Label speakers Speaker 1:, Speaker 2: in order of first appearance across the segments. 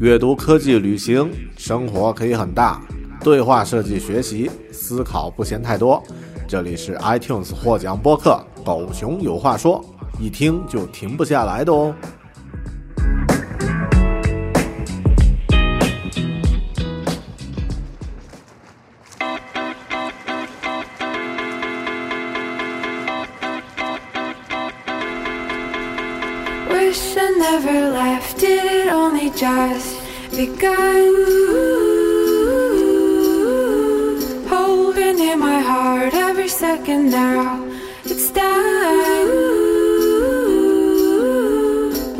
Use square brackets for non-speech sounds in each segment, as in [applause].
Speaker 1: 阅读、科技、旅行，生活可以很大。对话设计、学习、思考不嫌太多。这里是 iTunes 获奖播客《狗熊有话说》，一听就停不下来的哦。
Speaker 2: Wish I never left, did it only just begun? Holding in my heart every second now, it's done.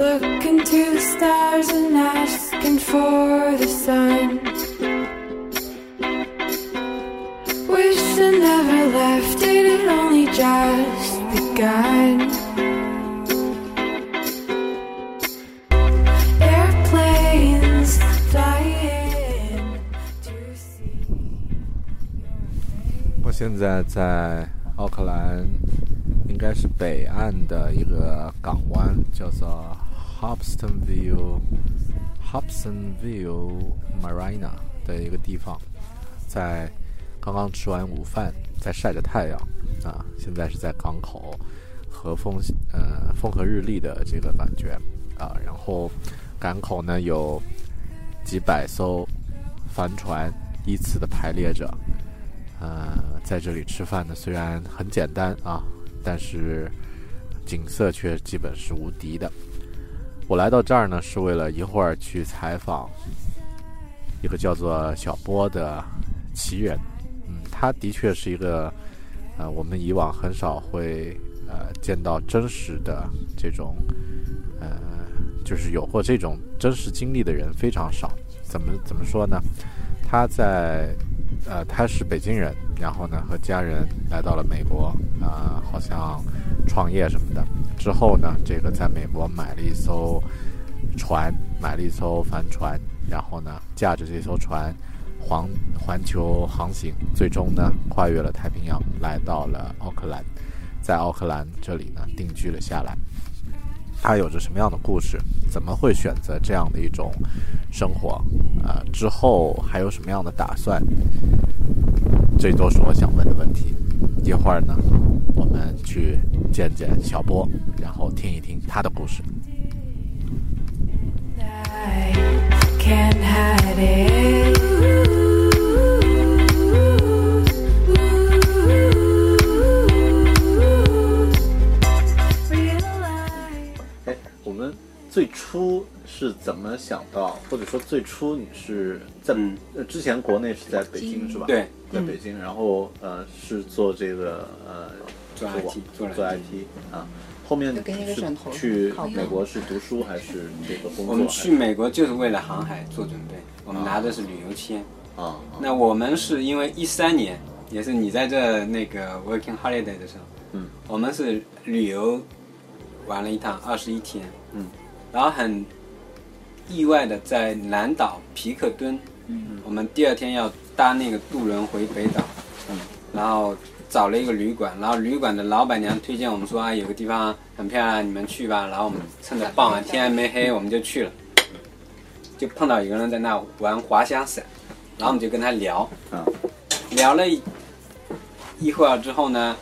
Speaker 2: Looking to the stars and asking for the sun. Wish I never left, did it only just begun? Airplanes flying through sea.
Speaker 1: 我现在在奥克兰，应该是北岸的一个港湾，叫做 Hobsonville Hobsonville Marina 的一个地方，在刚刚吃完午饭，在晒着太阳啊，现在是在港口，和风呃风和日丽的这个感觉啊，然后港口呢有几百艘帆船依次的排列着，呃，在这里吃饭呢，虽然很简单啊，但是景色却基本是无敌的。我来到这儿呢，是为了一会儿去采访一个叫做小波的奇人。嗯，他的确是一个呃，我们以往很少会呃见到真实的这种呃，就是有过这种真实经历的人非常少。怎么怎么说呢？他在呃，他是北京人，然后呢和家人来到了美国，啊、好像创业什么的。之后呢，这个在美国买了一艘船，买了一艘帆船，然后呢驾着这艘船环环球航行，最终呢跨越了太平洋，来到了奥克兰，在奥克兰这里呢定居了下来。他有着什么样的故事？怎么会选择这样的一种生活？啊、之后还有什么样的打算？这都是我想问的问题。一会儿呢，我们去见见小波，然后听一听他的故事。
Speaker 2: I can't hide it. Realize
Speaker 1: 哎，我们最初是怎么想到，或者说最初你是在、呃之前国内是在北京是吧？
Speaker 3: 嗯对，
Speaker 1: 在
Speaker 4: 嗯
Speaker 1: 北京，然后呃是做这个呃
Speaker 3: 做 IT
Speaker 1: 做
Speaker 3: 做
Speaker 1: 做
Speaker 3: IT
Speaker 1: IT 啊。后面
Speaker 4: 就给你个
Speaker 1: 是
Speaker 4: 枕头
Speaker 1: 去
Speaker 4: 靠
Speaker 1: 美国是读书还是哦这个工
Speaker 3: 我
Speaker 1: 作？
Speaker 3: 们去美国就是为了航海做准备，我们拿的是旅游签。
Speaker 1: 还啊啊
Speaker 3: 那我们是因为一三年，也是你在这那个 working holiday 的时候，
Speaker 1: 嗯，
Speaker 3: 我们是旅游玩了一趟二十一天，
Speaker 1: 嗯，
Speaker 3: 然后很意外的在南岛皮克敦，嗯，我们第二天要搭那个渡轮回北岛，嗯，然后找了一个旅馆，然后旅馆的老板娘推荐我们说啊，有个地方很漂亮，你们去吧。然后我们趁着傍晚天还没黑，我们就去了，就碰到有个人在那玩滑翔伞，然后我们就跟他聊，
Speaker 4: 嗯，
Speaker 3: 聊了一一会儿之后呢，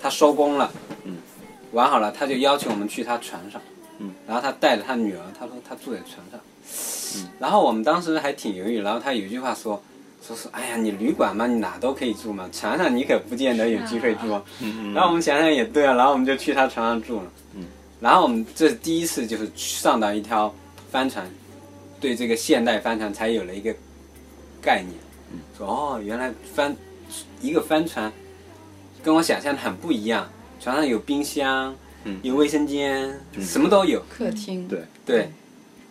Speaker 3: 他收工了，
Speaker 4: 嗯，
Speaker 3: 玩好了，他就邀请我们去他船上，
Speaker 4: 嗯，
Speaker 3: 然后他带着他女儿，他说他住在船上，嗯，然后我们当时还挺犹豫，然后他有一句话说，说是哎呀，你旅馆嘛，你哪都可以住嘛，船上你可不见得有机会住啊，嗯嗯，然后我们想想也对啊，然后我们就去他船上住了，嗯，然后我们这是第一次就是上到一条帆船，对这个现代帆船才有了一个概念，
Speaker 4: 嗯
Speaker 3: 说哦，原来帆一个帆船跟我想象的很不一样，船上有冰箱，有卫生间，什么都有。
Speaker 5: 嗯客
Speaker 4: 嗯
Speaker 5: 厅，嗯
Speaker 4: 对，
Speaker 3: 对，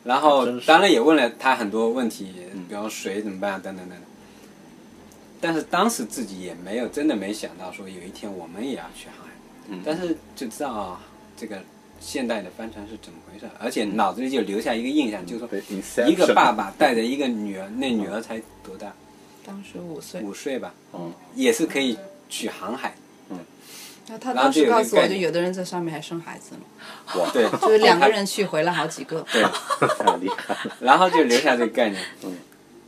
Speaker 3: 然后
Speaker 4: 真是
Speaker 3: 当然也问了他很多问题，比方水怎么办等等等等。但是当时自己也没有真的没想到说有一天我们也要去航海，
Speaker 4: 嗯
Speaker 3: 但是就知道啊，这个现代的帆船是怎么回事，而
Speaker 4: 嗯
Speaker 3: 且脑子里就留下一个印象，就是
Speaker 4: 对
Speaker 3: 说一个
Speaker 4: Inception
Speaker 3: 爸爸带着一个女儿，那女儿才多大？
Speaker 5: 当时五岁，
Speaker 3: 五岁吧，
Speaker 4: 嗯，
Speaker 3: 也是可以去航海。
Speaker 5: 然后他
Speaker 3: 然后
Speaker 5: 当
Speaker 3: 就有一
Speaker 5: 时
Speaker 3: 个
Speaker 5: 告诉我，
Speaker 3: 概
Speaker 5: 就
Speaker 3: 念
Speaker 5: 有的人在上面还生孩子呢，
Speaker 4: 哇，
Speaker 3: 对，
Speaker 5: [laughs] 就是两个人去回了好几个。
Speaker 3: 对，
Speaker 4: 太厉害了，
Speaker 3: 然后就留下这个概念。
Speaker 4: 嗯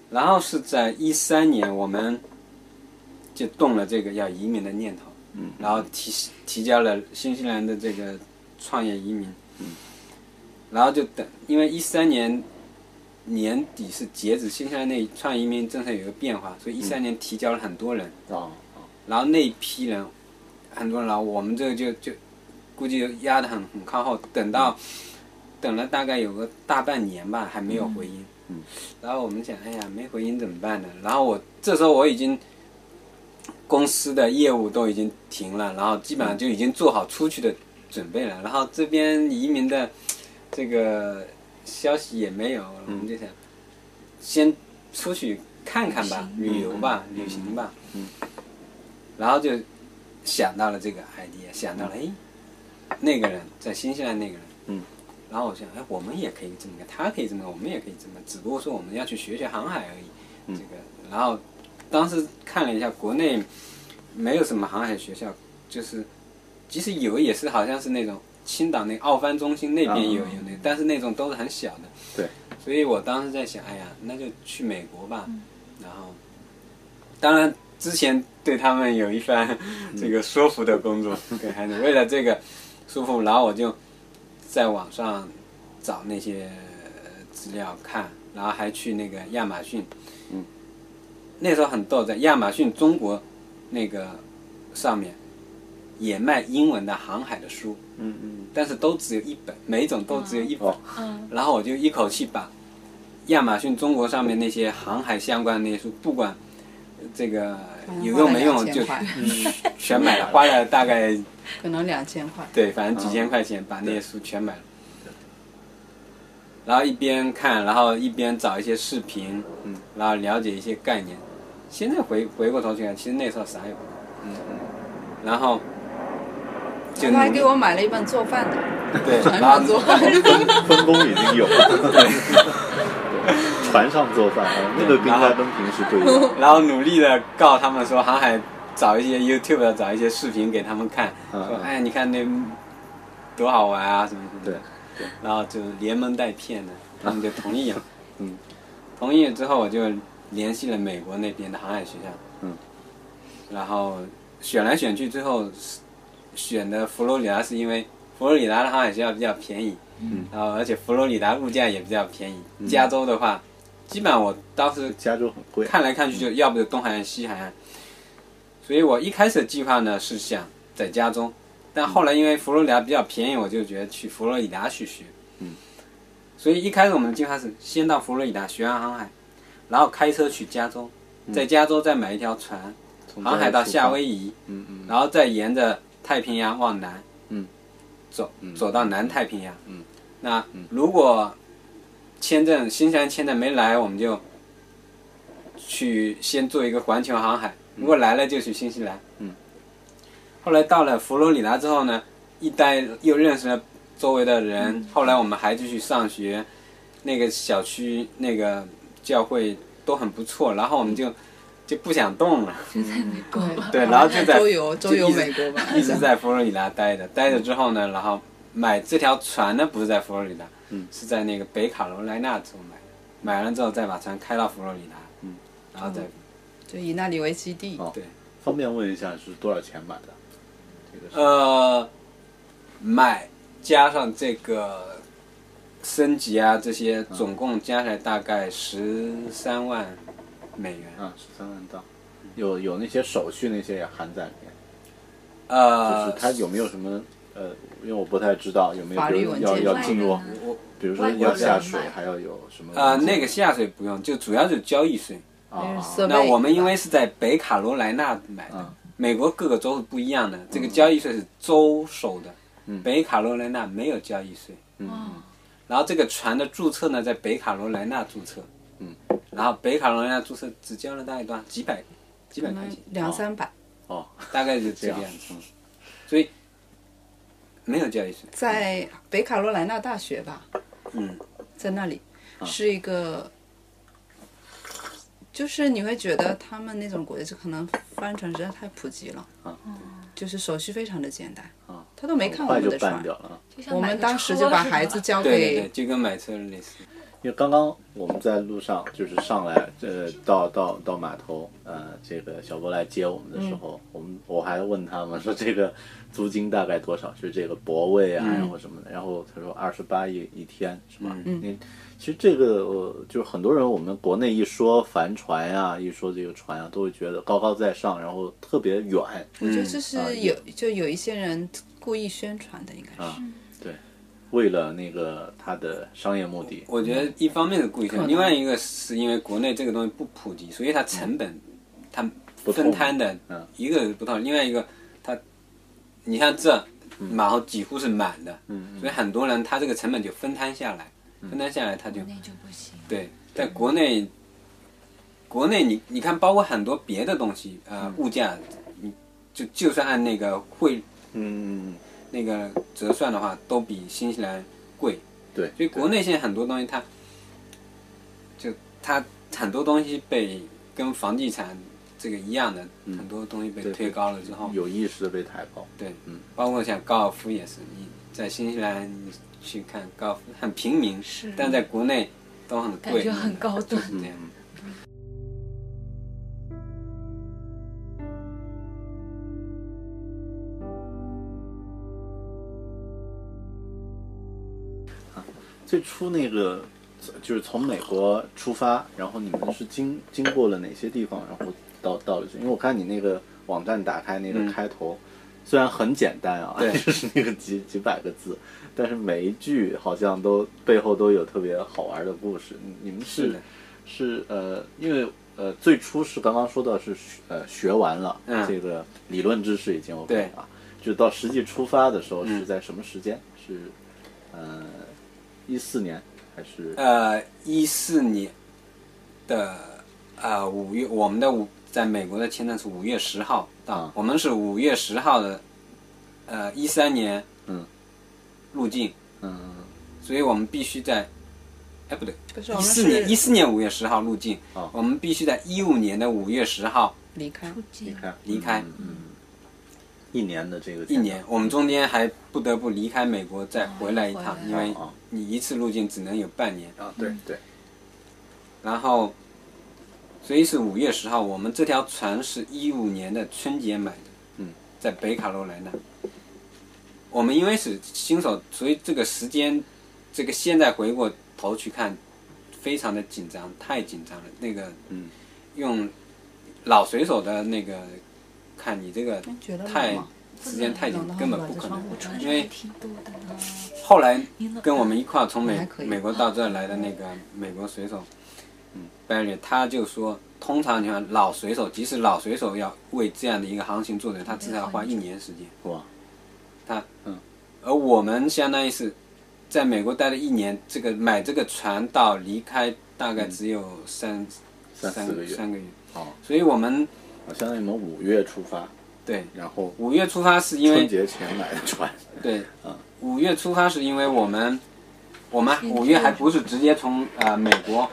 Speaker 3: 然后是在一三年，我们就动了这个要移民的念头，
Speaker 4: 嗯
Speaker 3: 然后提提交了新西兰的这个创业移民。
Speaker 4: 嗯
Speaker 3: 然后就等，因为一三年年底是截止新西兰那创业移民政策有一个变化，所以一
Speaker 4: 嗯
Speaker 3: 三年提交了很多人，
Speaker 4: 啊，
Speaker 3: 然后那一批人，很多人，然后我们这个就就估计就压得很很靠后，等
Speaker 4: 嗯
Speaker 3: 到、等了大概有个大半年吧，还没有回音。
Speaker 4: 嗯嗯
Speaker 3: 然后我们想，哎呀，没回音怎么办呢？然后我这时候我已经公司的业务都已经停了，然后基本上就已经做好出去的准备了。然后这边移民的这个消息也没有，我
Speaker 4: 嗯
Speaker 3: 们就想先出去看看吧，旅
Speaker 4: 嗯
Speaker 3: 游吧，旅行吧。然后就想到了这个 idea，想到了哎，那个人在新西兰那个人，
Speaker 4: 嗯，
Speaker 3: 然后我想哎，我们也可以这么干，他可以这么干，我们也可以这么干，只不过说我们要去学学航海而已，这个，然后当时看了一下国内没有什么航海学校，就是即使有也是好像是那种青岛那奥帆中心那边有、有那，但是那种都是很小的，
Speaker 4: 对，
Speaker 3: 所以我当时在想，哎呀，那就去美国吧。然后，当然之前对他们有一番 [laughs] 这个说服的工作，给孩子为了这个说服，然后我就在网上找那些呃资料看，然后还去那个亚马逊。
Speaker 4: 嗯。
Speaker 3: 那时候很逗，在亚马逊中国那个上面也卖英文的航海的书，
Speaker 4: 嗯嗯，
Speaker 3: 但是都只有一本，每一种都只有一本。
Speaker 4: 哦
Speaker 5: 嗯
Speaker 3: 然后我就一口气把亚马逊中国上面那些航海相关的那些书，不管呃这个有用没用，就
Speaker 5: 嗯花了
Speaker 3: 全买了，花了大概
Speaker 5: 可能两千块，
Speaker 3: 对，反正几千块钱把那些书全买了。然后一边看，然后一边找一些视频，
Speaker 4: 嗯，
Speaker 3: 然后了解一些概念。现在回回过头去看，其实那时候啥也不懂，嗯，然后就
Speaker 5: 他还
Speaker 3: 努力
Speaker 5: 给我买了一本做饭的，
Speaker 3: 对，[laughs]
Speaker 5: 船
Speaker 3: 然后
Speaker 5: 上做饭，
Speaker 4: 分工已经有了，船上做饭，
Speaker 1: 呃
Speaker 4: 啊，那个应该跟平时不一样，
Speaker 3: 然后努力的告他们说航海找一些 YouTube 找一些视频给他们看，
Speaker 4: 嗯
Speaker 3: 说
Speaker 4: 嗯
Speaker 3: 哎你看那多好玩啊什么什么的
Speaker 4: 对，啊
Speaker 3: 然后就连蒙带骗的，他们就同意
Speaker 4: [laughs]
Speaker 3: 了，
Speaker 4: 嗯，
Speaker 3: 同意了之后我就联系了美国那边的航海学校，
Speaker 4: 嗯，
Speaker 3: 然后选来选去最后是选的佛罗里达是因为佛罗里达的航海学校比较便宜，
Speaker 4: 嗯，
Speaker 3: 然后而且佛罗里达物价也比较便宜，加州的话。基本上我当时
Speaker 4: 加州很贵，
Speaker 3: 看来看去就要不就东海岸西海岸。所以我一开始的计划呢是想在加州，
Speaker 4: 嗯
Speaker 3: 但后来因为佛罗里达比较便宜，我就觉得去佛罗里达去学。
Speaker 4: 嗯，
Speaker 3: 所以一开始我们的计划是先到佛罗里达学完航海，然后开车去加州，在加州再买一条船，
Speaker 4: 嗯从
Speaker 3: 航海到夏威
Speaker 4: 夷，
Speaker 3: 夷，
Speaker 4: 嗯嗯
Speaker 3: 然后再沿着太平洋往南，
Speaker 4: 嗯，
Speaker 3: 走
Speaker 4: 嗯
Speaker 3: 走到南太平洋，
Speaker 4: 嗯，
Speaker 3: 那如果签证新西兰签证没来，我们就去先做一个环球航海，如果来了就去新西兰，
Speaker 4: 嗯，
Speaker 3: 后来到了佛罗里达之
Speaker 4: 嗯
Speaker 3: 后呢，一待又认识了周围的人，后来我们还继续上学，那个小区那个教会都很不错，然后我们
Speaker 4: 嗯
Speaker 3: 就就不想动了， [laughs] 对，然后就在
Speaker 5: [laughs] 周游周
Speaker 3: 就
Speaker 5: 游
Speaker 3: 一直
Speaker 5: 美国吧，
Speaker 3: 一直在佛罗里达待着，待着
Speaker 4: 嗯
Speaker 3: 之后呢，然后买这条船呢不是在佛罗里达，
Speaker 4: 嗯
Speaker 3: 是在那个北卡罗来纳州买的，买完了之后再把船开到佛罗里达，
Speaker 4: 嗯，
Speaker 3: 然后再、
Speaker 5: 就以那里为基地。
Speaker 4: 哦
Speaker 3: 对，
Speaker 4: 方便问一下是多少钱买的？这个是
Speaker 3: 呃买加上这个升级啊这些，总共加起来大概十三万美元，
Speaker 4: 啊，十三万到，有有那些手续那些也含在里面。就是
Speaker 3: 呃，
Speaker 4: 它有没有什么呃，因为我不太知
Speaker 1: 啊
Speaker 4: 道有没有，
Speaker 5: 法
Speaker 4: 比
Speaker 5: 律
Speaker 4: 如
Speaker 5: 文
Speaker 4: 要
Speaker 5: 件
Speaker 4: 要
Speaker 5: 之类
Speaker 4: 进入
Speaker 6: 的呢，
Speaker 3: 我
Speaker 4: 比如说
Speaker 6: 外国
Speaker 4: 要
Speaker 6: 人
Speaker 4: 下水
Speaker 6: 买，
Speaker 4: 还要有什么
Speaker 3: 呃
Speaker 4: 文件
Speaker 3: 那个下水不用，就主要就是交易税。
Speaker 4: 啊
Speaker 5: 就
Speaker 4: 啊
Speaker 5: 是哎 survey
Speaker 3: 哦那我们因为是在北卡罗来纳买的，
Speaker 4: 嗯
Speaker 3: 美国各个州是不一样的，这个交易税是州收的，
Speaker 4: 嗯
Speaker 3: 北卡罗来纳没有交易税。
Speaker 5: 哦
Speaker 4: 嗯
Speaker 3: 然后这个船的注册呢，在北卡罗来纳注册，
Speaker 4: 嗯，
Speaker 3: 然后北卡罗来纳注册只交了大概多少几百几
Speaker 5: 可
Speaker 3: 百块
Speaker 5: 能
Speaker 3: 钱，
Speaker 5: 两三百，
Speaker 4: 哦
Speaker 3: 大概就这个样子，所以没有交易税。
Speaker 5: 在北卡罗来纳大学吧，
Speaker 3: 嗯，
Speaker 5: 在那里是一个，就是你会觉得他们那种国家可能帆船实在太普及了，
Speaker 4: 啊
Speaker 3: 嗯
Speaker 5: 就是手续非常的简单，
Speaker 4: 啊，
Speaker 5: 他都没
Speaker 4: 很
Speaker 5: 看我
Speaker 4: 快
Speaker 5: 们
Speaker 4: 就
Speaker 5: 的
Speaker 4: 办
Speaker 5: 船，
Speaker 4: 掉了。啊
Speaker 6: 就像
Speaker 5: 我
Speaker 6: 买
Speaker 5: 们
Speaker 6: 个
Speaker 5: 当时
Speaker 6: 车
Speaker 5: 就把
Speaker 6: 是
Speaker 5: 孩
Speaker 6: 吧
Speaker 5: 子交
Speaker 3: 对对对，
Speaker 5: 给
Speaker 3: 就跟买车类似。
Speaker 4: 因为刚刚我们在路上就是上来，呃，到到到码头，呃，这个小波来接我们的时候，我们我还问他们说这个租金大概多少，就是这个泊位啊，然后什么的，然后他说二十八一一天是吧？嗯，你其实这个呃就是很多人我们国内一说帆船啊，一说这个船啊，都会觉得高高在上，然后特别远，
Speaker 5: 我觉得
Speaker 3: 嗯
Speaker 5: 这是
Speaker 4: 啊
Speaker 6: 哦
Speaker 5: 有、就有一些人故意宣传的，应该是、
Speaker 4: 啊对，为了那个它的商业目的，
Speaker 3: 我觉得一方面是故意
Speaker 5: 嗯可
Speaker 3: 的，
Speaker 5: 能
Speaker 3: 另外一个是因为国内这个东西不普及，所以它成本它
Speaker 4: 不
Speaker 3: 分
Speaker 4: 透
Speaker 3: 摊的
Speaker 4: 嗯
Speaker 3: 一个不同，另外一个它，你像这
Speaker 4: 嗯
Speaker 3: 码头几乎是满的，所以很多人他这个成本就分摊下来，
Speaker 4: 嗯
Speaker 3: 分摊下来他就
Speaker 6: 那就不行。
Speaker 3: 对，在国内，国内你你看，包括很多别的东西，呃，物价，你就就算按那个汇
Speaker 4: 嗯，
Speaker 3: 那个折算的话，都比新西兰贵，
Speaker 4: 对，
Speaker 3: 所以国内现在很多东西它，就它很多东西被跟房地产这个一样的，很多东西被
Speaker 4: 嗯对
Speaker 3: 推高了之后，
Speaker 4: 有意识的被抬高。
Speaker 3: 对，
Speaker 4: 嗯
Speaker 3: 包括像高尔夫也是，你在新西兰你去看高尔夫很平民，
Speaker 6: 是
Speaker 3: 但在国内都很贵，嗯
Speaker 6: 感觉很高端
Speaker 3: 就是这样。
Speaker 4: 最初那个就是从美国出发，然后你们是经经过了哪些地方，然后到到了这？因为我看你那个网站打开那个开头，虽然很简单啊，
Speaker 3: 嗯对
Speaker 4: [laughs] 就是那个几几百个字，但是每一句好像都背后都有特别好玩的故事。你你们
Speaker 3: 是
Speaker 4: 是
Speaker 3: 的
Speaker 4: 是呃，因为呃最初是刚刚说到是学呃学完了、
Speaker 3: 嗯
Speaker 4: 这个理论知识已经 OK
Speaker 3: 对
Speaker 4: 了啊，就到实际出发的时候
Speaker 3: 嗯
Speaker 4: 是在什么时间？是呃一四年还是
Speaker 3: 呃，一四年的呃五月，我们的五在美国的签证是五月十号到，
Speaker 4: 啊
Speaker 3: 我们是五月十号的，呃，一三年
Speaker 4: 嗯
Speaker 3: 入境，
Speaker 4: 嗯
Speaker 3: 所以我们必须在，哎不对，
Speaker 5: 不是我
Speaker 3: 一
Speaker 5: 们
Speaker 3: 四年一
Speaker 5: 是
Speaker 3: 四年五月十号入境，
Speaker 4: 啊
Speaker 3: 我们必须在一五年的五月十号
Speaker 5: 离开
Speaker 6: 不
Speaker 4: 离
Speaker 6: 进
Speaker 4: 开
Speaker 3: 离开，
Speaker 4: 嗯一年的这个
Speaker 3: 一
Speaker 4: 签
Speaker 3: 年
Speaker 4: 证，
Speaker 3: 我们中间还不得不离开美国再回来一趟，
Speaker 5: 嗯
Speaker 3: 因为
Speaker 4: 啊
Speaker 3: 你一次入境只能有半年，
Speaker 4: 啊对对
Speaker 3: 然后，所以是五月十号，我们这条船是一五年的春节买的，
Speaker 4: 嗯，
Speaker 3: 在北卡罗来纳。我们因为是新手，所以这个时间，这个现在回过头去看，非常的紧张，太紧张了。那个，
Speaker 4: 嗯，
Speaker 3: 用老水手的那个看你这个
Speaker 5: 哎觉得
Speaker 3: 太
Speaker 5: 冷吗？
Speaker 3: 时间太紧
Speaker 5: 冷的，话
Speaker 3: 根本
Speaker 5: 暖
Speaker 3: 不
Speaker 5: 着
Speaker 3: 可
Speaker 5: 窗
Speaker 3: 能
Speaker 5: 户。穿
Speaker 3: 因为
Speaker 6: 挺多的呢。
Speaker 3: 后来跟我们一块儿从
Speaker 5: 啊还
Speaker 3: 美
Speaker 5: 可以啊嗯
Speaker 3: 美国到这儿来的那个美国水手，嗯，Barry，他就说，通常你看老水手，即使老水手要为这样的一个航行做准，他至少要花一年时间。嗯
Speaker 4: 哇
Speaker 5: 嗯
Speaker 3: 而我们相当于是在美国待了一年，这个买这个船到离开大
Speaker 5: 嗯
Speaker 3: 概只有三
Speaker 4: 三四个月
Speaker 3: 三个月，
Speaker 4: 哦，
Speaker 3: 所以我们
Speaker 4: 好相当于我们五月出发，
Speaker 3: 对
Speaker 4: 然后
Speaker 3: 五月出发是因为
Speaker 4: [laughs] 春节前买的船
Speaker 3: 对
Speaker 4: 啊，
Speaker 3: 五月出发是因为我们我们五月还不是直接从呃美国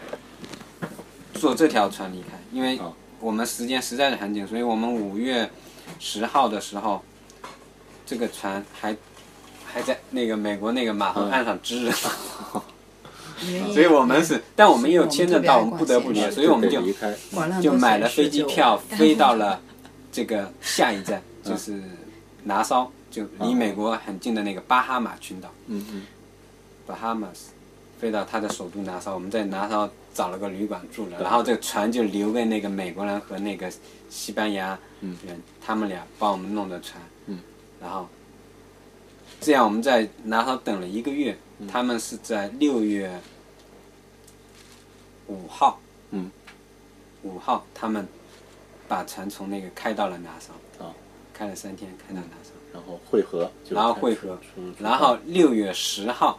Speaker 3: 坐这条船离开，因为
Speaker 4: 哦
Speaker 3: 我们时间实在是很紧，所以我们五月十号的时候，这个船还还在那个美国那个码头岸上支 [laughs] 着，所以我们是，但我们又牵着到，我们不得不离，所以我们就
Speaker 4: 就得离开。
Speaker 5: 管了很多
Speaker 3: 就买
Speaker 5: 闲
Speaker 3: 了
Speaker 5: 事
Speaker 3: 飞机
Speaker 5: 就
Speaker 3: 票，飞到了这个下一站，就是拿骚，就离美国很近的那个巴哈马群岛
Speaker 4: 哦嗯嗯，
Speaker 3: （Bahamas），飞到它的首都拿骚。我们在拿骚找了个旅馆住了，然后这个船就留给那个美国人和那个西班牙人，他们俩帮我们弄的船。
Speaker 4: 嗯
Speaker 3: 然后这样我们在拿骚等了一个月，
Speaker 4: 嗯
Speaker 3: 他们是在六月五号，
Speaker 4: 嗯，
Speaker 3: 五号他们把船从那个开到了拿骚，
Speaker 4: 啊，
Speaker 3: 开了三天，开到拿骚，
Speaker 4: 然后汇合，就是
Speaker 3: 然后
Speaker 4: 开
Speaker 3: 汇
Speaker 4: 出
Speaker 3: 合
Speaker 4: 出出
Speaker 3: 然后六月十号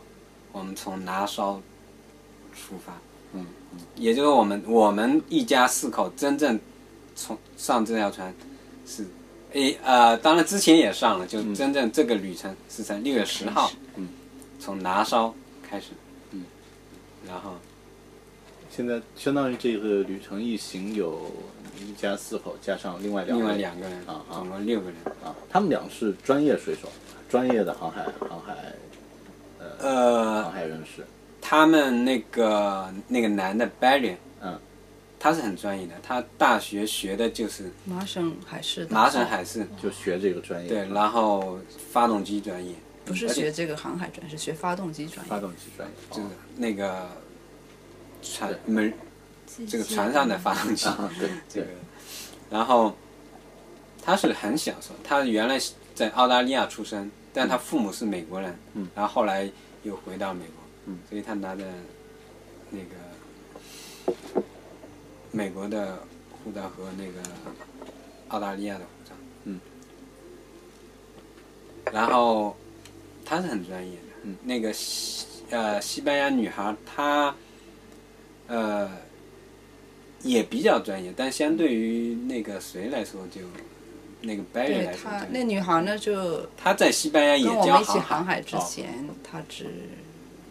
Speaker 3: 我们从拿骚出发，
Speaker 4: 嗯，
Speaker 3: 也就是我们我们一家四口真正从上这条船是。诶，呃，当然之前也上了，就真正这个旅程是在六月十号，
Speaker 4: 嗯，
Speaker 3: 从拿骚开始，
Speaker 4: 嗯，
Speaker 3: 然后
Speaker 4: 现在相当于这个旅程一行有一家四口，加上另外两
Speaker 3: 另外
Speaker 4: 位
Speaker 3: 两个人
Speaker 4: 啊，啊
Speaker 3: 总共六个人，
Speaker 4: 啊，他们俩是专业水手，专业的航海航海
Speaker 3: 呃
Speaker 4: 航，海人士。
Speaker 3: 他们那个那个男的 Barry，
Speaker 4: 嗯，
Speaker 3: 他是很专业的，他大学学的就是
Speaker 5: 麻省海事的，
Speaker 3: 麻省海事，
Speaker 4: 就学这个专业，
Speaker 3: 对，然后发动机专业，
Speaker 5: 不是学这个航海专业，是学发动机专
Speaker 4: 发
Speaker 5: 业。
Speaker 4: 动机专业，
Speaker 3: 就是那个船
Speaker 4: 对
Speaker 3: 门这个船上的发动机，
Speaker 4: 啊，对
Speaker 3: 这
Speaker 4: 对
Speaker 3: 个，然后他是很小时候，他原来是在澳大利亚出生，但他父母是美国人，
Speaker 4: 嗯
Speaker 3: 然后后来又回到美国，
Speaker 4: 嗯
Speaker 3: 所以他拿着那个美国的护照和那个澳大利亚的护照，
Speaker 4: 嗯，
Speaker 3: 然后他是很专业的，
Speaker 4: 嗯
Speaker 3: 那个西呃西班牙女孩她呃。也比较专业，但相对于那个谁来说就，那个 Barry 哎来
Speaker 5: 对
Speaker 3: 说
Speaker 5: 他，
Speaker 3: 就
Speaker 5: 那女孩呢，就
Speaker 3: 他在西班牙也
Speaker 5: 跟我
Speaker 3: 教
Speaker 5: 们一起
Speaker 3: 航
Speaker 5: 航
Speaker 3: 海，哦
Speaker 5: 海之前，她只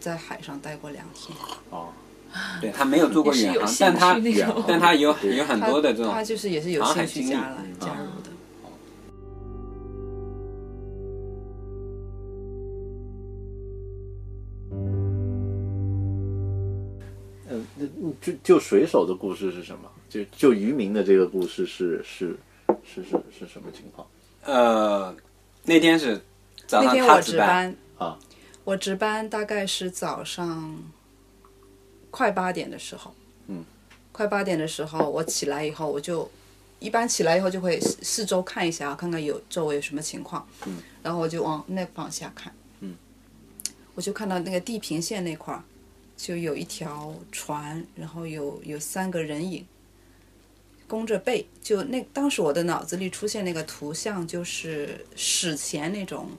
Speaker 5: 在海上待过两天。
Speaker 4: 哦，
Speaker 3: 对他没有做过远航，但他但他有有很多的这种
Speaker 5: 她就是也是有
Speaker 3: 航海
Speaker 5: 兴趣
Speaker 3: 经历
Speaker 5: 加来
Speaker 3: 嗯
Speaker 5: 加入的。
Speaker 4: 嗯，那那就就水手的故事是什么？就就渔民的这个故事是是是是是什么情况？
Speaker 3: 呃，那天是早
Speaker 5: 那
Speaker 3: 上
Speaker 5: 天
Speaker 3: 他
Speaker 5: 我
Speaker 3: 值
Speaker 5: 值
Speaker 3: 班，
Speaker 5: 班
Speaker 4: 啊，
Speaker 5: 我值班大概是早上快八点的时候，
Speaker 4: 嗯，
Speaker 5: 快八点的时候我起来以后，我就一般起来以后就会四四周看一下，看看有周围有什么情况，嗯，然后我就往那方向看，
Speaker 4: 嗯，
Speaker 5: 我就看到那个地平线那块儿就有一条船，然后有有三个人影。弓着背，就那当时我的脑子里出现那个图像，就是史前那种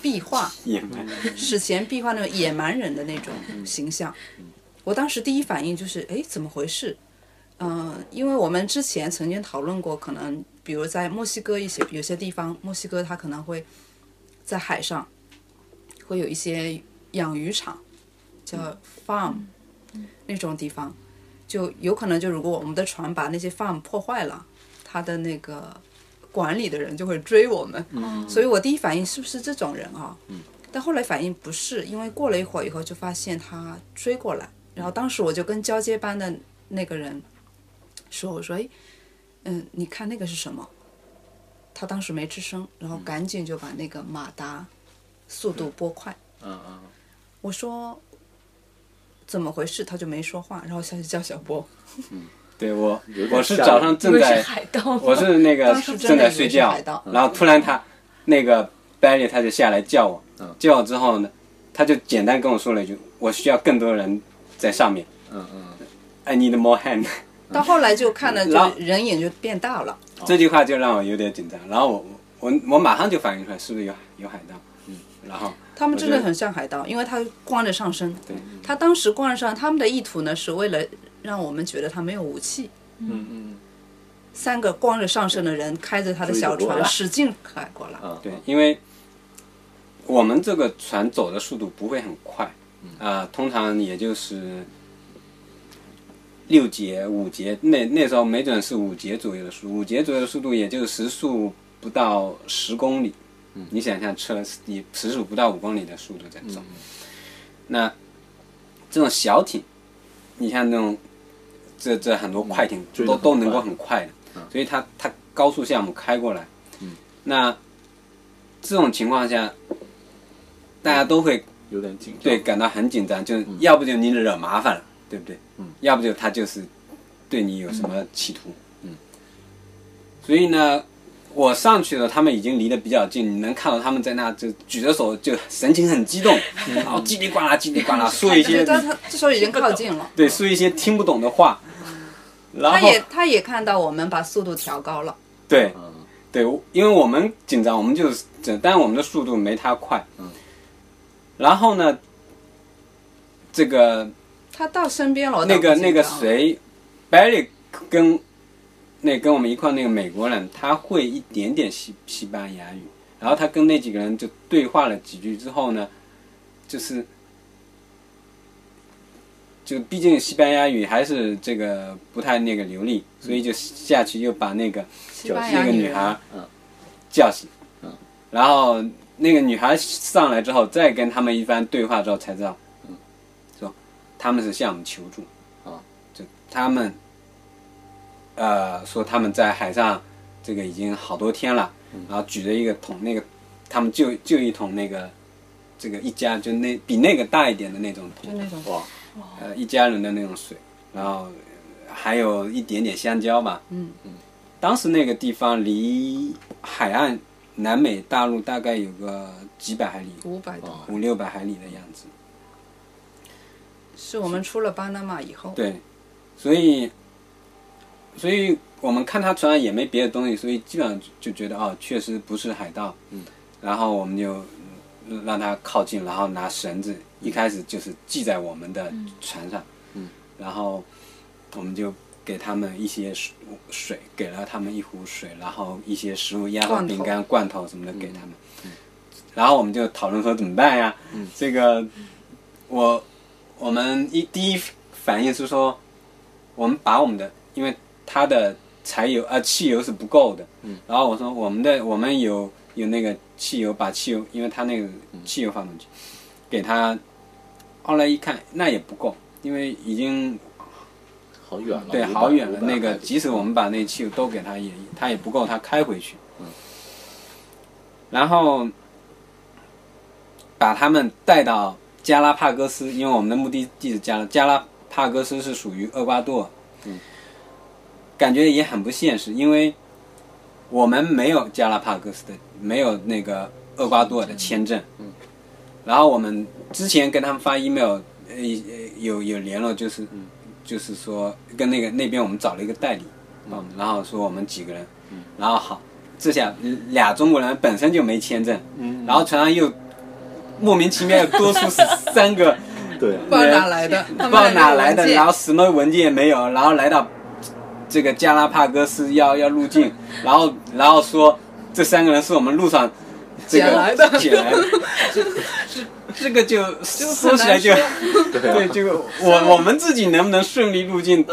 Speaker 5: 壁画，
Speaker 3: 也蛮
Speaker 4: 嗯
Speaker 5: 史前壁画那种野蛮人的那种形象。我当时第一反应就是，哎，怎么回事？嗯、因为我们之前曾经讨论过，可能比如在墨西哥一些有些地方，墨西哥它可能会在海上会有一些养鱼场，叫 farm、那种地方，就有可能就如果我们的船把那些 farm 破坏了，它的那个管理的人就会追我们。所以我第一反应是不是这种人啊？但后来反应不是，因为过了一会儿以后就发现他追过来，然后当时我就跟交接班的那个人说：“我说，哎，嗯，你看那个是什么？”他当时没吱声，然
Speaker 4: 嗯
Speaker 5: 后赶紧就把那个马达速度拨快。
Speaker 4: 嗯嗯，
Speaker 5: 我说怎么回事，他就没说话，然后下去叫小波。
Speaker 3: 对我
Speaker 4: 有点
Speaker 3: 我是
Speaker 4: 吓
Speaker 3: 早
Speaker 4: 人
Speaker 3: 上正在我是那个
Speaker 5: 当时
Speaker 3: 正
Speaker 5: 真
Speaker 3: 在
Speaker 5: 的以为是
Speaker 3: 睡觉
Speaker 5: 海盗，
Speaker 3: 然后突然他那个 Barry 他就下来叫我
Speaker 4: 嗯，
Speaker 3: 叫我之后呢，他就简单跟我说了一句：“我需要更多人在上面
Speaker 4: 嗯嗯
Speaker 3: [laughs] ，I need more hand。” [laughs]
Speaker 5: 到后来就看了，
Speaker 3: 然后
Speaker 5: 就人影就变大了。
Speaker 4: 哦
Speaker 3: 这句话就让我有点紧张，然后我我我马上就反应出来是不是有有海盗，嗯，然后
Speaker 5: 他们真的
Speaker 3: 我觉
Speaker 5: 很像海盗，因为他光着上身。
Speaker 3: 对，
Speaker 5: 他当时光着上，他们的意图呢是为了让我们觉得他没有武器。
Speaker 4: 嗯嗯
Speaker 5: 三个光着上身的人开着他的小
Speaker 4: 追着过来
Speaker 3: 嗯
Speaker 5: 船，使劲开过来。
Speaker 4: 啊，
Speaker 3: 对，因为我们这个船走的速度不会很快，啊、通常也就是六节、五节，那那时候没准是五节左右的速度，五节左右的速度也就时速不到十公里。你想想车以时速不到五公里的速度在
Speaker 4: 嗯
Speaker 3: 走，那这种小艇，你像那种这这很多快艇
Speaker 4: 嗯追得
Speaker 3: 都都
Speaker 4: 很
Speaker 3: 能
Speaker 4: 快嗯
Speaker 3: 够很快的，所以它它高速项目开过来，那这种情况下，大家都会
Speaker 4: 有点紧张。
Speaker 3: 对，感到很紧张，就是要不就你惹麻烦了，对不对？
Speaker 4: 嗯
Speaker 3: 要不就他就是对你有什么企图。
Speaker 4: 嗯，
Speaker 3: 所以呢，我上去了，他们已经离得比较近，你能看到他们在那就举着手，就神情很激动，
Speaker 4: 嗯
Speaker 3: 然后叽里呱啦叽里呱啦
Speaker 4: [laughs]
Speaker 3: 说一些
Speaker 5: 但是他这时候已经靠近了，
Speaker 3: 对说一些听不懂的话，
Speaker 4: 嗯
Speaker 3: 然
Speaker 5: 他
Speaker 3: 后
Speaker 5: 也他也看到我们把速度调高了，
Speaker 3: 对，
Speaker 4: 嗯，
Speaker 3: 对，因为我们紧张，我们就是紧，但我们的速度没他快。
Speaker 4: 嗯。
Speaker 3: 然后呢，这个
Speaker 5: 他到身边了，我倒
Speaker 3: 那个
Speaker 5: 不啊紧
Speaker 3: 那个
Speaker 5: 张了，
Speaker 3: 谁，Barry 跟那跟我们一块那个美国人，他会一点点西西班牙语，然后他跟那几个人就对话了几句之后呢，就是就毕竟西班牙语还是这个不太那个流利，所以就下去又把那个
Speaker 5: 西班
Speaker 3: 那
Speaker 5: 牙啊
Speaker 3: 个女
Speaker 5: 人
Speaker 3: 孩
Speaker 4: 嗯
Speaker 3: 叫醒
Speaker 4: 嗯，
Speaker 3: 然后那个女孩上来之后，再跟他们一番对话之后，才知道，
Speaker 4: 嗯
Speaker 3: 说他们是向我们求助，
Speaker 4: 啊，
Speaker 3: 就他们，呃，说他们在海上这个已经好多天了，
Speaker 4: 嗯
Speaker 3: 然后举着一个桶，那个他们就就一桶那个。这个一家就那比那个大一点的那种桶
Speaker 5: 就，那种
Speaker 4: 哇，
Speaker 3: 呃，一家人的那种水，然后还有一点点香蕉吧。
Speaker 5: 嗯
Speaker 3: 嗯。当时那个地方离海岸南美大陆大概有个几百海里，
Speaker 5: 五百多，
Speaker 3: 五六百海里的样子。
Speaker 5: 是我们出了巴拿马以后，
Speaker 3: 对，所以，所以我们看他船上也没别的东西，所以基本上就觉得哦，确实不是海盗。嗯。然后我们就嗯让他靠近，然后拿绳子，一开始就是系在我们的船上。
Speaker 4: 嗯。
Speaker 3: 然后我们就给他们一些水水，给了他们一壶水，然后一些食物、压缩
Speaker 5: 罐头
Speaker 3: 饼干、罐头什么的给他们。
Speaker 4: 嗯
Speaker 3: 然后我们就讨论说怎么办呀？这个我我们一第一反应是说，我们把我们的，因为它的柴油呃汽油是不够的，嗯，然后我说我们的我们有有那个汽油，把汽油，因为它那个汽油发动机，给它，后来一看那也不够，因为已经
Speaker 4: 好远了，
Speaker 3: 对
Speaker 4: 500
Speaker 3: 好远了，
Speaker 4: 500
Speaker 3: 那个
Speaker 4: 海里
Speaker 3: 即使我们把那汽油都给它也它也不够，它开回去，
Speaker 4: 嗯，
Speaker 3: 然后把他们带到加拉帕戈斯，因为我们的目的地是加拉加拉帕戈斯是属于厄瓜多尔，
Speaker 4: 嗯
Speaker 3: 感觉也很不现实，因为我们没有加拉帕戈斯的，没有那个厄瓜多尔的签证。然后我们之前跟他们发 email，呃，呃有有联络，就是、就是说跟那个那边我们找了一个代理，嗯，然后说我们几个人，然后好，这下嗯俩中国人本身就没签证，然后船上又莫名其妙又多出三个。
Speaker 4: 对，
Speaker 5: 不知道哪来的，
Speaker 3: 不
Speaker 5: 他
Speaker 3: 知
Speaker 5: 们
Speaker 3: 道哪
Speaker 5: 文
Speaker 3: 来的，
Speaker 5: 件
Speaker 3: 然后什么文件也没有，然后来到这个加拉帕戈斯要要入
Speaker 5: [laughs]
Speaker 3: 境，然后然后说这三个人是我们路上这个
Speaker 5: 捡来的
Speaker 3: 捡来的，这这这个就说起来就对，这个我我们自己能不能顺利入境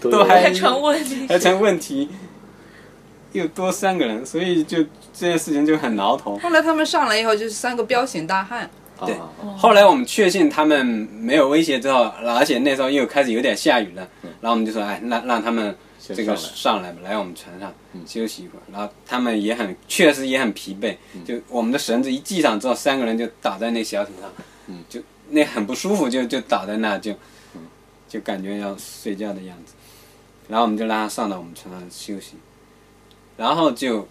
Speaker 3: 都
Speaker 4: 啊
Speaker 3: 还
Speaker 6: 成问题。
Speaker 3: 还成问题，又多三个人，所以就这件事情就很挠头。
Speaker 5: 后来他们上来以后就是三个彪形大汉，
Speaker 4: 啊
Speaker 3: 对后来我们确信他们没有威胁之后，而且那时候又开始有点下雨了，然后我们就说，哎，让让他们
Speaker 4: 先
Speaker 3: 这个
Speaker 4: 上
Speaker 3: 上
Speaker 4: 来
Speaker 3: 来吧，来我们船上休息一会儿。然后他们也很确实也很疲惫，就我们的绳子一系上之后，三个人就倒在那小艇上，就那很不舒服，就就倒在那就就感觉要睡觉的样子。然后我们就让他上到我们船上休息，然后就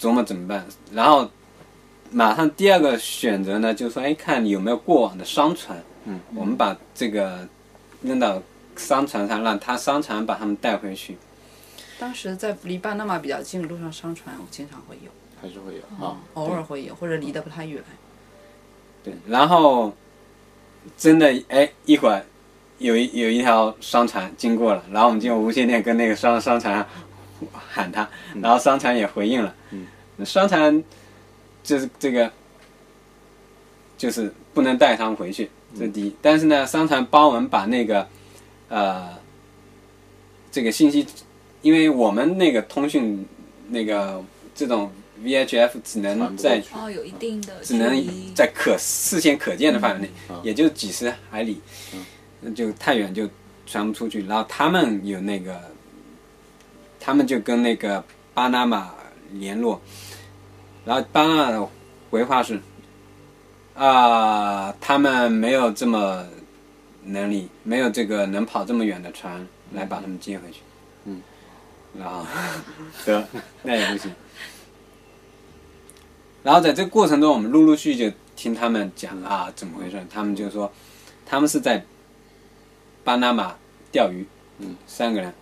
Speaker 3: 琢磨怎么办，然后马上第二个选择呢，就是说，哎，看有没有过往的商船。嗯，我们把这个扔到商船上，让他商船把他们带回去。
Speaker 5: 当时在离巴拿马比较近，路上商船我经常会有，
Speaker 4: 还是会有
Speaker 3: 嗯
Speaker 4: 啊，
Speaker 5: 偶尔会有，或者离得不太远。
Speaker 3: 对，然后真的，哎，一会儿有一有一条商船经过了，然后我们就用无线电跟那个商商船 [laughs] 喊他，然后商船也回应了。嗯，商船就是这个就是不能带他们回去，这是第一。但是呢，商船帮我们把那个呃这个信息，因为我们那个通讯那个这种 VHF 只能在
Speaker 6: 哦，有一定的
Speaker 3: 只
Speaker 6: 距
Speaker 3: 能
Speaker 6: 离
Speaker 3: 在可视线可见的范围内，
Speaker 4: 嗯
Speaker 3: 也就几十海里，那就太远就传不出去。然后他们有那个，他们就跟那个巴拿马联络，然后巴拿马的回话是，啊、他们没有这么能力，没有这个能跑这么远的船来把他们接回去。
Speaker 4: 嗯，
Speaker 3: 然后得 [laughs] 那也不行。然后在这个过程中，我们陆陆续续就听他们讲啊，怎么回事？他们就说，他们是在巴拿马钓鱼，
Speaker 4: 嗯，
Speaker 3: 三个人，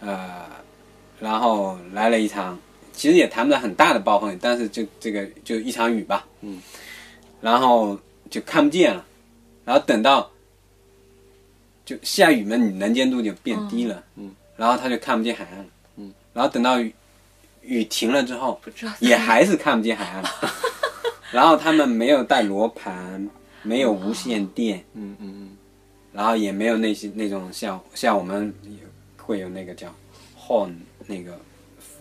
Speaker 3: 呃，然后来了一场，其实也谈不上很大的暴风雨，但是就这个就一场雨吧，
Speaker 4: 嗯，
Speaker 3: 然后就看不见了，然后等到就下雨嘛，你能见度就变低了，
Speaker 4: 嗯，
Speaker 3: 然后他就看不见海岸了，
Speaker 4: 嗯，
Speaker 3: 然后等到雨雨停了之后，
Speaker 6: 不知道
Speaker 3: 也还是看不见海岸了。然后他们没有带罗盘，没有无线电，
Speaker 4: 嗯嗯
Speaker 3: 然后也没有那些那种像像我们也会有那个叫 horn 那个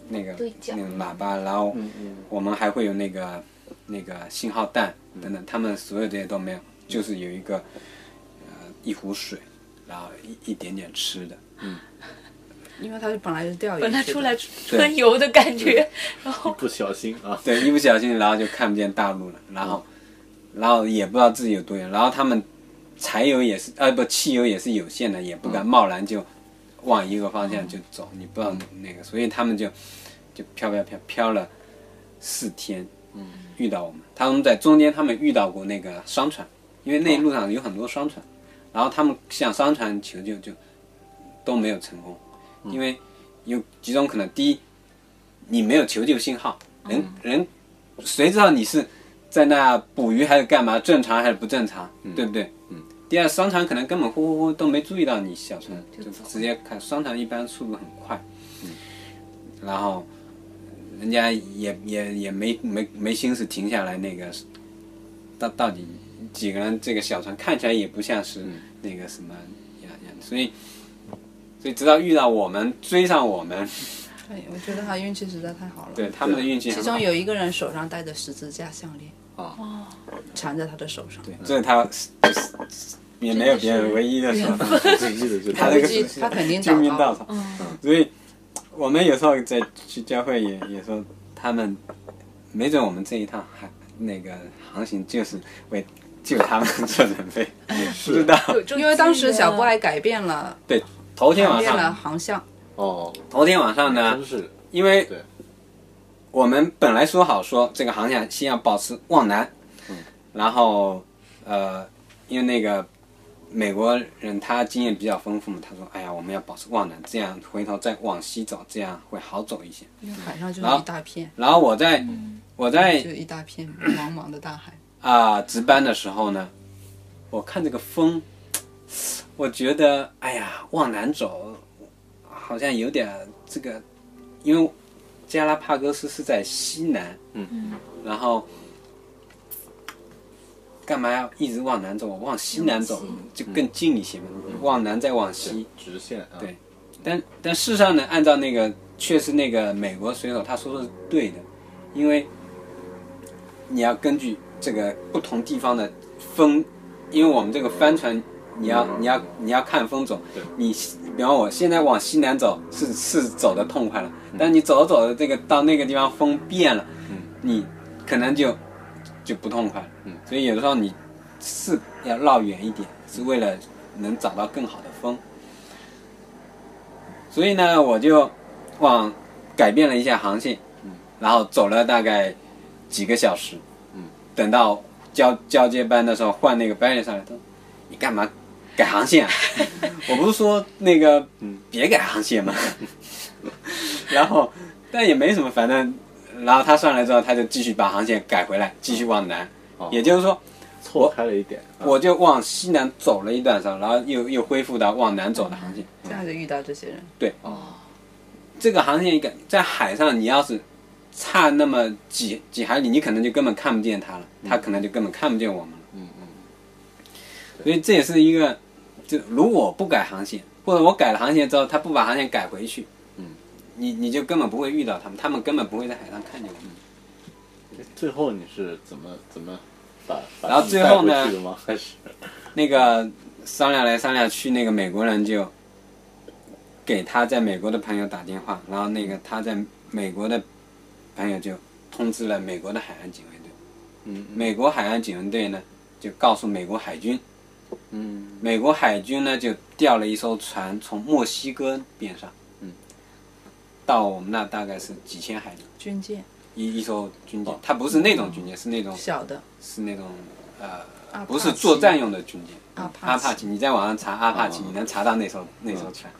Speaker 3: 那个
Speaker 6: 对角
Speaker 3: 那种喇叭，然后
Speaker 4: 嗯
Speaker 3: 我们还会有那个那个信号弹
Speaker 4: 嗯
Speaker 3: 等等，他们所有这些都没有，就是有一个呃一壶水，然后一一点点吃的，
Speaker 5: 因为他是本来是钓鱼，
Speaker 6: 本来出来
Speaker 3: 对
Speaker 6: 春游的感觉，
Speaker 4: 嗯，
Speaker 6: 然后
Speaker 4: 不小心啊，
Speaker 3: 对，一不小心，然后就看不见大陆了，然后，然后也不知道自己有多远，然后他们柴油也是，呃，不，汽油也是有限的，也不敢贸然就往一个方向就走，你不知道那个，所以他们就就飘飘飘飘了四天，嗯，遇到我们，他们在中间他们遇到过那个商船，因为那路上有很多商船，然后他们向商船求救就都没有成功，因为有几种可能，第一，你没有求救信号，人、人谁知道你是在那捕鱼还是干嘛，正常还是不正常，对不对？
Speaker 4: 嗯。
Speaker 3: 第二，商船可能根本呼呼呼都没注意到你小船，
Speaker 6: 嗯
Speaker 3: 就
Speaker 6: 就走了
Speaker 3: 直接看。商船一般速度很快，嗯，然后人家也也也没没没心思停下来那个，到到底几个人这个小船看起来也不像是那个什么样样，所以所以直到遇到我们追上我们，
Speaker 5: 对，我觉得他运气实在太好了。
Speaker 3: 对，他们的运气
Speaker 5: 其
Speaker 3: 很
Speaker 5: 中
Speaker 3: 好。
Speaker 5: 有一个人手上戴着十字架项链，
Speaker 4: 啊
Speaker 6: 哦
Speaker 5: 缠在他的手上。
Speaker 3: 对，这是他也没有别人唯一的手段，
Speaker 4: 唯一的就是
Speaker 3: 他那
Speaker 5: 估
Speaker 3: 个
Speaker 5: 计 [laughs] 他肯定
Speaker 3: 救命
Speaker 5: 找
Speaker 3: 稻
Speaker 5: 到嗯
Speaker 3: 草。所以我们有时候在去教会也也说，他们没准我们这一趟还那个航行就是为救他们做准备，不知道。
Speaker 6: 有这种
Speaker 5: 因为当时小
Speaker 6: 怪
Speaker 5: 怪改变了，
Speaker 3: 对，头天
Speaker 5: 改
Speaker 3: 晚
Speaker 5: 变了
Speaker 3: 上，
Speaker 5: 航向，
Speaker 4: 哦，
Speaker 3: 头天晚上呢
Speaker 4: 真，是
Speaker 3: 因为
Speaker 4: 对
Speaker 3: 我们本来说好说这个航线先要保持往南，然后呃，因为那个美国人他经验比较丰富嘛，他说：“哎呀，我们要保持往南，这样回头再往西走，这样会好走一些。
Speaker 5: 因为海上就
Speaker 3: 然
Speaker 5: 是
Speaker 3: 后
Speaker 5: 一大片”，
Speaker 3: 然后我在、我在
Speaker 5: 就一大片茫茫的大海。
Speaker 3: 啊、值班的时候呢，我看这个风，我觉得哎呀，往南走好像有点这个，因为加拉帕戈斯是在西南，
Speaker 4: 嗯
Speaker 3: 然后干嘛要一直往南走？往西南走就更近一些嘛，往南再往西，
Speaker 4: 直线啊，
Speaker 3: 对但但事实上呢，按照那个确实那个美国水手他说的是对的，因为你要根据这个不同地方的风，因为我们这个帆船，你要你要你要看风走
Speaker 4: 嗯对。
Speaker 3: 你比方我现在往西南走是是走的痛快了，
Speaker 4: 嗯
Speaker 3: 但你走着走着这个到那个地方风变了，你可能就就不痛快了。
Speaker 4: 嗯
Speaker 3: 所以有的时候你是要绕远一点，是为了能找到更好的风。所以呢，我就往改变了一下航线，
Speaker 4: 嗯
Speaker 3: 然后走了大概几个小时，
Speaker 4: 嗯
Speaker 3: 等到交交接班的时候换那个班人上来，他说：“你干嘛改航线
Speaker 4: [laughs]
Speaker 3: 啊？我不是说那个
Speaker 4: 嗯
Speaker 3: 别改航
Speaker 4: [laughs]
Speaker 3: 线吗？”然后，但也没什么，反正，然后他上来之后，他就继续把航线改回来，继续往南。
Speaker 4: 哦
Speaker 3: 也就是说，
Speaker 4: 错开了一点，啊
Speaker 3: 我就往西南走了一段时候，然后又又恢复到往南走的航线。
Speaker 5: 这样就遇到这些人，
Speaker 3: 这个航线一改，在海上你要是差那么几几海里，你可能就根本看不见他了，他可能就根本看不见我们了。嗯嗯。所以这也是一个，就如果不改航线，或者我改了航线之后，他不把航线改回去，
Speaker 4: 嗯，
Speaker 3: 你你就根本不会遇到他们，他们根本不会在海上看见我们。
Speaker 4: 啊最后你是怎么怎么把把
Speaker 3: 然后
Speaker 4: 他们
Speaker 3: 最
Speaker 4: 带
Speaker 3: 后
Speaker 4: 回
Speaker 3: 呢
Speaker 4: 去的吗？还是
Speaker 3: 那个商量来商量去，那个美国人就给他在美国的朋友打电话，然后那个他在美国的朋友就通知了美国的海岸警卫队。
Speaker 4: 嗯嗯
Speaker 3: 美国海岸警卫队呢，就告诉美国海军，
Speaker 4: 嗯
Speaker 3: 美国海军呢就调了一艘船从墨西哥边上，
Speaker 4: 嗯，
Speaker 3: 到我们那大概是几千海里，
Speaker 5: 军舰
Speaker 3: 一一艘军
Speaker 4: 哦
Speaker 3: 舰，它不是那种军舰，是那种
Speaker 5: 小的
Speaker 3: 是那种呃
Speaker 5: 阿帕
Speaker 3: 不是作战用的军舰，
Speaker 5: 阿
Speaker 3: 阿
Speaker 5: 帕哦
Speaker 3: 帕奇，你在网上查阿帕奇，
Speaker 4: 嗯
Speaker 3: 你能查到那艘那艘船，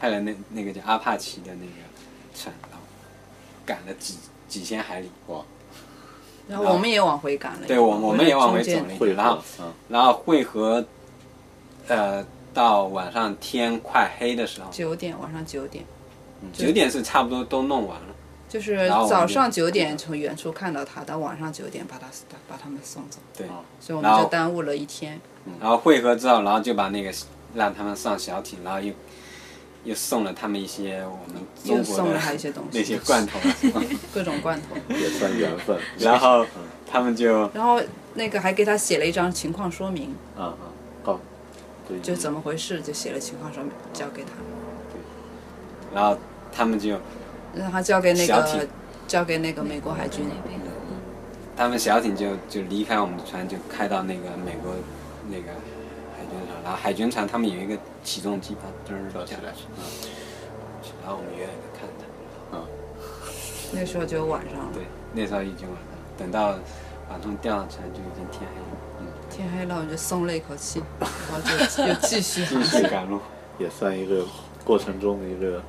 Speaker 3: 派了那那个叫阿帕奇的那个船，然后赶了几几千海里，
Speaker 4: 哇，
Speaker 5: 然后我们也往回赶了一段，
Speaker 3: 对我我们也往回走
Speaker 5: 中
Speaker 3: 了
Speaker 5: 间
Speaker 3: 一
Speaker 4: 会
Speaker 3: 点，然后
Speaker 4: 嗯
Speaker 3: 然后汇合，呃，到晚上天快黑的时候，
Speaker 5: 九点晚上九点，
Speaker 3: 九点是差不多都弄完了，
Speaker 5: 就是
Speaker 3: 然后我们
Speaker 5: 早
Speaker 3: 就
Speaker 5: 上九点从远处看到他，到晚上九点把他把他们送走，
Speaker 3: 对，
Speaker 5: 所以我
Speaker 3: 然
Speaker 5: 们
Speaker 3: 后
Speaker 5: 就耽误了一天。
Speaker 3: 然后汇合之后，然后就把那个让他们上小艇，然后又又送了他们一些我们中
Speaker 5: 又
Speaker 3: 国的
Speaker 5: 送了他一些东西
Speaker 3: 那些罐头啊，
Speaker 5: [laughs] 各种罐头，
Speaker 4: 也算缘分。
Speaker 3: [laughs] 然后他们就
Speaker 5: 然后那个还给他写了一张情况说明，
Speaker 4: 嗯嗯，告对
Speaker 5: 就怎么回事，就写了情况说明交给他，
Speaker 3: 然后他们就
Speaker 5: 让他交给那
Speaker 3: 小艇
Speaker 5: 个交给那个美国海军，
Speaker 3: 他们小艇就就离开我们的船，就开到那个美国那个海军上，然后海军船他们有一个起重机，它噔
Speaker 4: 说
Speaker 3: 儿
Speaker 4: 起
Speaker 3: 下
Speaker 4: 来
Speaker 3: 去，，然后我们远远的看着它，
Speaker 5: 那时候就晚上了，
Speaker 3: 对，那时候已经晚上了，等到把他们吊上船就已经天黑了，嗯
Speaker 5: 天黑了我就松了一口气，然后就就继续
Speaker 3: 继续赶路。
Speaker 4: 也算一个过程中的一个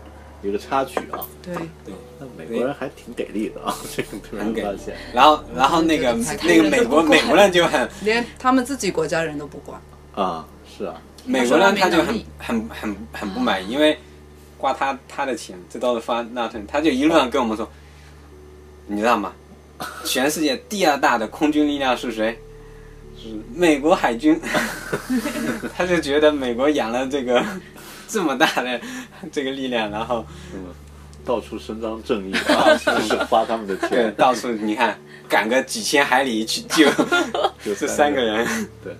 Speaker 4: 一个插曲啊。
Speaker 5: 对，
Speaker 4: 那美国人还挺给力
Speaker 3: [laughs]
Speaker 4: 的啊，这个突然
Speaker 3: 很给
Speaker 4: 发现，
Speaker 3: 然后，然后那个那个美国美国人就很
Speaker 5: 连他们自己国家人都不管，
Speaker 4: 啊，是啊，
Speaker 3: 美国人他就很很很很不满意，因为花他他的钱，这都是发纳税人，他就一路上跟我们说，你知道吗？全世界第二大的空军力量是谁？是美国海军。 [laughs] 他就觉得美国养了这个这么大的这个力量，然后
Speaker 4: 嗯，到处伸张正义
Speaker 3: [laughs]
Speaker 4: 啊，就是花他们的
Speaker 3: 对
Speaker 4: 钱，
Speaker 3: 到处你看赶个几千海里去救
Speaker 4: 就
Speaker 3: 这三个人。
Speaker 4: 对，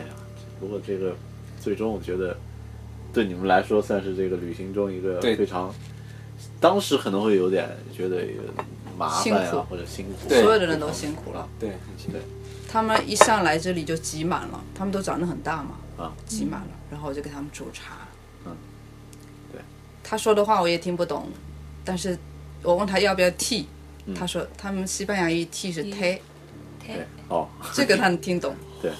Speaker 4: 哎呀，不过这个最终我觉得对你们来说算是这个旅行中一个
Speaker 3: 对
Speaker 4: 非常，当时可能会有点觉得有麻烦呀、
Speaker 5: 辛苦
Speaker 4: 或者辛苦，
Speaker 3: 对
Speaker 5: 所有的人都辛苦了。
Speaker 3: 对，
Speaker 5: 他们一上来这里就挤满了，他们都长得很大嘛，
Speaker 4: 啊，
Speaker 5: 挤满了，然后我就给他们煮茶，
Speaker 4: 嗯，对，
Speaker 5: 他说的话我也听不懂，但是我问他要不要 tea，、他
Speaker 3: 嗯
Speaker 5: 说他们西班牙语 tea 是 te，、
Speaker 4: 对，哦，
Speaker 5: 这个他能听懂，
Speaker 4: 对，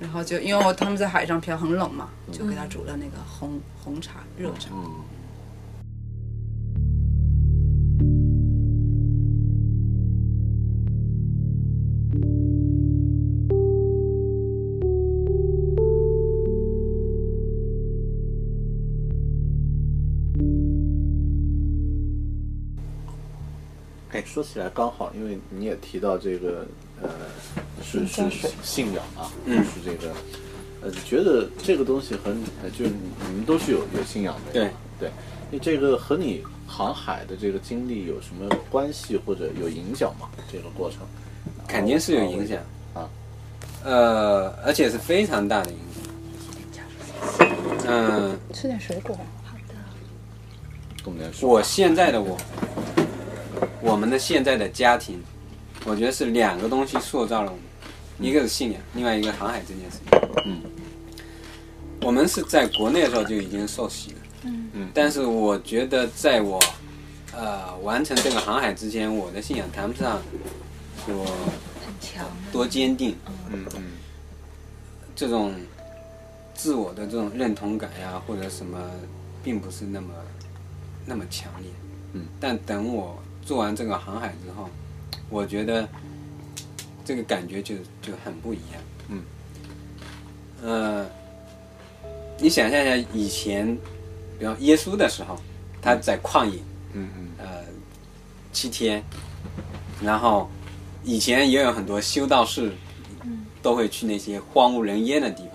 Speaker 5: 然后就因为我他们在海上漂很冷嘛，
Speaker 3: 嗯
Speaker 5: 就给他煮了那个红红茶热茶，
Speaker 4: 嗯。哎，说起来刚好，因为你也提到这个，呃，是是是信仰啊，
Speaker 3: 嗯
Speaker 4: 就是这个，呃，你觉得这个东西和你呃就是你你们都是有有信仰的，
Speaker 3: 对
Speaker 4: 对，那这个和你航海的这个经历有什么关系或者有影响吗？这个过程
Speaker 3: 肯定是有影响
Speaker 4: 啊，
Speaker 3: 呃，而且是非常大的影响。嗯、
Speaker 4: 跟我们来说，
Speaker 3: 我现在的我，我们的现在的家庭，我觉得是两个东西塑造了我们，一个是信仰，另外一个航海这件事情。
Speaker 4: 嗯，
Speaker 3: 我们是在国内的时候就已经受洗了，
Speaker 4: 嗯
Speaker 3: 但是我觉得在我呃完成这个航海之前，我的信仰谈不上我多坚定，
Speaker 4: 嗯嗯
Speaker 3: 这种自我的这种认同感呀，或者什么，并不是那么那么强烈。
Speaker 4: 嗯，
Speaker 3: 但等我做完这个航海之后，我觉得这个感觉就就很不一样。
Speaker 4: 嗯，
Speaker 3: 呃，你想象一下以前，比方耶稣的时候，他在旷野，
Speaker 4: 嗯嗯
Speaker 3: 呃，七天，然后以前也有很多修道士，都会去那些荒无人烟的地方。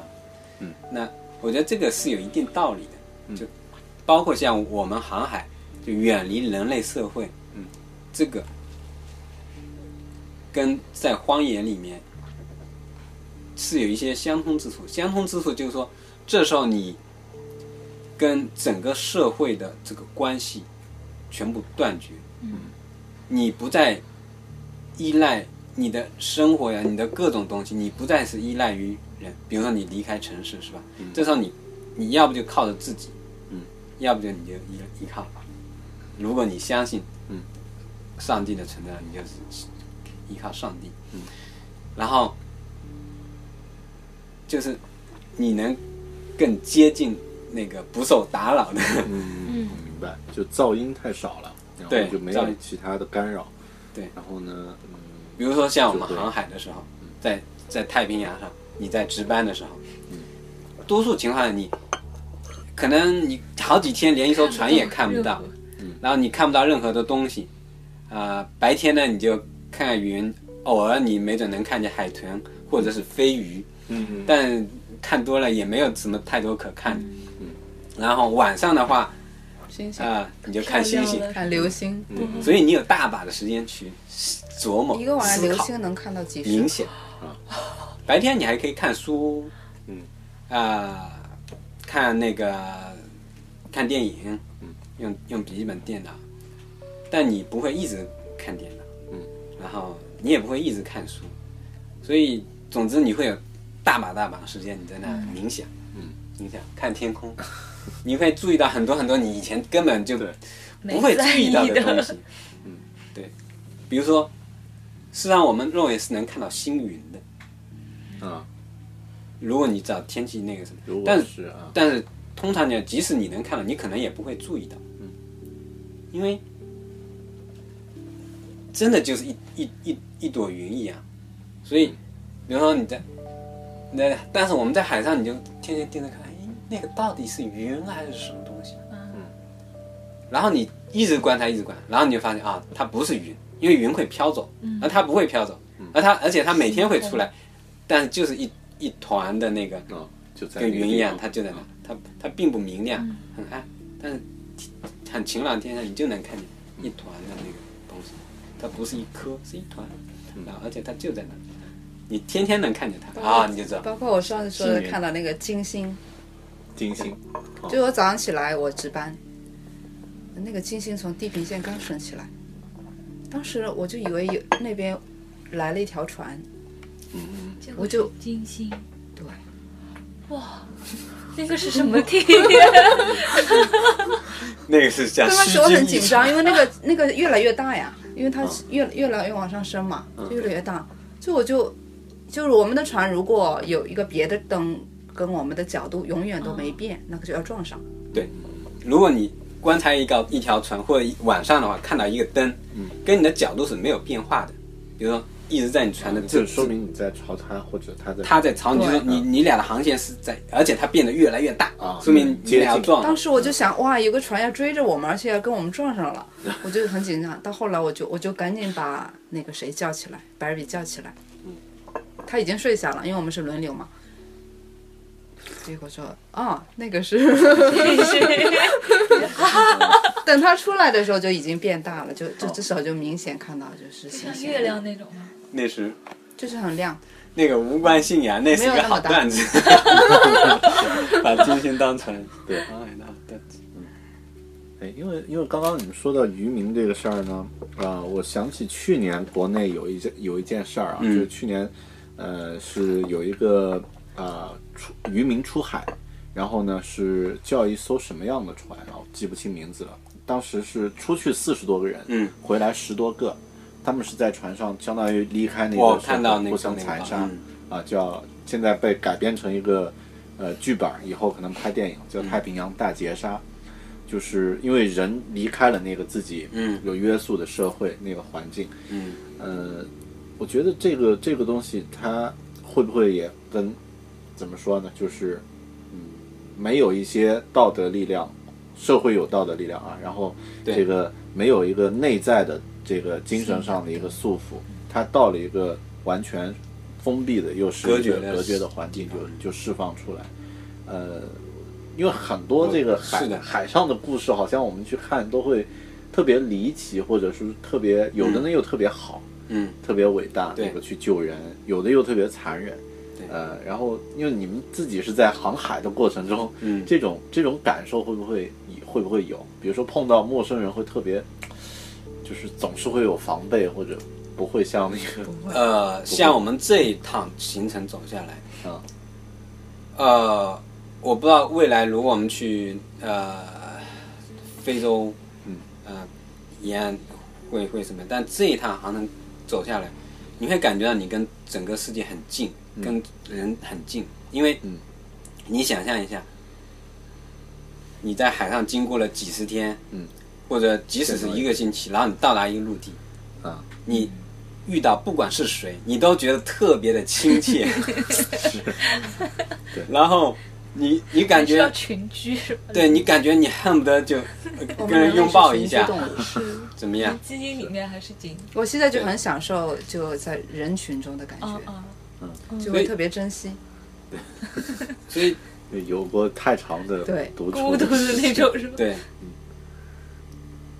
Speaker 4: 嗯，
Speaker 3: 那我觉得这个是有一定道理的，就包括像我们航海，就远离人类社会，
Speaker 4: 嗯，
Speaker 3: 这个跟在荒野里面是有一些相通之处。相通之处就是说，这时候你跟整个社会的这个关系全部断绝，嗯，你不再依赖你的生活呀，你的各种东西，你不再是依赖于人。比如说你离开城市是吧？这时候你你要不就靠着自己，
Speaker 4: 嗯，
Speaker 3: 要不就你就依依靠。如果你相信，
Speaker 4: 嗯，
Speaker 3: 上帝的存在，你就是依靠上帝，嗯，然后就是你能更接近那个不受打扰的，
Speaker 4: 嗯，我明白，就噪音太少了，然
Speaker 3: 对
Speaker 4: 后就没
Speaker 3: 噪
Speaker 4: 有
Speaker 3: 音
Speaker 4: 其他的干扰。
Speaker 3: 对
Speaker 4: 然后呢，嗯，
Speaker 3: 比如说像我们
Speaker 4: 就会嗯
Speaker 3: 航海的时候，在在太平洋上，你在值班的时候，
Speaker 4: 嗯
Speaker 3: 多数情况下你可能你好几天连一艘船也看不到，
Speaker 4: 嗯
Speaker 3: 然后你看不到任何的东西，啊、白天呢你就看看云，偶尔你没准能看见海豚或者是飞鱼，
Speaker 4: 嗯，
Speaker 3: 但看多了也没有什么太多可看的。
Speaker 4: 嗯
Speaker 3: 然后晚上的话，
Speaker 5: 星星
Speaker 3: 啊、你就看星星，
Speaker 5: 看流星，
Speaker 4: 嗯
Speaker 3: 所以你有大把的时间去琢磨、
Speaker 5: 嗯一个晚上
Speaker 3: 思
Speaker 5: 流
Speaker 3: 考。
Speaker 5: 星能看到几
Speaker 3: 明
Speaker 5: 十
Speaker 3: 显。啊白天你还可以看书，
Speaker 4: 嗯，
Speaker 3: 啊、看那个看电影，嗯用用笔记本电脑，但你不会一直看电脑，
Speaker 4: 嗯，
Speaker 3: 然后你也不会一直看书，所以总之你会有大把大把的时间你在那冥想，
Speaker 4: 嗯，
Speaker 3: 冥想看天空， [laughs] 你会注意到很多很多你以前根本就
Speaker 4: 对
Speaker 3: 不会注意到
Speaker 6: 没在
Speaker 3: 的
Speaker 6: 意的
Speaker 3: 东西，嗯，对，比如说，事实上我们肉眼是能看到星云的，
Speaker 4: 啊，
Speaker 3: 如果你找天气那个什么，
Speaker 4: 如果
Speaker 3: 但
Speaker 4: 是啊，
Speaker 3: 但是通常讲，即使你能看到，你可能也不会注意到，嗯，因为真的就是一一一一朵云一样，所以，比如说你在，那但是我们在海上，你就天天盯着看，哎，那个到底是云还是什么东西？嗯，然后你一直观察，一直观察，然后你就发现啊，它不是云，因为云会飘走，而它不会飘走，而它而且它每天会出来，但是就是一一团的那个。
Speaker 4: 啊，就在
Speaker 3: 跟
Speaker 4: 那个
Speaker 3: 云
Speaker 4: 地
Speaker 3: 一样，
Speaker 4: 方嗯
Speaker 3: 它就在那，它它并不明亮，
Speaker 5: 嗯
Speaker 3: 很暗，但是很晴朗的天上你就能看见一团的那个东西，它不是一颗，是一团，然后而且它就在那，你天天能看见它啊，你就知道，
Speaker 5: 包括我上次说的
Speaker 4: 星云
Speaker 5: 看到那个金星，
Speaker 4: 金星，
Speaker 5: 就我早上起来我值班，那个金星从地平线刚升起来，当时我就以为有那边来了一条船，我就
Speaker 6: 金星，
Speaker 5: 对，
Speaker 6: 那个是什么地？
Speaker 3: 那个是像
Speaker 5: 刚开
Speaker 3: 虚
Speaker 5: 始我很
Speaker 3: 惊
Speaker 5: 紧
Speaker 3: 一
Speaker 5: 张，
Speaker 3: 场，
Speaker 5: 因为那个那个越来越大呀，因为它越越来越往上升嘛，越来越大，就我就就是我们的船如果有一个别的灯跟我们的角度永远都没变，那个就要撞上。
Speaker 3: 对，如果你观察一个一条船或者一晚上的话，看到一个灯，
Speaker 4: 嗯
Speaker 3: 跟你的角度是没有变化的，比如说一直在你船的
Speaker 4: 就
Speaker 3: 正
Speaker 4: 是说明你在朝他或者他在
Speaker 3: 它在朝你，就是
Speaker 4: 对
Speaker 3: 你你俩的航线是在，而且它变得越来越大
Speaker 4: 啊，
Speaker 3: 说明你俩要
Speaker 4: 接近
Speaker 3: 撞了。
Speaker 5: 当时我就想，哇，有个船要追着我们，而且要跟我们撞上了， [laughs] 我就很紧张。到后来，我就我就赶紧把那个谁叫起来，百瑞比叫起来，他已经睡下了，因为我们是轮流嘛。结果说啊，那个是 [laughs] 等他出来的时候就已经变大了，就
Speaker 6: 哦
Speaker 5: 就至少就明显看到就是星
Speaker 6: 像
Speaker 5: 星，
Speaker 6: 月亮那种吗？
Speaker 3: 那时
Speaker 5: 就是很亮。
Speaker 3: 那个无关信仰，那是一
Speaker 5: 没有
Speaker 3: 个
Speaker 5: 那
Speaker 3: 好
Speaker 5: 么大
Speaker 3: 段子， [laughs] 把金星当成
Speaker 4: 对
Speaker 3: 哎那好段子，
Speaker 4: 哎，因为因为刚刚你们说到渔民这个事儿呢，啊、我想起去年国内有一件有一件事儿啊，
Speaker 3: 嗯
Speaker 4: 就是去年，呃，是有一个啊、出渔民出海，然后呢是叫一艘什么样的船啊，我记不清名字了。当时是出去四十多个人，
Speaker 3: 嗯，
Speaker 4: 回来十多个，他们是在船上相当于离开那
Speaker 3: 我
Speaker 4: 个时
Speaker 3: 哦看到
Speaker 4: 候
Speaker 3: 那个
Speaker 4: 互相
Speaker 3: 那个
Speaker 4: 残
Speaker 3: 报
Speaker 4: 杀，
Speaker 3: 嗯
Speaker 4: 啊，叫现在被改编成一个呃剧本儿，以后可能拍电影叫《太平洋大劫杀》，就是因为人离开了那个自己
Speaker 3: 嗯
Speaker 4: 有约束的社会那个环境，
Speaker 3: 嗯，
Speaker 4: 呃，我觉得这个这个东西它会不会也跟怎么说呢，就是嗯，没有一些道德力量，社会有道德力量啊，然后
Speaker 3: 对
Speaker 4: 这个没有一个内在的这个精神上的一个束缚，他到了一个完全封闭的又是
Speaker 3: 隔
Speaker 4: 一个
Speaker 3: 绝的
Speaker 4: 隔绝的环境就就释放出来，呃，因为很多这个海
Speaker 3: 是的
Speaker 4: 海上的故事，好像我们去看都会特别离奇，或者是特别有的呢又特别好，
Speaker 3: 嗯，
Speaker 4: 特别伟大，
Speaker 3: 对
Speaker 4: 那个去救人，有的又特别残忍
Speaker 3: 对。
Speaker 4: 呃，然后因为你们自己是在航海的过程中，
Speaker 3: 嗯
Speaker 4: 这种这种感受会不会会不会有？比如说碰到陌生人会特别，就是总是会有防备，或者不会像那个
Speaker 3: 呃，像我们这一趟行程走下来，
Speaker 4: 啊，
Speaker 3: 呃，我不知道未来如果我们去呃非洲，
Speaker 4: 嗯，
Speaker 3: 呃沿岸会会什么样，但这一趟航程走下来，你会感觉到你跟整个世界很近，跟人很近，因为
Speaker 4: 嗯
Speaker 3: 你想象一下，你在海上经过了几十天，
Speaker 4: 嗯，
Speaker 3: 或者即使是一个星期，然后你到达一个陆地，
Speaker 4: 啊，
Speaker 3: 你遇到不管是谁，你都觉得特别的亲
Speaker 4: [laughs]
Speaker 3: 切。然后你你感
Speaker 6: 需要
Speaker 3: 觉，
Speaker 6: 群居什么的。
Speaker 3: 对你感觉你恨不得就
Speaker 5: 我
Speaker 3: 呃
Speaker 5: 们
Speaker 3: 跟
Speaker 5: 人
Speaker 3: 人
Speaker 5: 类
Speaker 3: 拥
Speaker 5: 是
Speaker 3: 抱
Speaker 5: 群
Speaker 3: 一
Speaker 5: 居
Speaker 3: 下，
Speaker 5: 动物
Speaker 6: 是
Speaker 3: 怎么样？
Speaker 6: 基因里面还是基因。
Speaker 5: 我现在就很享受就在人群中的感
Speaker 6: 嗯
Speaker 5: 觉，
Speaker 6: 嗯，
Speaker 5: 就
Speaker 3: 所
Speaker 5: 会
Speaker 3: 以
Speaker 5: 特别珍惜。
Speaker 3: 所以
Speaker 4: 有过太长的
Speaker 5: 对
Speaker 4: 独处
Speaker 6: 孤独的那种是吧？
Speaker 3: 对，嗯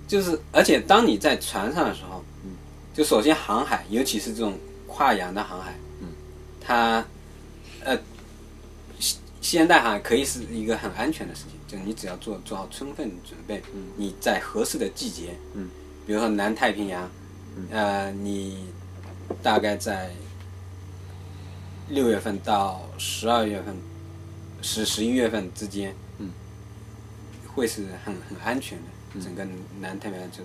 Speaker 3: 就是而且当你在船上的时候，嗯就首先航海，尤其是这种跨洋的航海，
Speaker 4: 嗯，
Speaker 3: 它呃现现代航海可以是一个很安全的事情，就你只要做做好充分的准备，你在合适的季节，
Speaker 4: 嗯，
Speaker 3: 比如说南太平洋，呃，你大概在六月份到十二月份。十十一月份之间，会是很很安全的，整个南太平洋就，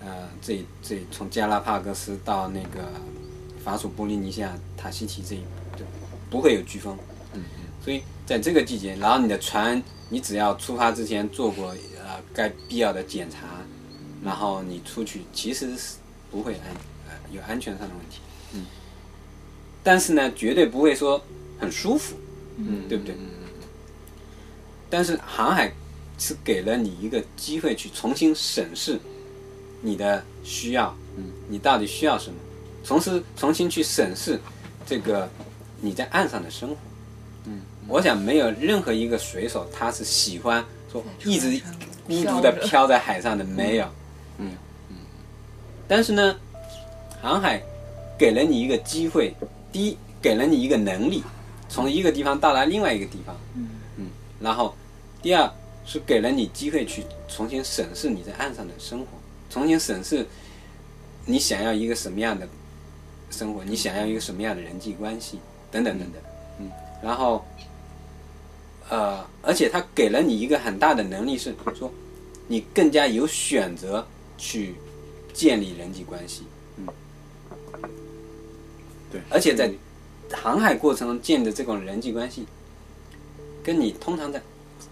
Speaker 3: 呃，这一这一从加拉帕戈斯到那个法属波利尼西亚塔希提这一就不会有飓风，所以在这个季节，然后你的船，你只要出发之前做过呃该必要的检查，然后你出去其实是不会安呃有安全上的问题，但是呢，绝对不会说很舒服，嗯，对不对？但是航海是给了你一个机会去重新审视你的需要，嗯，你到底需要什么，同时重新去审视这个你在岸上的生活。嗯，我想没有任何一个水手他是喜欢说一直孤独的漂在海上的，没有，嗯但是呢，航海给了你一个机会，第一给了你一个能力，从一个地方到达另外一个地方，然后第二是给了你机会去重新审视你在岸上的生活，重新审视你想要一个什么样的生活，你想要一个什么样的人际关系，等等等等。嗯，然后呃，而且它给了你一个很大的能力，是说你更加有选择去建立人际关系。
Speaker 4: 对，
Speaker 3: 而且在航海过程中建的这种人际关系，跟你通常在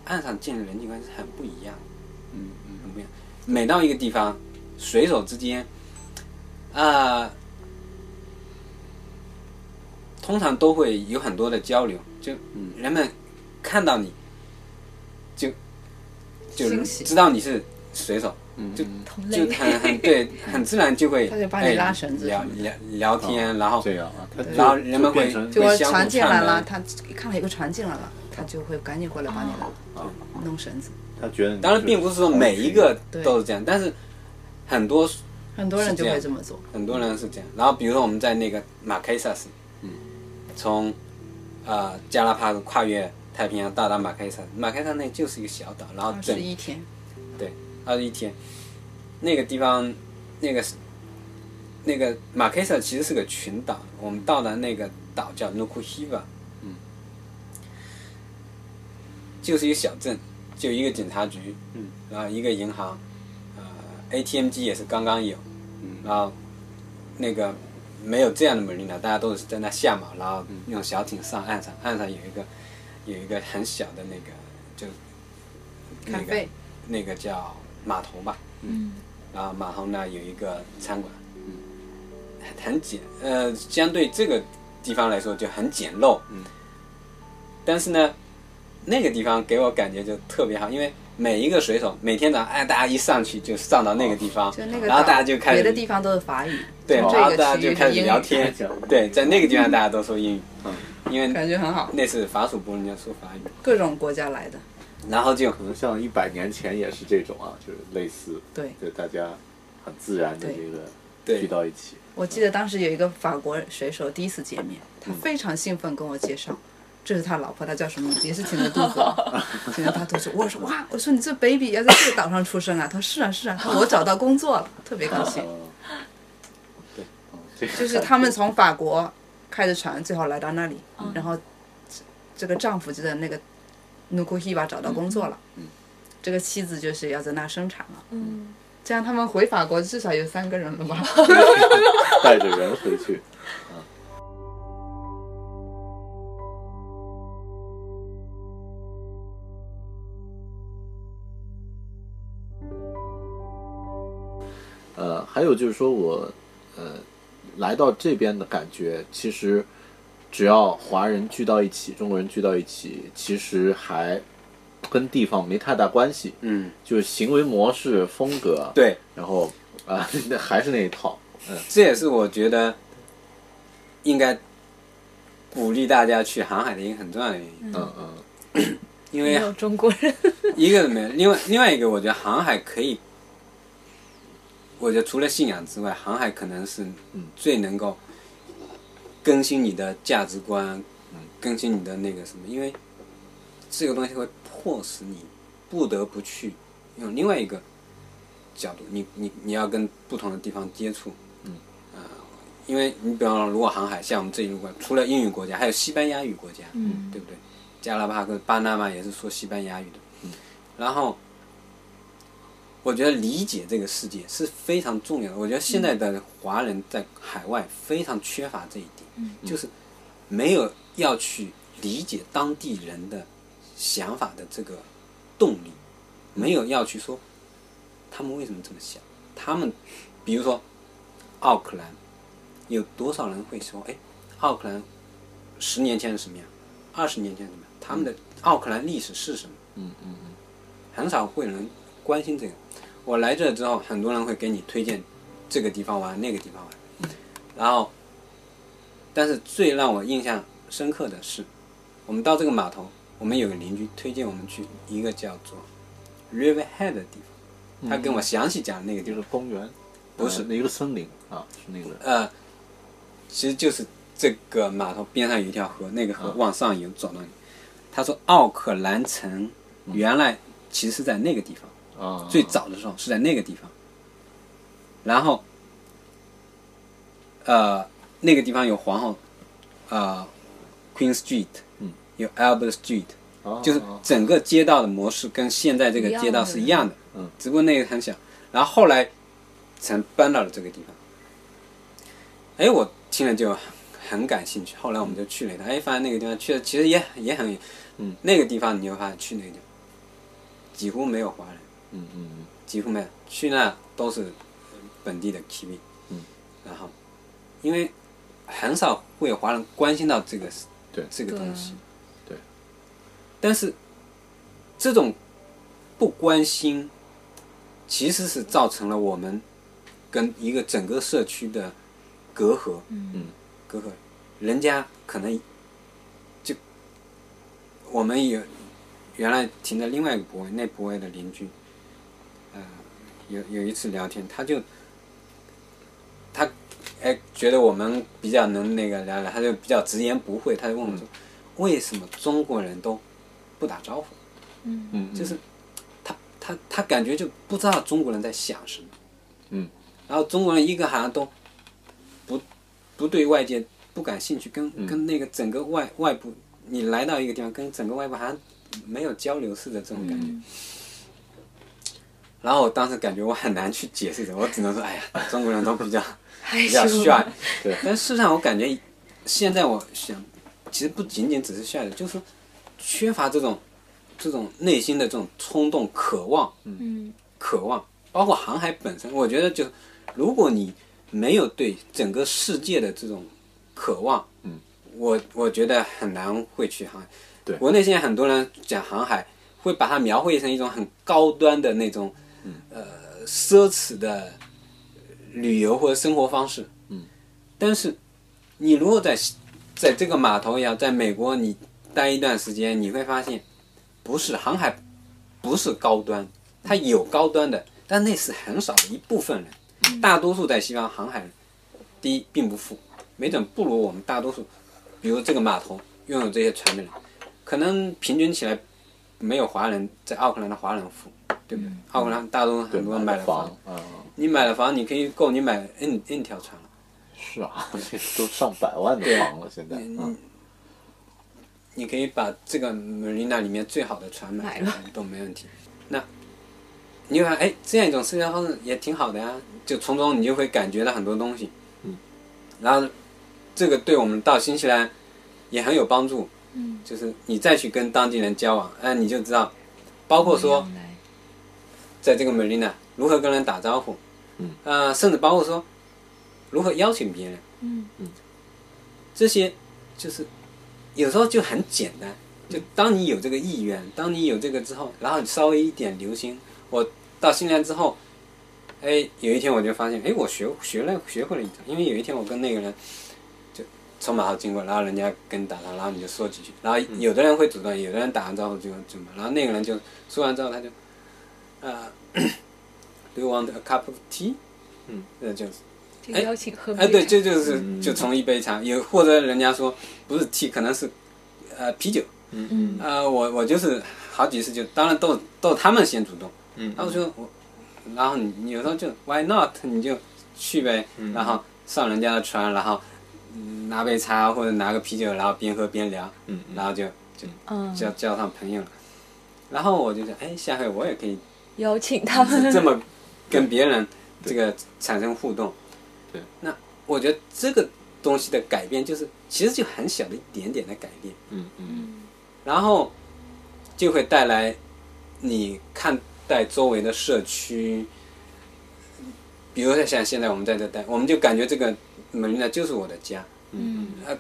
Speaker 3: 岸上建的人际关系很不一样。嗯嗯，很不一样。每到一个地方，水手之间，啊、通常都会有很多的交流，就人们看到你，就就
Speaker 5: 欣喜
Speaker 3: 知道你是水手，就
Speaker 6: 同
Speaker 3: 就
Speaker 6: 类
Speaker 3: 很很对，很自然就会
Speaker 5: 他就帮你
Speaker 3: 哎
Speaker 5: 拉绳子
Speaker 3: 聊
Speaker 5: 什么的
Speaker 3: 聊聊天，然后
Speaker 4: 这样啊，它就
Speaker 3: 然后人们
Speaker 4: 就变
Speaker 3: 会
Speaker 4: 成
Speaker 5: 就我
Speaker 3: 会相
Speaker 5: 船
Speaker 3: 互
Speaker 5: 进来
Speaker 3: 串
Speaker 5: 了，
Speaker 3: 门，
Speaker 5: 他看到有个船进来了，他就会赶紧过来帮你
Speaker 4: 哦
Speaker 5: 拉弄绳子。
Speaker 4: 他觉得你
Speaker 3: 当然，并不是说每一个
Speaker 5: 对
Speaker 3: 都是这样，但是很多
Speaker 5: 很多人
Speaker 3: 是这
Speaker 5: 就
Speaker 3: 样
Speaker 5: 会这么做。
Speaker 3: 很多人是这样。然后，比如说我们在那个马凯萨斯，嗯，从呃加拉帕戈跨越太平洋到达马凯萨斯，马凯萨那就是一个小岛，然后
Speaker 5: 二
Speaker 3: 整
Speaker 5: 十啊一天，
Speaker 3: 对二十一天，那个地方那个那个马凯萨其实是个群岛，我们到的那个岛叫 Nukuhiva，嗯，就是一个小镇，就一个警察局，嗯，然后一个银行，呃，ATM 机也是刚刚有，嗯，然后那个没有这样的 marina，大家都是在那下马，然后用小艇上岸上，岸上有一个有一个很小的那个就那
Speaker 5: 咖
Speaker 3: 个
Speaker 5: 啡
Speaker 3: 那个叫码头吧，
Speaker 6: 嗯，
Speaker 3: 然后码头呢有一个餐馆，很很简，呃，相对这个地方来说就很简陋，嗯，但是呢，那个地方给我感觉就特别好，因为每一个水手每天早上，哎，大家一上去就上到那个地方，
Speaker 5: 哦就那个
Speaker 3: 然后大家
Speaker 5: 岛
Speaker 3: 就开始
Speaker 5: 别的地方都是法语，
Speaker 3: 对，然
Speaker 5: 从这
Speaker 3: 后
Speaker 5: 个
Speaker 3: 大家
Speaker 5: 区域
Speaker 3: 就是开始
Speaker 5: 英语嗯
Speaker 3: 聊天，对，在那个地方大家都说英语，因为
Speaker 5: 感觉很好，
Speaker 3: 那次法属博人家说法语，
Speaker 5: 各种国家来的，
Speaker 3: 然后就
Speaker 4: 可能像一百年前也是这种啊，就是类似，
Speaker 5: 对
Speaker 4: 就大家很自然的
Speaker 5: 对
Speaker 4: 这个
Speaker 3: 对
Speaker 4: 聚到一起，
Speaker 5: 我记得当时有一个法国水手第一次见面，
Speaker 3: 嗯
Speaker 5: 他非常兴奋跟我介绍，这是他老婆，他叫什么名字？也是挺着肚子啊，
Speaker 3: [laughs]
Speaker 5: 挺着大肚子。我说哇，我说你这 baby 要在这个岛上出生啊？他说是啊是啊，他说我找到工作了，特别高兴。
Speaker 4: 这个
Speaker 5: 就是他们从法国开着船，最后来到那里，
Speaker 6: 嗯
Speaker 5: 然后这这个丈夫就在那个努库希瓦找到工作了，这个妻子就是要在那生产了。
Speaker 6: 嗯，
Speaker 5: 这样他们回法国至少有三个人了吧？
Speaker 4: [laughs] 带着人回去，嗯呃，还有就是说我，呃，来到这边的感觉，其实只要华人聚到一起，中国人聚到一起，其实还跟地方没太大关系，
Speaker 3: 嗯，
Speaker 4: 就是行为模式、风格，，
Speaker 3: 对，
Speaker 4: 然后啊、 [laughs] 那还是那一套，嗯，
Speaker 3: 这也是我觉得应该鼓励大家去航海的一个很重要的原因，
Speaker 4: 嗯嗯
Speaker 3: 因为
Speaker 6: 没有 [laughs] 中国人，
Speaker 3: [laughs] 一个没有，另外另外一个，我觉得航海可以，我觉得除了信仰之外，航海可能是最能够更新你的价值观，嗯更新你的那个什么，因为这个东西会迫使你不得不去用另外一个角度，你你你要跟不同的地方接触，嗯，啊、因为你比方说，如果航海像我们这一路过来，除了英语国家，还有西班牙语国家，嗯，对不对？加拉帕戈巴拿马也是说西班牙语的，然后我觉得理解这个世界是非常重要的。我觉得现在的华人在海外非常缺乏这一点，就是没有要去理解当地人的想法的这个动力，没有要去说他们为什么这么想，他们比如说奥克兰，有多少人会说，哎，奥克兰十年前是什么样，二十年前是什么样，他们的奥克兰历史是什么？很少会有人关心这个。我来这之后，很多人会给你推荐这个地方玩，那个地方玩，然后，但是最让我印象深刻的是，我们到这个码头，我们有个邻居推荐我们去一个叫做 Riverhead 的地方，他跟我详细讲那个地
Speaker 4: 一
Speaker 3: 方
Speaker 4: 个，公
Speaker 3: 嗯
Speaker 4: 园，
Speaker 3: 不是
Speaker 4: 呃一个森林啊，是那个
Speaker 3: 呃，其实就是这个码头边上有一条河，那个
Speaker 4: 啊
Speaker 3: 河往上游走到你。他说奥克兰城原来其实在那个地方。
Speaker 4: 啊，
Speaker 3: 最早的时候是在那个地方，然后，呃，那个地方有皇后，呃，Queen Street，
Speaker 4: 嗯，
Speaker 3: 有 Albert Street，
Speaker 4: 哦
Speaker 3: 就是
Speaker 4: 哦
Speaker 3: 整个街道的模式跟现在这个街道是一样的，
Speaker 4: 嗯，
Speaker 3: 只不过那个很小，然后后来才搬到了这个地方。哎，我听了就很感兴趣，后来我们就去了一趟，哎，发现那个地方去了，其实也也很，
Speaker 4: 嗯，
Speaker 3: 那个地方你会发现去那个地方几乎没有华人，
Speaker 4: 嗯嗯嗯
Speaker 3: 几乎没有，去那都是本地的 Kiwi，
Speaker 4: 嗯，
Speaker 3: 然后因为很少会有华人关心到这个
Speaker 4: 对
Speaker 3: 这个东西，
Speaker 4: 对，啊
Speaker 3: 但是这种不关心其实是造成了我们跟一个整个社区的隔阂，
Speaker 4: 嗯，
Speaker 3: 隔阂，人家可能就我们有原来停在另外一个泊位，那泊位的邻居，呃，有有一次聊天，他就他哎觉得我们比较能那个聊聊，他就比较直言不讳，他就问我说，为什么中国人都不打招呼？
Speaker 4: 嗯，
Speaker 3: 就是他他他感觉就不知道中国人在想什么，
Speaker 4: 嗯，
Speaker 3: 然后中国人一个好像都不不对外界不感兴趣，跟跟那个整个外外部，你来到一个地方，跟整个外部好像没有交流似的这种感觉。然后我当时感觉我很难去解释的，我只能说，哎呀，中国人都比较比较帅，
Speaker 4: 对
Speaker 3: 但事实上我感觉现在我想，其实不仅仅只是帅的，就是缺乏这种这种内心的这种冲动、渴望，
Speaker 6: 嗯，
Speaker 3: 渴望，包括航海本身，我觉得就如果你没有对整个世界的这种渴望，
Speaker 4: 嗯，
Speaker 3: 我我觉得很难会去航海。
Speaker 4: 对
Speaker 3: 国内现在很多人讲航海，会把它描绘成一种很高端的那种，
Speaker 4: 嗯
Speaker 3: 呃，奢侈的旅游或者生活方式。嗯，但是你如果在在这个码头也好，在美国你待一段时间，你会发现，不是航海，不是高端，它有高端的，但那是很少的一部分人，大多数在西方航海人，第一并不富，没准不如我们大多数，比如这个码头拥有这些船的人，可能平均起来没有华人在奥克兰的华人富，对不对？奥克兰大多数
Speaker 4: 对，
Speaker 3: 很多人买了
Speaker 4: 房
Speaker 3: 房，，
Speaker 4: 嗯，
Speaker 3: 你买了房，你可以够你买 n n 条船了。
Speaker 4: 是啊， [laughs] 这都上百万的房了，现在，嗯，
Speaker 3: 你可以把这个 marina 里面最好的船买了都没问题。那你会发现，哎，这样一种社交方式也挺好的呀、就从中你就会感觉到很多东西。嗯。然后，这个对我们到新西兰也很有帮助。嗯。就是你再去跟当地人交往，哎，你就知道，包括说。在这个 Marina 如何跟人打招呼，嗯，呃，甚至包括说如何邀请别人，嗯嗯，这些就是有时候就很简单，就当你有这个意愿，当你有这个之后，然后你稍微一点留心，我到新西兰之后，哎，有一天我就发现，哎，我学学了学会了一招，因为有一天我跟那个人。就从马路经过，然后人家跟你打招呼，然后你就说几句，然后有的人会主动，有的人打完招呼就怎么，然后那个人就说完之后他就呃 [clears throat] ，Do you want a cup of tea？嗯，那就是，
Speaker 6: 这个邀请喝
Speaker 3: 哎，
Speaker 6: 杯
Speaker 3: 对，
Speaker 6: 茶
Speaker 3: 这就是就从一杯茶，有或者人家说不是 tea，可能是呃啤酒，嗯嗯，呃，我我就是好几次就，当然都是都是他们先主动，嗯，然后就我，然后你你有时候就 Why not？你就去呗，然后上人家的船，然后嗯拿杯茶或者拿个啤酒，然后边喝边聊，嗯，然后就就嗯交交上朋友了，然后我就想，哎，下回我也可以
Speaker 6: 邀请他们
Speaker 3: 这么跟别人这个产生互动。
Speaker 1: 对，
Speaker 3: 那我觉得这个东西的改变就是其实就很小的一点点的改变，
Speaker 1: 嗯嗯
Speaker 3: 然后就会带来你看待周围的社区，比如说像现在我们在这待，我们就感觉这个门呢就是我的家。
Speaker 1: 嗯
Speaker 3: 呃，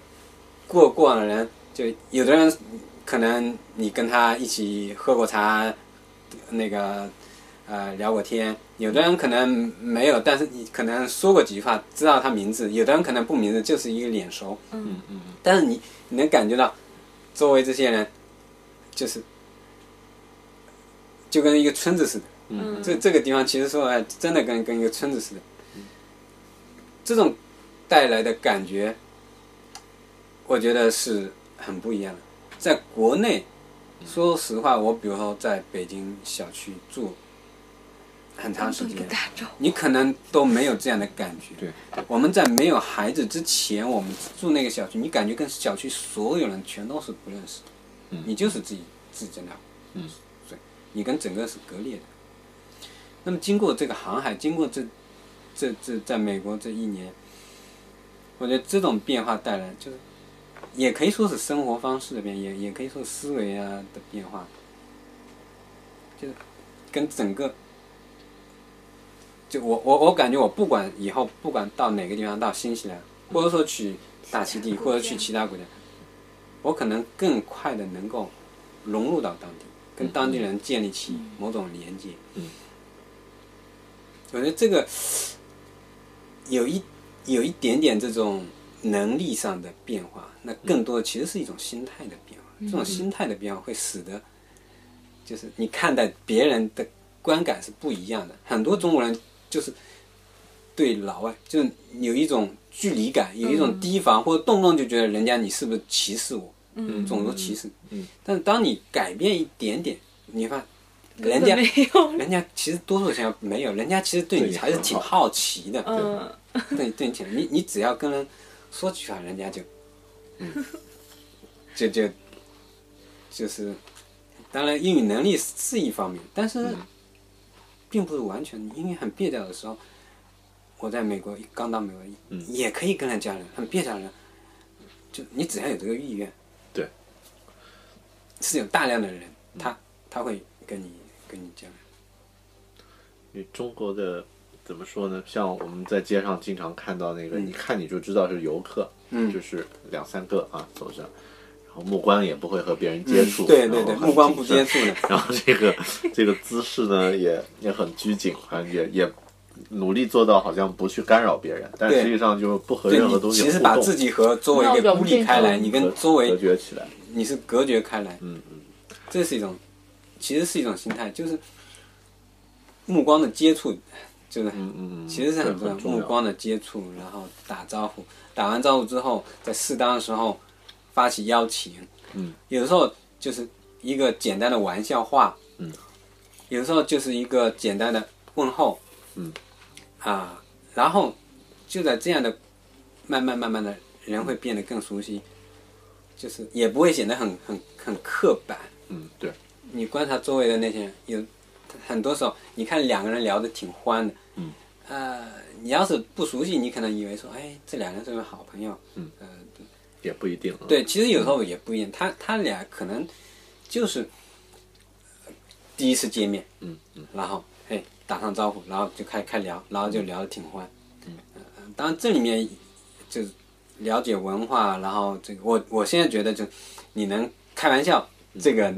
Speaker 3: 过过往的人，就有的人可能你跟他一起喝过茶，那个呃聊过天，有的人可能没有，但是你可能说过几句话，知道他名字，有的人可能不名字，就是一个脸熟。
Speaker 1: 嗯嗯嗯，
Speaker 3: 但是你你能感觉到周围这些人，就是就跟一个村子似的。
Speaker 6: 嗯
Speaker 3: 这这个地方其实说哎，真的跟跟一个村子似的。
Speaker 1: 嗯
Speaker 3: 这种带来的感觉，我觉得是很不一样的。在国内，
Speaker 1: 嗯
Speaker 3: 说实话，我比如说在北京小区住很长时间，你可能都没有这样的感觉。
Speaker 1: 对，
Speaker 3: 我们在没有孩子之前，我们住那个小区，你感觉跟小区所有人全都是不认识的，你就是自己自己在那，
Speaker 1: 嗯，
Speaker 3: 对，你跟整个是割裂的。那么经过这个航海，经过这这这在美国这一年，我觉得这种变化带来就是，也可以说是生活方式的变，也也可以说思维啊的变化，就是跟整个，就我我我感觉我不管以后不管到哪个地方，到新西兰，或者说去大溪地，或者去其他国家，我可能更快的能够融入到当地，跟当地人建立起某种连接。我觉得这个有一有一点点这种能力上的变化，那更多的其实是一种心态的变化。这种心态的变化会使得，就是你看待别人的观感是不一样的。很多中国人就是对老外就是有一种距离感，有一种提防，或者动不动就觉得人家你是不是歧视我，嗯，种族歧视。嗯，但是当你改变一点点，你发现人家
Speaker 6: 没有
Speaker 3: 人家其实多数情况没有，人家其实对
Speaker 1: 对
Speaker 3: 你
Speaker 1: 也
Speaker 3: 还是
Speaker 1: 很
Speaker 3: 挺
Speaker 1: 好
Speaker 3: 好奇的，
Speaker 6: 嗯
Speaker 3: 对对你挺，你你只要跟人说几句话，人家就，嗯就就就是，当然英语能力是一方面，但是
Speaker 4: 嗯
Speaker 3: 并不是完全，因为很蹩脚的时候，我在美国刚到美国，
Speaker 4: 嗯
Speaker 3: 也可以跟人家人很蹩脚的人，就你只要有这个意愿，
Speaker 4: 对，
Speaker 3: 是有大量的人，
Speaker 4: 嗯
Speaker 3: 他他会跟你跟你交流。
Speaker 4: 因为中国的怎么说呢？像我们在街上经
Speaker 3: 嗯
Speaker 4: 常看到那个，一看你就知道是游客，就是两三个啊走着，然后目光也不会和别人接触，
Speaker 3: 嗯对对
Speaker 4: 然后
Speaker 3: 对，
Speaker 4: 很
Speaker 3: 目光不
Speaker 4: 谨
Speaker 3: 接
Speaker 4: 慎
Speaker 3: 触呢。
Speaker 4: [laughs] 然后这个这个姿势呢也也很拘谨，反正也也努力做到好像不去干扰别人，但
Speaker 3: 对
Speaker 4: 实际上就是不和
Speaker 3: 对
Speaker 4: 任何
Speaker 3: 你
Speaker 4: 东西
Speaker 3: 其实
Speaker 4: 互
Speaker 3: 把
Speaker 4: 动，
Speaker 3: 自己和周围给孤立开来，你跟周
Speaker 4: 隔
Speaker 3: 围
Speaker 4: 绝起来。
Speaker 3: 你是隔绝开来，
Speaker 4: 嗯嗯，
Speaker 3: 这是一种，其实是一种心态，就是目光的接触，就是
Speaker 4: 嗯嗯嗯
Speaker 3: 其实是很重
Speaker 4: 对
Speaker 3: 要，
Speaker 4: 很重要
Speaker 3: 目光的接触，然后打招呼，打完招呼之后，在适当的时候发起邀请，
Speaker 4: 嗯，
Speaker 3: 有的时候就是一个简单的玩笑话，
Speaker 4: 嗯，
Speaker 3: 有的时候就是一个简单的问候，
Speaker 4: 嗯，
Speaker 3: 啊，然后就在这样的慢慢慢慢的，人会变得更熟悉，就是也不会显得很很很刻板。
Speaker 4: 嗯，对，
Speaker 3: 你观察周围的那些人，有很多时候，你看两个人聊得挺欢的，
Speaker 4: 嗯，
Speaker 3: 呃，你要是不熟悉，你可能以为说，哎，这两个人是不是好朋友？
Speaker 4: 嗯，
Speaker 3: 呃，
Speaker 4: 也不一定啊。
Speaker 3: 对，其实有时候也不一样，他他俩可能就是呃第一次见面，
Speaker 4: 嗯嗯
Speaker 3: 然后哎打上招呼，然后就开开聊，然后就聊得挺欢。嗯、呃，当然这里面就是了解文化，然后这个我我现在觉得就你能开玩笑，
Speaker 4: 嗯
Speaker 3: 这个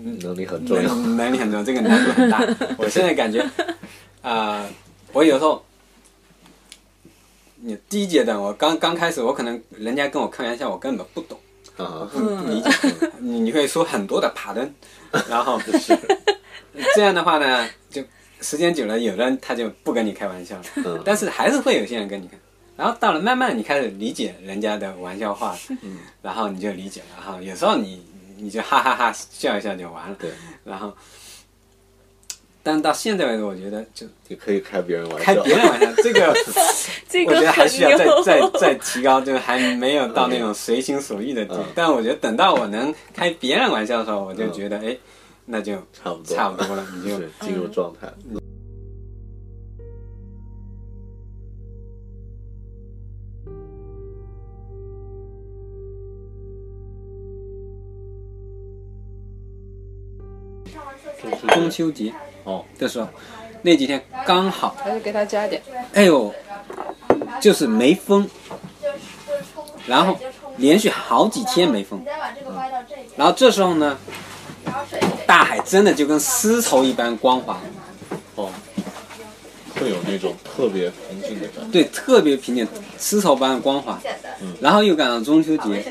Speaker 4: 能力
Speaker 3: 嗯
Speaker 4: 很重要。
Speaker 3: [laughs] 能能力很重要，这个难度很大。我现在感觉，啊、我有时候。你第一阶段，我刚刚开始，我可能人家跟我开玩笑，我根本不懂，
Speaker 4: 啊，
Speaker 3: 理解，你你会说很多的爬登，然
Speaker 4: [laughs]
Speaker 3: 后这样的话呢，就时间久了，有的人他就不跟你开玩笑了，
Speaker 4: 嗯
Speaker 3: 但是还是会有些人跟你开。然后到了慢慢你开始理解人家的玩笑话，
Speaker 4: 嗯
Speaker 3: 然后你就理解了哈。有时候你你就哈哈哈笑一笑就完了，
Speaker 4: 对，
Speaker 3: 然后。但到现在为止，我觉得就
Speaker 4: 你可以开别人玩
Speaker 3: [laughs] 开
Speaker 4: 笑，
Speaker 3: 别人玩笑，这个
Speaker 6: [laughs] 这
Speaker 3: 我
Speaker 6: 个
Speaker 3: 觉得还
Speaker 6: 很
Speaker 3: 需要再
Speaker 6: 牛，
Speaker 3: 再再提高，就是还没有到那种随心所欲的地步。
Speaker 4: 嗯
Speaker 3: 但我觉得等到我能开别人玩笑的时候，我就觉
Speaker 6: 嗯
Speaker 3: 得哎，那就
Speaker 4: 差不多，
Speaker 3: 差不多了，嗯你就
Speaker 4: 对，进入状态。
Speaker 3: 中秋节
Speaker 4: 哦，
Speaker 3: 的时候，那几天刚好，
Speaker 6: 还是给他加点。
Speaker 3: 哎呦，就是没风，然后连续好几天没风，
Speaker 6: 嗯
Speaker 3: 然后这时候呢，大海真的就跟丝绸一般光滑，
Speaker 4: 哦，会有那种特别平静的感觉。
Speaker 3: 对，特别平静，丝绸般的光滑。然后又赶上中秋节，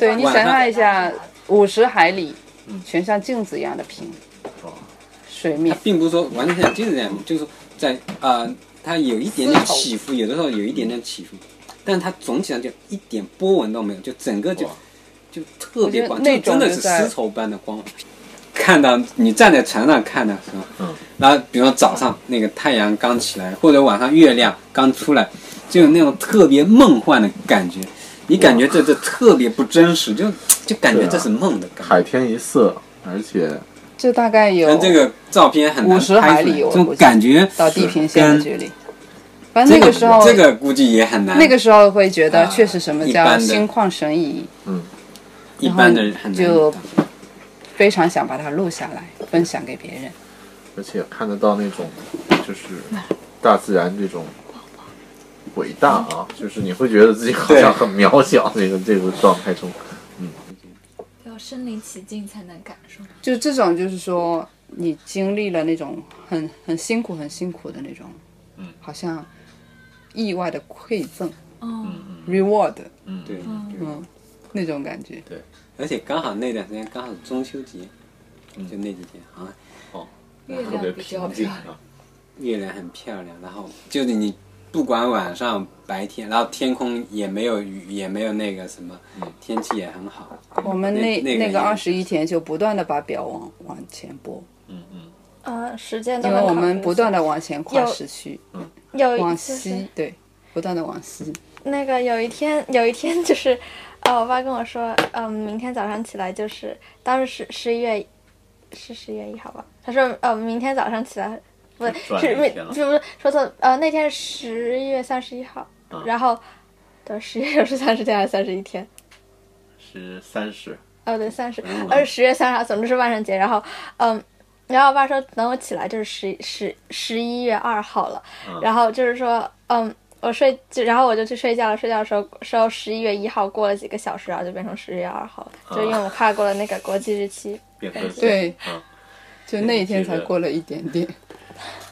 Speaker 5: 对你
Speaker 3: 晚
Speaker 5: 想
Speaker 3: 上
Speaker 5: 象一下，五十海里，
Speaker 6: 嗯
Speaker 5: 全像镜子一样的平
Speaker 4: 哦，
Speaker 5: 水
Speaker 3: 它
Speaker 5: 面，
Speaker 3: 并不是说完全像镜子一样，就是说在呃，它有一点点起伏，有的时候有一点点起伏，但它总体上就一点波纹都没有，就整个就
Speaker 4: 哇
Speaker 3: 就特别光，
Speaker 5: 我觉得那
Speaker 3: 就真
Speaker 5: 种
Speaker 3: 的是
Speaker 5: 就在
Speaker 3: 丝绸般的光。看到你站在船上看的时候，
Speaker 4: 嗯
Speaker 3: 然后比如说早上那个太阳刚起来，或者晚上月亮刚出来，就有那种特别梦幻的感觉。你感觉这这特别不真实，就就感觉
Speaker 4: 对啊
Speaker 3: 这是梦的感觉。
Speaker 4: 海天一色，而且
Speaker 5: 这大概有
Speaker 3: 但这个照片很难拍出
Speaker 5: 50
Speaker 3: 来，
Speaker 5: 海里
Speaker 3: 这
Speaker 5: 我
Speaker 3: 种
Speaker 5: 估计
Speaker 3: 感觉
Speaker 5: 到地平线的
Speaker 3: 跟
Speaker 5: 距离。反啊正那个时候，
Speaker 3: 这个估计也很难。
Speaker 5: 那个时候会觉
Speaker 3: 啊
Speaker 5: 得确实什么
Speaker 3: 一般
Speaker 5: 叫
Speaker 3: 的
Speaker 5: 心旷神怡，
Speaker 3: 一般的人很难
Speaker 5: 就
Speaker 3: 遇到
Speaker 5: 非常想把它录下来，分享给别人。
Speaker 4: 而且看得到那种就是大自然这种伟大啊，就是你会觉得自己好像很渺小，这个这个状态中，
Speaker 6: 要身临其境才能感受。
Speaker 5: 就这种，就是说你经历了那种很很辛苦、很辛苦的那种，嗯，好像意外的馈赠
Speaker 6: 嗯，
Speaker 5: （reward），
Speaker 3: 对，对
Speaker 5: 嗯，那种感觉。
Speaker 3: 而且刚好那段时间刚好中秋节，
Speaker 5: 嗯
Speaker 3: 就那几天好像
Speaker 6: 月
Speaker 4: 特别
Speaker 6: 亮比较
Speaker 4: 平
Speaker 6: 漂
Speaker 4: 静
Speaker 6: 亮。
Speaker 4: 啊。
Speaker 3: 月亮很漂亮，然后就是你不管晚上白天，然后天空也没有雨，也没有那个什么，天气也很好。
Speaker 5: 嗯我们那
Speaker 3: 那
Speaker 5: 那
Speaker 3: 个
Speaker 5: 个二十一天就不断的把表往往前拨，
Speaker 7: 啊，时间都
Speaker 5: 因为
Speaker 7: 能
Speaker 5: 我
Speaker 7: 考
Speaker 5: 们
Speaker 7: 虑
Speaker 5: 不
Speaker 7: 进
Speaker 5: 断的往前跨
Speaker 7: 有
Speaker 5: 时区，
Speaker 7: 有一
Speaker 5: 往
Speaker 7: 就是
Speaker 5: 西，对，不断的往西。
Speaker 7: 那个有一天， [laughs] 有一天就是，呃，我爸跟我说，嗯，明天早上起来就是，当时是十一月，是十一月一号吧？他说，呃，明天早上起来，不是
Speaker 4: 转
Speaker 7: 是
Speaker 4: 了一
Speaker 7: 明
Speaker 4: 天了
Speaker 7: 不是不是说错了，呃，那天是十一月三十一号，
Speaker 4: 啊
Speaker 7: 然后，对，十一月是三十天还是三十一天？
Speaker 4: 是三十，
Speaker 7: 哦，对，三十
Speaker 4: 嗯，
Speaker 7: 呃，十月三十号，总之是万圣节。然后，嗯，然后我爸说等我起来就是十十十一月二号了。然后就是说，嗯，我睡，就然后我就去睡觉了。睡觉的时候，时候十一月一号过了几个小时，然后就变成十月二号了，
Speaker 4: 嗯
Speaker 7: 就因为我们跨过了那个国际日期。
Speaker 4: 变更新
Speaker 5: 对
Speaker 4: 嗯，
Speaker 5: 就那一天才过了一点点。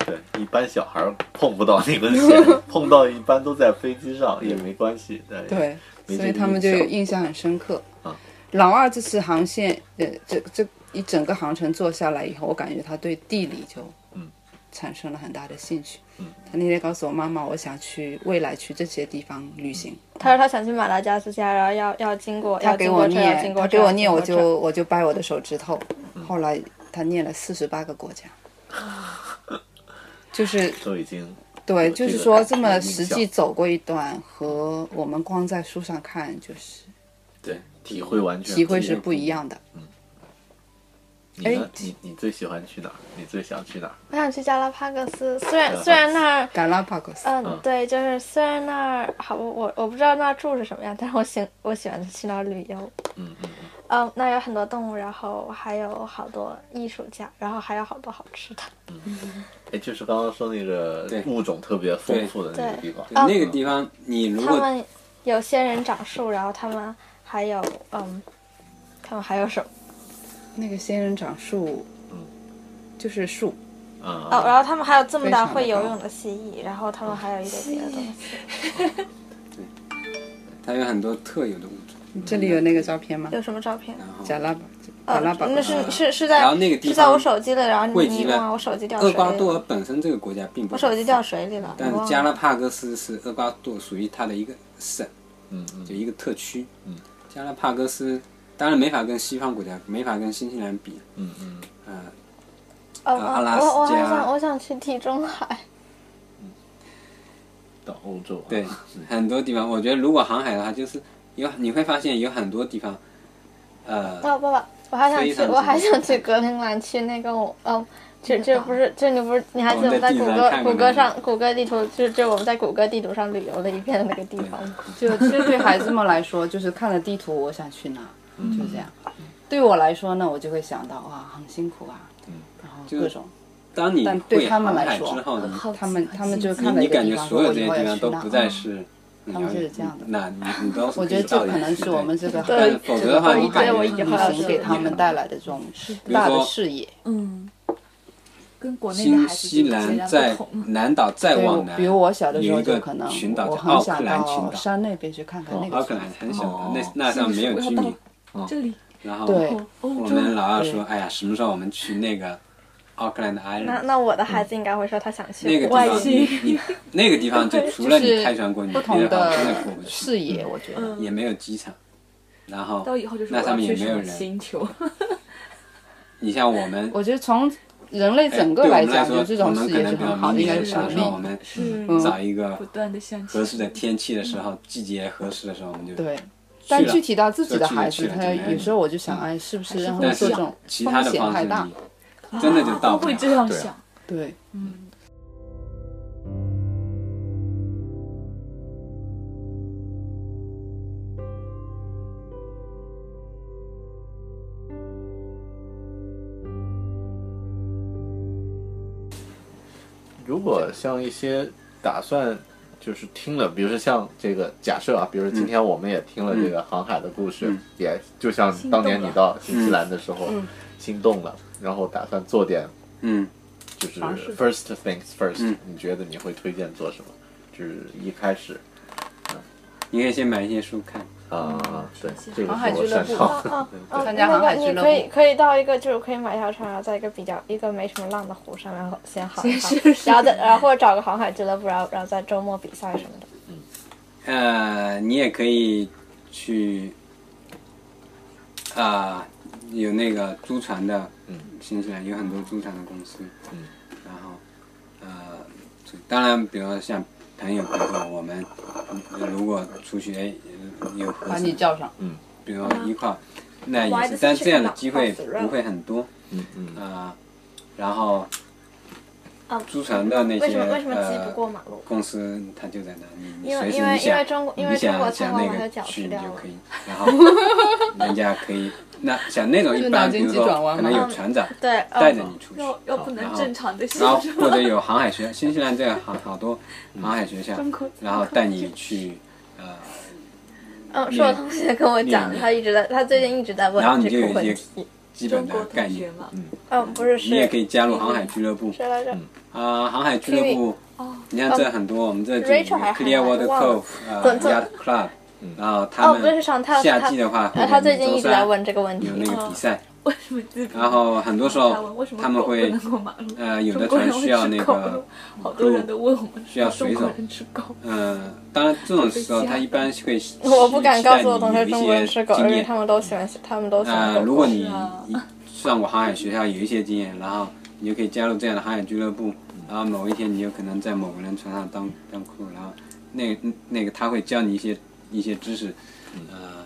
Speaker 4: 对，一般小孩儿碰不到那个线， [laughs] 碰到一般都在飞机上也没关系。
Speaker 5: 对，
Speaker 4: 没这个
Speaker 5: 所以他们就有
Speaker 4: 印象
Speaker 5: 印象很深刻。
Speaker 4: 啊
Speaker 5: 老二这次航线，呃，这这一整个航程做下来以后，我感觉他对地理就
Speaker 4: 嗯
Speaker 5: 产生了很大的兴趣。
Speaker 4: 嗯，
Speaker 5: 他那天告诉我妈妈，我想去未来去这些地方旅行。
Speaker 7: 他说他想去马达加斯加，然后要要经过，嗯
Speaker 5: 他
Speaker 7: 要
Speaker 5: 给
Speaker 7: 经
Speaker 5: 我
Speaker 7: 过这，要
Speaker 5: 念
Speaker 7: 经，
Speaker 5: 他
Speaker 7: 过
Speaker 5: 给
Speaker 7: 这，
Speaker 5: 我
Speaker 7: 要
Speaker 5: 念，
Speaker 7: 经
Speaker 5: 我
Speaker 7: 过这嗯
Speaker 5: 就我就掰我的手指头。后来他念了四十八个国家，就是
Speaker 4: 都已经
Speaker 5: 对，
Speaker 4: 有这个
Speaker 5: 就是说
Speaker 4: 感
Speaker 5: 这么
Speaker 4: 有印
Speaker 5: 实
Speaker 4: 象
Speaker 5: 际走过一段，和我们光在书上看就是
Speaker 4: 对体会完全
Speaker 5: 体会
Speaker 4: 不一
Speaker 5: 是
Speaker 4: 样
Speaker 5: 不一样的。
Speaker 3: 嗯
Speaker 4: 你呢
Speaker 5: 哎？
Speaker 4: 你你最喜欢去哪儿？你最想去哪儿？
Speaker 7: 我想去加拉帕戈斯，虽然
Speaker 4: 嗯
Speaker 7: 虽然那儿，
Speaker 5: 嘎拉帕戈斯，
Speaker 7: 嗯，对，就是虽然那儿好，我我我不知道那儿住是什么样，但是我喜我喜欢去那儿旅游。
Speaker 4: 嗯嗯嗯，
Speaker 7: 嗯，那儿有很多动物，然后还有好多艺术家，然后还有好多好吃的。
Speaker 4: 哎，就是刚刚说那个
Speaker 3: 对
Speaker 4: 物种特别丰富的那个地方，
Speaker 3: 对那个地方，你如
Speaker 7: 哦他
Speaker 3: 果
Speaker 7: 们有仙人掌树，然后他们还有嗯，他们还有什么？
Speaker 5: 那个仙人掌树，
Speaker 4: 嗯
Speaker 5: 就是树，
Speaker 4: 啊
Speaker 7: 哦，然后他们还有这么大
Speaker 5: 非常地
Speaker 7: 会游
Speaker 5: 棒
Speaker 7: 泳的蜥蜴，然后他们还有一些别的东西。
Speaker 3: 它有很多特有的物种，
Speaker 5: 这里有那个照片吗？
Speaker 7: 有什么照片？
Speaker 3: 然后
Speaker 5: 加拉巴，
Speaker 7: 呃
Speaker 5: 加拉巴，
Speaker 7: 那是是是在
Speaker 3: 然后那个地
Speaker 7: 是在我
Speaker 3: 方
Speaker 7: 手机里，然后
Speaker 3: 汇
Speaker 7: 你
Speaker 3: 集
Speaker 7: 你
Speaker 3: 了
Speaker 7: 往我手机掉水
Speaker 3: 厄
Speaker 7: 里
Speaker 3: 瓜多
Speaker 7: 了，
Speaker 3: 尔本身这个国家并不，
Speaker 7: 我手机掉，水里了。
Speaker 3: 但
Speaker 7: 我忘
Speaker 3: 加
Speaker 7: 了
Speaker 3: 拉帕戈斯是厄瓜多尔属于它的一个省，
Speaker 4: 嗯嗯
Speaker 3: 就一个特区。
Speaker 4: 嗯，
Speaker 3: 加拉帕戈斯当然没法跟西方国家，没法跟新西兰比，
Speaker 4: 嗯嗯，
Speaker 3: 嗯，
Speaker 7: 哦，
Speaker 3: 呃阿拉
Speaker 7: 我我
Speaker 3: 斯
Speaker 7: 还
Speaker 3: 加
Speaker 7: 想我想去地中海，
Speaker 4: 到欧洲啊
Speaker 3: 对，很多地方，我觉得如果航海的话，就是有你会发现有很多地方，呃，
Speaker 7: 哦不不，我还想
Speaker 3: 非
Speaker 7: 去
Speaker 3: 常
Speaker 7: 我还
Speaker 3: 近
Speaker 7: 想去格陵兰去那个我嗯。这这不是这你不是你还记得
Speaker 3: 我们
Speaker 7: 我们
Speaker 3: 在地
Speaker 7: 在谷
Speaker 3: 图上
Speaker 7: 歌
Speaker 3: 看过那
Speaker 7: 谷歌
Speaker 3: 个
Speaker 7: 上谷歌地图，就是就我们在谷歌地图上旅游了一遍的那个地方吗，
Speaker 5: 就这对孩子们来说， [laughs] 就是看了地图，我想去哪，
Speaker 3: 嗯
Speaker 5: 就这样。对我来说呢，我就会想到哇，很辛苦啊，然后
Speaker 3: 嗯就
Speaker 5: 各种。
Speaker 3: 当你
Speaker 5: 但对
Speaker 3: 会
Speaker 5: 他
Speaker 3: 航
Speaker 5: 们来
Speaker 3: 海之
Speaker 5: 说
Speaker 3: 后，你
Speaker 6: 好
Speaker 5: 他们
Speaker 6: 好
Speaker 5: 他们
Speaker 6: 新
Speaker 5: 就
Speaker 6: 奇
Speaker 5: 看了
Speaker 3: 你
Speaker 5: 一个
Speaker 3: 感
Speaker 5: 地
Speaker 3: 觉
Speaker 5: 方，
Speaker 3: 所有
Speaker 5: 我
Speaker 3: 这
Speaker 5: 以
Speaker 3: 些
Speaker 5: 后
Speaker 3: 地方
Speaker 5: 要去
Speaker 3: 都
Speaker 5: 哪
Speaker 3: 不再
Speaker 5: 嗯
Speaker 3: 是你
Speaker 5: 他们就是这样的
Speaker 3: 那你你都是
Speaker 5: 我觉得这可能是我们这个
Speaker 3: 对但否则的话
Speaker 5: 这
Speaker 3: 你
Speaker 5: 个
Speaker 3: 感
Speaker 5: 航
Speaker 3: 觉
Speaker 5: 海
Speaker 7: 我以后要
Speaker 5: 旅行给他们带来的这种大的视野。
Speaker 6: 嗯，跟国内的
Speaker 3: 新
Speaker 6: 孩子
Speaker 3: 西
Speaker 6: 就截
Speaker 3: 兰
Speaker 6: 然
Speaker 3: 在
Speaker 6: 不同。
Speaker 3: 南岛再
Speaker 5: 对我
Speaker 3: 往，南，
Speaker 5: 比如我小的时
Speaker 3: 有
Speaker 5: 候
Speaker 3: 一
Speaker 5: 就
Speaker 3: 个
Speaker 5: 可能
Speaker 3: 群岛叫
Speaker 5: 我很
Speaker 3: 奥克
Speaker 5: 想
Speaker 3: 兰群
Speaker 5: 到
Speaker 3: 岛，
Speaker 5: 山那边去看看那个
Speaker 3: 奥克
Speaker 5: 群
Speaker 3: 兰
Speaker 5: 岛
Speaker 3: 很小
Speaker 4: 哦
Speaker 3: 的，那那上没有居民。
Speaker 6: 这里
Speaker 3: 然后
Speaker 5: 对
Speaker 3: 我
Speaker 6: 欧洲
Speaker 3: 们老二说：“
Speaker 5: 对
Speaker 3: 哎呀，什么时候我们去那个奥克兰的 i
Speaker 7: [laughs] 那
Speaker 3: s
Speaker 7: 那我的孩子应该会说他想
Speaker 3: 哦嗯那
Speaker 7: 去
Speaker 3: 个
Speaker 7: 国
Speaker 3: 地
Speaker 7: 外
Speaker 3: 方
Speaker 7: 去，
Speaker 3: 你，你那个地方
Speaker 7: [laughs]
Speaker 3: 就除了你开船过，你
Speaker 5: 不
Speaker 3: 别的
Speaker 5: 同
Speaker 3: 话真的
Speaker 5: 的
Speaker 3: 过不去，
Speaker 5: 视野，我觉得。
Speaker 3: 也没有机场。然后
Speaker 6: 到以后就是我
Speaker 3: 那上
Speaker 6: 要
Speaker 3: 面也
Speaker 6: 去
Speaker 3: 没
Speaker 6: 什
Speaker 3: 有
Speaker 6: 么
Speaker 3: 人。
Speaker 6: 星球，
Speaker 3: 你像我们，
Speaker 5: 我觉得从人类
Speaker 3: 哎
Speaker 5: 整个
Speaker 3: 对我们
Speaker 5: 讲，
Speaker 3: 说
Speaker 5: 就这种
Speaker 3: 我们
Speaker 5: 视
Speaker 3: 可
Speaker 5: 野
Speaker 3: 能
Speaker 5: 是
Speaker 3: 比较
Speaker 5: 很好的
Speaker 3: 迷
Speaker 5: 一
Speaker 3: 茫
Speaker 5: 个
Speaker 3: 的时
Speaker 5: 生
Speaker 3: 候，
Speaker 5: 命嗯
Speaker 3: 让我。们
Speaker 6: 是
Speaker 3: 找一个
Speaker 6: 不断的向前。
Speaker 3: 合适的天气的时候，季节合适的时候，我们就
Speaker 5: 对，
Speaker 3: 去
Speaker 5: 但
Speaker 3: 了
Speaker 5: 具体到自己的
Speaker 3: 去了
Speaker 5: 孩
Speaker 3: 去
Speaker 5: 子，
Speaker 3: 了
Speaker 5: 他
Speaker 3: 就没
Speaker 5: 有时候我就想，哎，是不是让他
Speaker 3: 但
Speaker 5: 们
Speaker 3: 是
Speaker 5: 做这种
Speaker 3: 其他的
Speaker 5: 风险
Speaker 3: 方
Speaker 5: 太
Speaker 3: 式
Speaker 5: 大？
Speaker 3: 你真的就到
Speaker 6: 都
Speaker 3: 不
Speaker 6: 会
Speaker 3: 了。
Speaker 6: 这样
Speaker 4: 对啊
Speaker 6: 想，
Speaker 5: 对，
Speaker 6: 嗯，
Speaker 4: 如果像一些打算就是听了，比如说像这个假设啊，比如说今天我们也听了这个航海的故事，
Speaker 3: 嗯
Speaker 4: 也就像当年你到新西兰的时候、
Speaker 5: 嗯
Speaker 4: 心动了，然后打算做点
Speaker 3: 嗯，
Speaker 4: 就是
Speaker 5: 尝试
Speaker 4: first things first，、
Speaker 3: 嗯
Speaker 4: 你觉得你会推荐做什么？就是一开始
Speaker 3: 你可以先买一些书看。
Speaker 4: 啊、对，这个
Speaker 5: 航海
Speaker 4: 是我
Speaker 5: 俱乐
Speaker 4: 擅
Speaker 5: 部
Speaker 6: 哦
Speaker 4: 长。 [laughs]
Speaker 7: 嗯嗯，
Speaker 5: 参加
Speaker 7: 那
Speaker 5: 航
Speaker 7: 个
Speaker 5: 海俱
Speaker 7: 你
Speaker 5: 乐
Speaker 7: 可以
Speaker 5: 部，
Speaker 7: 可以到一个就是可以买一条船，然后在一个比较一个没什么浪的湖上面然后先航一航，然后再然后或者找个航海俱乐部，然后然后在周末比赛什么的。
Speaker 3: 呃，你也可以去啊、有那个租船的，
Speaker 4: 嗯，
Speaker 3: 新西兰有很多租船的公司，
Speaker 4: 嗯，
Speaker 3: 然后呃，就当然，比如说像朋友，比如说我们呃如果出去哎有合
Speaker 5: 把
Speaker 3: 适
Speaker 5: 你
Speaker 3: 的，
Speaker 5: 叫上。
Speaker 3: 比如说一块儿，
Speaker 7: 嗯
Speaker 3: 那也
Speaker 7: Why
Speaker 3: 是
Speaker 7: does，
Speaker 3: 但
Speaker 7: she
Speaker 3: 这样的
Speaker 7: come
Speaker 3: 机会
Speaker 5: 嗯
Speaker 7: off the road？
Speaker 3: 不会很多，
Speaker 4: 嗯嗯
Speaker 3: 啊、然后
Speaker 7: 啊
Speaker 3: 租船的那些
Speaker 7: 为什么为什么急不过
Speaker 3: 呃
Speaker 7: 马路？
Speaker 3: 公司，它就在那里，你
Speaker 7: 因为
Speaker 3: 随时
Speaker 7: 因为
Speaker 3: 你想
Speaker 7: 因为中国因为
Speaker 3: 你想
Speaker 7: 中国
Speaker 3: 想
Speaker 7: 通过
Speaker 3: 那
Speaker 7: 把它
Speaker 3: 个
Speaker 7: 绞
Speaker 3: 去
Speaker 7: 吃
Speaker 3: 你
Speaker 7: 掉
Speaker 3: 就
Speaker 7: 了
Speaker 3: 可以，然后
Speaker 7: [laughs]
Speaker 3: 人家可以那像那种
Speaker 5: 就
Speaker 3: 一
Speaker 5: 是
Speaker 3: 般，
Speaker 5: 脑
Speaker 3: 比
Speaker 5: 筋
Speaker 3: 如
Speaker 5: 急
Speaker 3: 说
Speaker 5: 转弯
Speaker 3: 可能
Speaker 5: 嘛
Speaker 3: 有船长
Speaker 7: 对哦
Speaker 3: 带着你出去，
Speaker 6: 又又不能正常的
Speaker 3: 然后
Speaker 6: 行驶。
Speaker 3: 或者有航海学校，新西兰这个好好多航海学校
Speaker 6: 中国，
Speaker 3: 然后带你去呃，
Speaker 7: [laughs] 嗯，是我同学跟我讲的，
Speaker 3: 你
Speaker 7: 他一直在，他最近一直在问
Speaker 3: 然后你就
Speaker 7: 这
Speaker 3: 有
Speaker 7: 个
Speaker 3: 一
Speaker 7: 问
Speaker 3: 些
Speaker 7: 题。
Speaker 3: 基本
Speaker 6: 中
Speaker 3: 的
Speaker 6: 国
Speaker 3: 概
Speaker 6: 同学
Speaker 3: 念
Speaker 6: 嘛。
Speaker 3: 嗯，
Speaker 7: 嗯，不是是
Speaker 3: 你也可以加入航海俱乐部
Speaker 7: 谁来着？
Speaker 3: 啊，航海俱乐部。
Speaker 6: 哦
Speaker 3: 你看这很多，我们这就
Speaker 7: Rachel 还
Speaker 3: Clearwater
Speaker 7: 忘了
Speaker 3: Cove 呃
Speaker 7: 总总
Speaker 3: Yacht Club，然后
Speaker 7: 哦，
Speaker 3: 他
Speaker 7: 不是
Speaker 3: 们
Speaker 7: 上他
Speaker 3: 夏季的话，
Speaker 7: 他他最近一直在问这个问题
Speaker 3: 有。那个比赛，
Speaker 6: 为什么自己
Speaker 3: 然后很多时
Speaker 6: 他问
Speaker 3: 候
Speaker 6: 为什么
Speaker 3: 他们
Speaker 6: 狗
Speaker 3: 会
Speaker 6: 不能过马路
Speaker 3: 呃有的
Speaker 6: 中国人
Speaker 3: 船
Speaker 6: 会
Speaker 3: 需要
Speaker 6: 吃
Speaker 3: 那
Speaker 6: 狗
Speaker 3: 个
Speaker 6: 好多人都问我们
Speaker 3: 需要
Speaker 6: 中
Speaker 3: 水
Speaker 6: 国
Speaker 3: 手
Speaker 6: 人吃狗，
Speaker 3: 嗯，当然这种时候他一般会期
Speaker 7: 我不敢告诉我同学
Speaker 3: 期待
Speaker 7: 中
Speaker 3: 你
Speaker 7: 国
Speaker 3: 有
Speaker 7: 人
Speaker 3: 一
Speaker 7: 吃
Speaker 3: 些
Speaker 7: 狗，因
Speaker 3: 经
Speaker 7: 为
Speaker 3: 验
Speaker 7: 他。们都喜欢，他们都喜欢
Speaker 3: 呃，
Speaker 7: 狗。
Speaker 3: 如果你
Speaker 6: 是啊
Speaker 3: 上过航海学校有一些经验，然后你就可以加入这样的航海俱乐部，然后某一天你有可能在某个人船上当当 crew，然后那个那个他会教你一些一些知识，呃，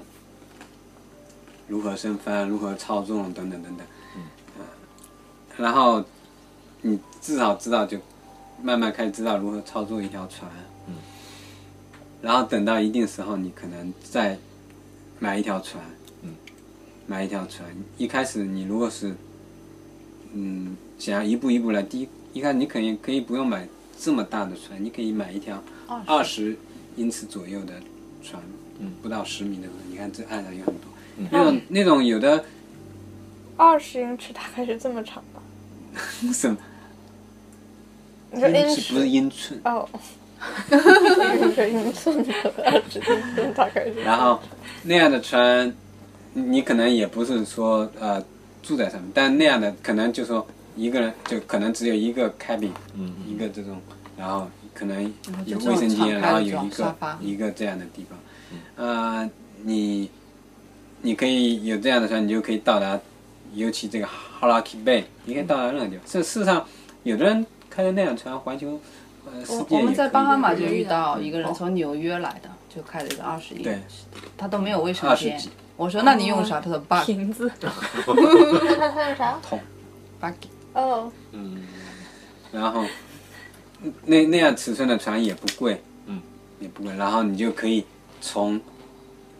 Speaker 3: 如何升帆、如何操纵等等等等，呃然后你至少知道就慢慢开始知道如何操作一条船，然后等到一定时候，你可能再买一条船，买一条船。一开始你如果是，嗯，想要一步一步来，第一一开始你可以可以不用买这么大的船，你可以买一条二十英尺左右的船，嗯不到十米的船。你看这岸上有很多，那种那种有的
Speaker 7: 二十英尺大概是这么长吧？
Speaker 3: 什么
Speaker 7: 你说英
Speaker 3: 英尺不是
Speaker 7: 尺？
Speaker 3: 英寸，
Speaker 7: 哦， [laughs] 你说英寸二十英寸大概是？
Speaker 3: 然后那样的船，你你可能也不是说呃住在上面，但那样的可能就说一个人就可能只有一个 cabin，嗯，一个这种，然后可能有卫生间，然后有一
Speaker 5: 就这种敞开的这种沙
Speaker 3: 个
Speaker 5: 发
Speaker 3: 一个这样的地方，呃，你你可以有这样的船，你就可以到达，尤其这个 h a r a k i Bay，你可以到达那个地方。这事实上，有的人开着那辆船环球，呃，世
Speaker 5: 我
Speaker 3: 界
Speaker 5: 我
Speaker 3: 也可
Speaker 5: 们
Speaker 3: 以
Speaker 5: 在巴哈马就遇到一个人从纽约来的，就开了一个二十英
Speaker 3: 对
Speaker 5: 尺的，他都没有卫生
Speaker 3: 二十
Speaker 5: 间
Speaker 3: 几。
Speaker 5: 我说那你用啥？他说 bug
Speaker 6: 瓶子
Speaker 7: 他他有啥？
Speaker 5: bug。
Speaker 7: 哦，
Speaker 3: 然后嗯那那样尺寸的船也不贵，嗯，也不贵。然后你就可以从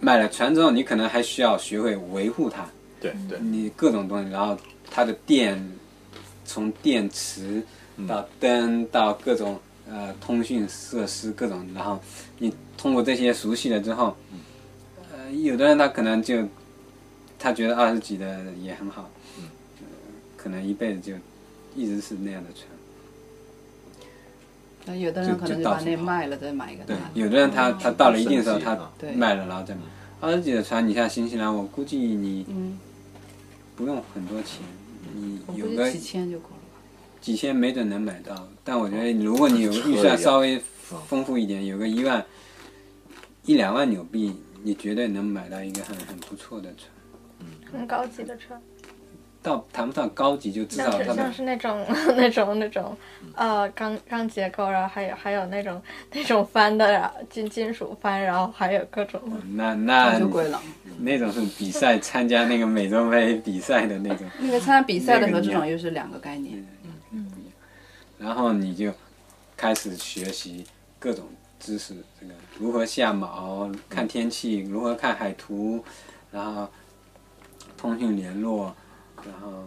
Speaker 3: 买了船之后，你可能还需要学会维护它，
Speaker 4: 对
Speaker 5: 嗯
Speaker 4: 对，
Speaker 3: 你各种东西，然后它的电，从电池到灯到各种呃通讯设施各种，然后你通过这些熟悉了之后，呃，有的人他可能就他觉得二十几的也很好，呃可能一辈子就一直是那样的船。
Speaker 5: 那有的人可能就
Speaker 3: 就到
Speaker 5: 把
Speaker 3: 处
Speaker 5: 那
Speaker 3: 跑
Speaker 5: 卖了，再买一个
Speaker 3: 对
Speaker 5: 大的，。
Speaker 3: 有的人他他到了一定的时候，
Speaker 4: 升级
Speaker 3: 他
Speaker 4: 啊
Speaker 5: 对
Speaker 3: 卖了，然后再买。二十几的船，你像新西兰，我估计你不用很多钱，你
Speaker 5: 嗯我估
Speaker 3: 有个
Speaker 5: 计几千就够了吧。
Speaker 3: 几千没准能买到。但我觉得如果你有个预算稍微丰富一点，有个一万一两万纽币，你绝对能买到一个很很不错的船。
Speaker 7: 很高级的车，
Speaker 3: 到谈不上高级，就至
Speaker 7: 像
Speaker 3: 少
Speaker 7: 是
Speaker 3: 它
Speaker 7: 像
Speaker 3: 的
Speaker 7: 是那种 [laughs] 那种那种呃钢钢结构，然后还有还有那种那种帆的，然后金金属帆，然后还有各种
Speaker 3: 那
Speaker 5: 那
Speaker 3: 那
Speaker 5: 就贵了。
Speaker 3: 那种是比赛参加那个美洲杯比赛的那种。
Speaker 5: 那个参加比赛的和
Speaker 3: 那个
Speaker 5: 这
Speaker 3: 你
Speaker 5: 种又是两个概念。
Speaker 3: 然后你就开始学习各种知识，这个如何下锚、看天气、如何看海图，然后通讯联络，然后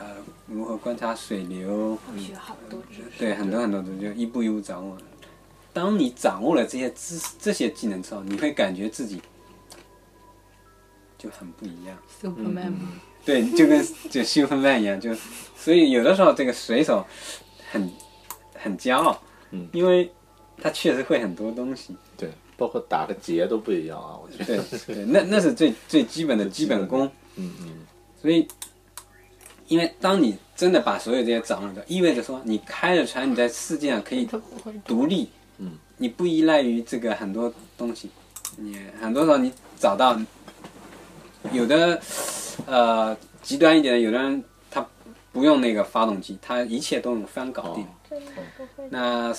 Speaker 3: 呃如何观察水流，嗯
Speaker 6: 学好多知识。
Speaker 3: 对，很多很多东西就一步一步掌握。当你掌握了这些知识、这些技能之后，你会感觉自己就很不一样。
Speaker 5: Superman，
Speaker 3: 对，就跟就兴奋漫一样，就所以有的时候这个水手很很骄傲，嗯，因为他确实会很多东西，
Speaker 4: 对，包括打个结都不一样啊，我觉得。
Speaker 3: [laughs] 对对，那那是最最基本的基本功，嗯嗯，所以因为当你真的把所有这些掌握了，意味着说你开着船，你在世界上可以独立，嗯，你不依赖于这个很多东西，你很多时候你找到有的呃极端一点的，有的人他不用那个发动机，他一切都用帆搞
Speaker 4: 哦
Speaker 3: 定。那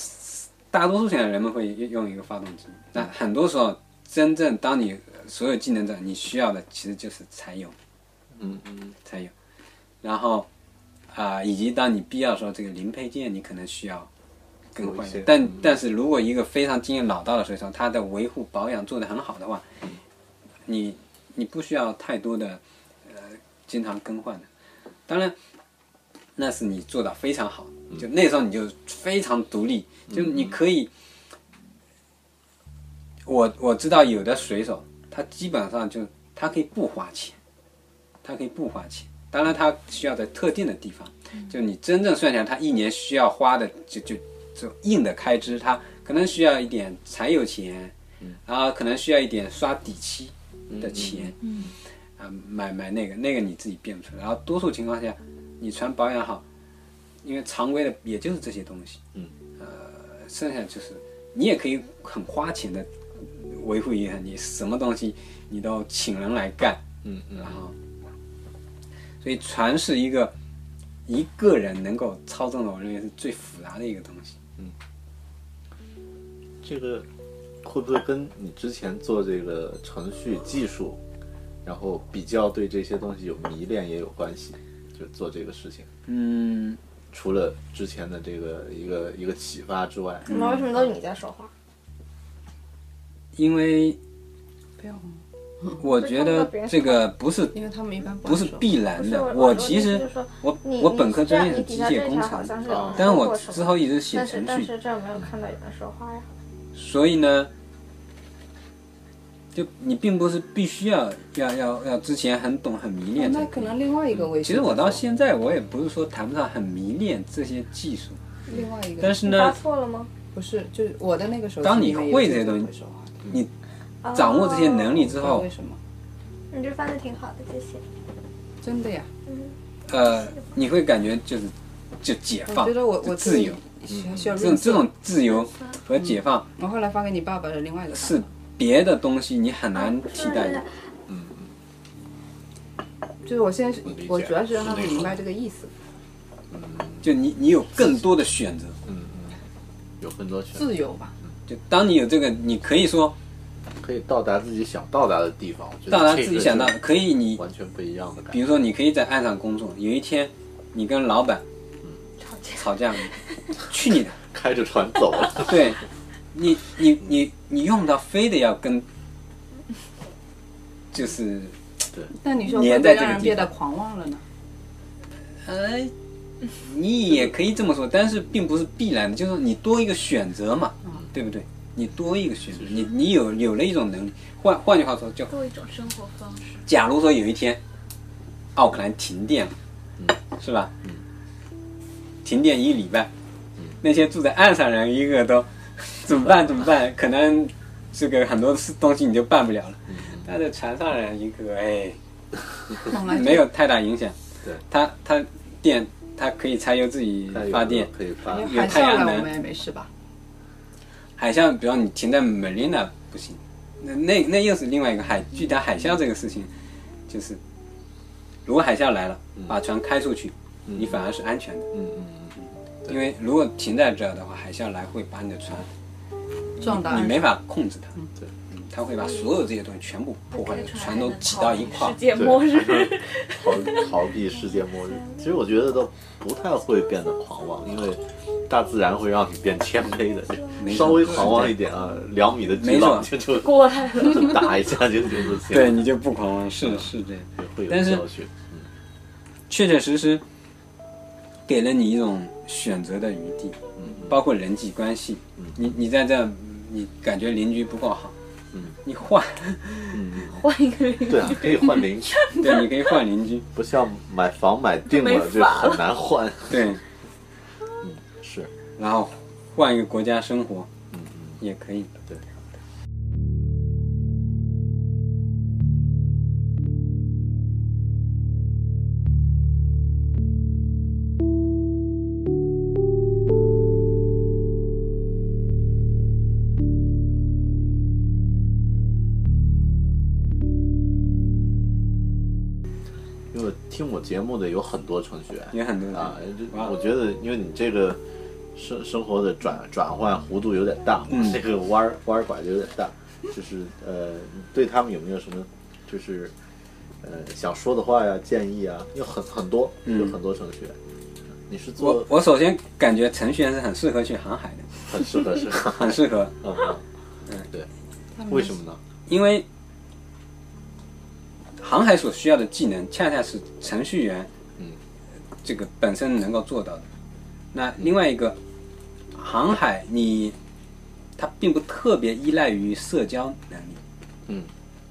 Speaker 3: 大多数现在人们会用一个发动机，
Speaker 4: 嗯
Speaker 3: 那很多时候真正当你所有技能者，你需要的其实就是柴油，嗯嗯，柴油，然后啊、以及当你必要的时候，这个零配件你可能需要更换
Speaker 4: 有一些。嗯
Speaker 3: 但但是如果一个非常经验老道的水手，他的维护保养做得很好的话，
Speaker 4: 嗯
Speaker 3: 你你不需要太多的呃经常更换的。当然，那是你做到非常好，
Speaker 6: 嗯
Speaker 3: 就那时候你就非常独立，就你可以。我我知道有的水手，他基本上就他可以不花钱，他可以不花钱。当然，他需要在特定的地方，
Speaker 6: 嗯
Speaker 3: 就你真正算下来，他一年需要花的就就就硬的开支，他可能需要一点柴油钱，然后可能需要一点刷底漆的钱，
Speaker 6: 嗯嗯
Speaker 3: 啊，买买那个那个你自己变不出来。然后多数情况下，你船保养好，因为常规的也就是这些东西，
Speaker 4: 嗯，
Speaker 3: 呃，剩下就是你也可以很花钱的维护银行，你什么东西你都请人来干，
Speaker 1: 嗯嗯
Speaker 3: 然后，所以船是一个一个人能够操纵的，我认为是最复杂的一个东西。
Speaker 4: 这个会不会跟你之前做这个程序技术，然后比较对这些东西有迷恋也有关系？就做这个事情，
Speaker 3: 嗯，
Speaker 4: 除了之前的这个一个一个启发之外，
Speaker 7: 怎么为什么都是你在说话？
Speaker 3: 因为
Speaker 5: 不要吗？
Speaker 3: 我觉得这个不是
Speaker 5: 因为他们一般
Speaker 3: 不是
Speaker 5: 说
Speaker 3: 必然的。
Speaker 7: 不是我
Speaker 3: 其
Speaker 7: 我的
Speaker 3: 实
Speaker 7: 意思就是说
Speaker 3: 我
Speaker 7: 你
Speaker 3: 我
Speaker 7: 你
Speaker 3: 本科
Speaker 7: 这
Speaker 3: 专
Speaker 7: 样
Speaker 3: 业是
Speaker 7: 你
Speaker 3: 机
Speaker 7: 底下这
Speaker 3: 械
Speaker 7: 一
Speaker 3: 工
Speaker 7: 行好
Speaker 3: 程
Speaker 7: 像是有
Speaker 5: 哦
Speaker 7: 人，
Speaker 3: 但是
Speaker 7: 说
Speaker 3: 我
Speaker 7: 过什么
Speaker 3: 之后一直写
Speaker 7: 但是
Speaker 3: 程
Speaker 7: 但
Speaker 3: 序，
Speaker 7: 是这儿没有看到有人说话呀。
Speaker 3: 所以呢，就你并不是必须要要要要之前很懂很迷恋才
Speaker 5: 哦那
Speaker 3: 可
Speaker 5: 可
Speaker 3: 以。
Speaker 5: 能另外一个维
Speaker 3: 其实我到现在我也不是说谈不上很迷恋这些技术，
Speaker 5: 另外一个，
Speaker 3: 但是
Speaker 7: 发
Speaker 3: 呢，
Speaker 7: 错了吗？
Speaker 5: 不是就是我的那个手机
Speaker 3: 当你
Speaker 5: 里面也
Speaker 3: 会
Speaker 5: 有
Speaker 3: 这些东西哦
Speaker 5: 会说话的
Speaker 3: 你掌握这些能力
Speaker 5: 不
Speaker 3: 之
Speaker 5: 知道
Speaker 3: 后
Speaker 5: 为，什么
Speaker 7: 你这翻的挺好的，谢谢。
Speaker 5: 真的呀？
Speaker 3: 呃，你会感觉就是就解
Speaker 5: 我
Speaker 3: 放，
Speaker 5: 觉得我我
Speaker 3: 就自由，
Speaker 5: 需要需要
Speaker 3: 这种
Speaker 5: 润色
Speaker 3: 这种自由
Speaker 7: 嗯
Speaker 3: 和解放
Speaker 5: 我后来发给你爸爸的另外一个版
Speaker 3: 是
Speaker 5: 本
Speaker 3: 别的东西你很
Speaker 7: 嗯
Speaker 3: 难替代的。
Speaker 5: 就是我现在是
Speaker 4: 理解
Speaker 5: 我主要是让他
Speaker 4: 是那
Speaker 5: 们
Speaker 4: 种
Speaker 5: 明白这个意思，
Speaker 3: 就你你有更多的选择。
Speaker 4: 有更多选择，
Speaker 5: 自由吧。
Speaker 3: 就当你有这个，你可以说
Speaker 4: 可以到达自己想到达的地方。我觉得
Speaker 3: 到达
Speaker 4: 这
Speaker 3: 自己
Speaker 4: 个
Speaker 3: 想
Speaker 4: 是
Speaker 3: 到，可以你
Speaker 4: 完全不一样的感
Speaker 3: 比
Speaker 4: 觉。
Speaker 3: 如说你可以在岸上工作，有一天你跟老板吵架了，去你的！
Speaker 4: 开着船走了，
Speaker 3: 对，你你你你用不到非得要跟，就是
Speaker 5: 那你说会
Speaker 3: 粘
Speaker 5: 不
Speaker 3: 在
Speaker 5: 会
Speaker 3: 这个
Speaker 5: 让人
Speaker 3: 地
Speaker 5: 变
Speaker 3: 方
Speaker 5: 得狂妄了呢？
Speaker 3: 呃，你也可以这么说，但是并不是必然的，就是你多一个选择嘛，对不对？你多一个选择，你你有有了一种能力。换换句话说，就
Speaker 6: 多一种生活方式。
Speaker 3: 假如说有一天奥克兰停电了，是吧？停电一礼拜，那些住在岸上人一个都 [laughs] 怎么办？怎么办？可能这个很多事东西你就办不了了。但是船上人一个，哎，
Speaker 5: 弄来
Speaker 3: 没有太大影响。
Speaker 4: 对，
Speaker 3: 它它电它可以柴油自己
Speaker 4: 它有
Speaker 3: 发
Speaker 4: 的
Speaker 3: 电，
Speaker 4: 可以发
Speaker 5: 因为
Speaker 3: 有
Speaker 4: [laughs]
Speaker 5: 海
Speaker 3: 太阳
Speaker 5: 啸了，
Speaker 3: 能
Speaker 5: 我们也没事吧？
Speaker 3: 海啸，比如你停在 Marina 不行，那那那又是另外一个海。巨大海啸这个事情，就是如果海啸来了，把船开出去，你反而是安全的。
Speaker 4: 嗯嗯嗯，对
Speaker 3: 因为如果停在这儿的话，海啸来会把你的船，
Speaker 5: 撞到
Speaker 3: 你
Speaker 5: 岸
Speaker 3: 没
Speaker 5: 上
Speaker 3: 法控制它，
Speaker 4: 对，
Speaker 3: 嗯它会把所有这些东西全部破坏，船
Speaker 6: 船
Speaker 3: 都挤到一块儿
Speaker 6: 世。界末日，
Speaker 4: 逃逃避世界末日。其实我觉得都不太会变得狂妄，因为大自然会让你变谦卑的，
Speaker 3: 没错
Speaker 4: 稍微狂妄一点啊，两米的巨
Speaker 3: 没错
Speaker 4: 浪就就
Speaker 6: 过来了。
Speaker 4: 就 [laughs] 打一下就就就行，
Speaker 3: 对，，你就不狂妄，是是这样。
Speaker 4: 会有
Speaker 3: 但是
Speaker 4: 教训。
Speaker 3: 确确实实给了你一种选择的余地，包括人际关系。你你在这儿，你感觉邻居不够好，你换， [laughs]
Speaker 6: 换一个人，
Speaker 4: 对啊，可以换邻居，
Speaker 3: 对，你可以换邻居，
Speaker 4: 不像买房买定
Speaker 6: 没
Speaker 4: 了就
Speaker 6: 法
Speaker 4: 很难换。
Speaker 3: 对，
Speaker 4: 是，
Speaker 3: 然后换一个国家生活，也可以。
Speaker 4: 对。因为听我节目的有很多程序员，
Speaker 3: 也很多人
Speaker 4: 啊，这
Speaker 3: 哇
Speaker 4: 我觉得因为你这个生生活的转转换弧度有点大嘛，
Speaker 3: 嗯
Speaker 4: 这个弯儿弯儿拐的有点大，就是呃，你对他们有没有什么
Speaker 3: 嗯
Speaker 4: 就是呃想说的话呀、建议啊？有很很多，有很多程序员，你是做
Speaker 3: 我我首先感觉程序员是很适合去航海的，
Speaker 4: 很适合是吧
Speaker 3: [laughs] 很适合。
Speaker 4: 嗯嗯嗯，对，为什么呢？
Speaker 3: 因为航海所需要的技能，恰恰是程序员，
Speaker 4: 嗯，
Speaker 3: 这个本身能够做到的。那另外一个，航海你它并不特别依赖于社交能力，
Speaker 4: 嗯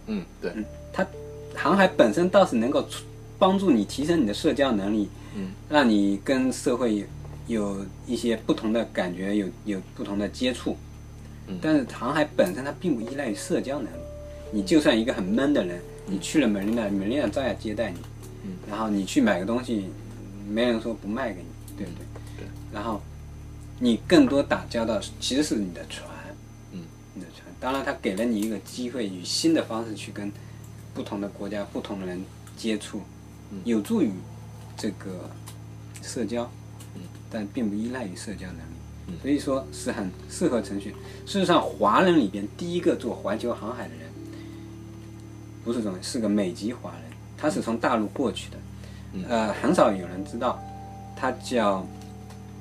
Speaker 4: 嗯，对，
Speaker 3: 它航海本身倒是能够促帮助你提升你的社交能力，
Speaker 4: 嗯，
Speaker 3: 让你跟社会有有一些不同的感觉，有有不同的接触。
Speaker 4: 嗯
Speaker 3: 但是航海本身它并不依赖于社交能力，你
Speaker 4: 嗯
Speaker 3: 就算一个很闷的人，你去了 Marina，Marina 照样接待你，
Speaker 4: 嗯
Speaker 3: 然后你去买个东西，没人说不卖给你，对不对？
Speaker 4: 嗯对，
Speaker 3: 然后你更多打交道其实是你的船，
Speaker 4: 嗯，
Speaker 3: 你的船。当然，它给了你一个机会，以新的方式去跟不同的国家、不同的人接触，
Speaker 4: 嗯
Speaker 3: 有助于这个社交，
Speaker 4: 嗯，
Speaker 3: 但并不依赖于社交能力。
Speaker 4: 嗯
Speaker 3: 所以说是很适合程序。事实上，华人里边第一个做环球航海的人，不是中国人，是个美籍华人，他是从大陆过去的，
Speaker 4: 嗯
Speaker 3: 呃，很少有人知道，他叫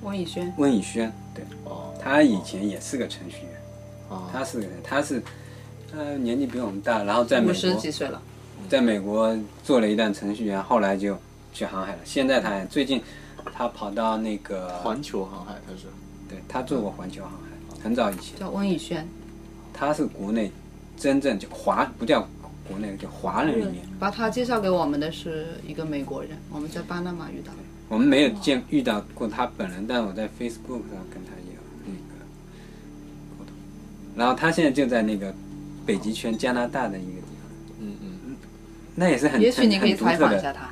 Speaker 5: 温以轩，
Speaker 3: 温以轩，对，
Speaker 4: 哦，
Speaker 3: 他以前也是个程序员，
Speaker 4: 哦
Speaker 3: 他是个他是，呃，年纪比我们大，然后在美
Speaker 5: 五十
Speaker 3: 国，
Speaker 5: 几岁了，
Speaker 3: 在美国做了一段程序员，后来就去航海了。现在他最近他跑到那个，
Speaker 4: 环球航海他是，
Speaker 3: 对他做过环球航海，很早以前，
Speaker 5: 叫温以轩，
Speaker 3: 他是国内真正就华不叫国内就华人里面，
Speaker 5: 把他介绍给我们的是一个美国人，我们在巴拿马遇到的。
Speaker 3: 我们没有见遇到过他本人，但我在 Facebook 上跟他也有那个沟通。然后他现在就在那个北极圈加拿大的一个地方，
Speaker 4: 嗯嗯
Speaker 3: 那也是很
Speaker 5: 也许你可以
Speaker 3: 很
Speaker 5: 采
Speaker 3: 很独特
Speaker 5: 访
Speaker 3: 的
Speaker 5: 一下他，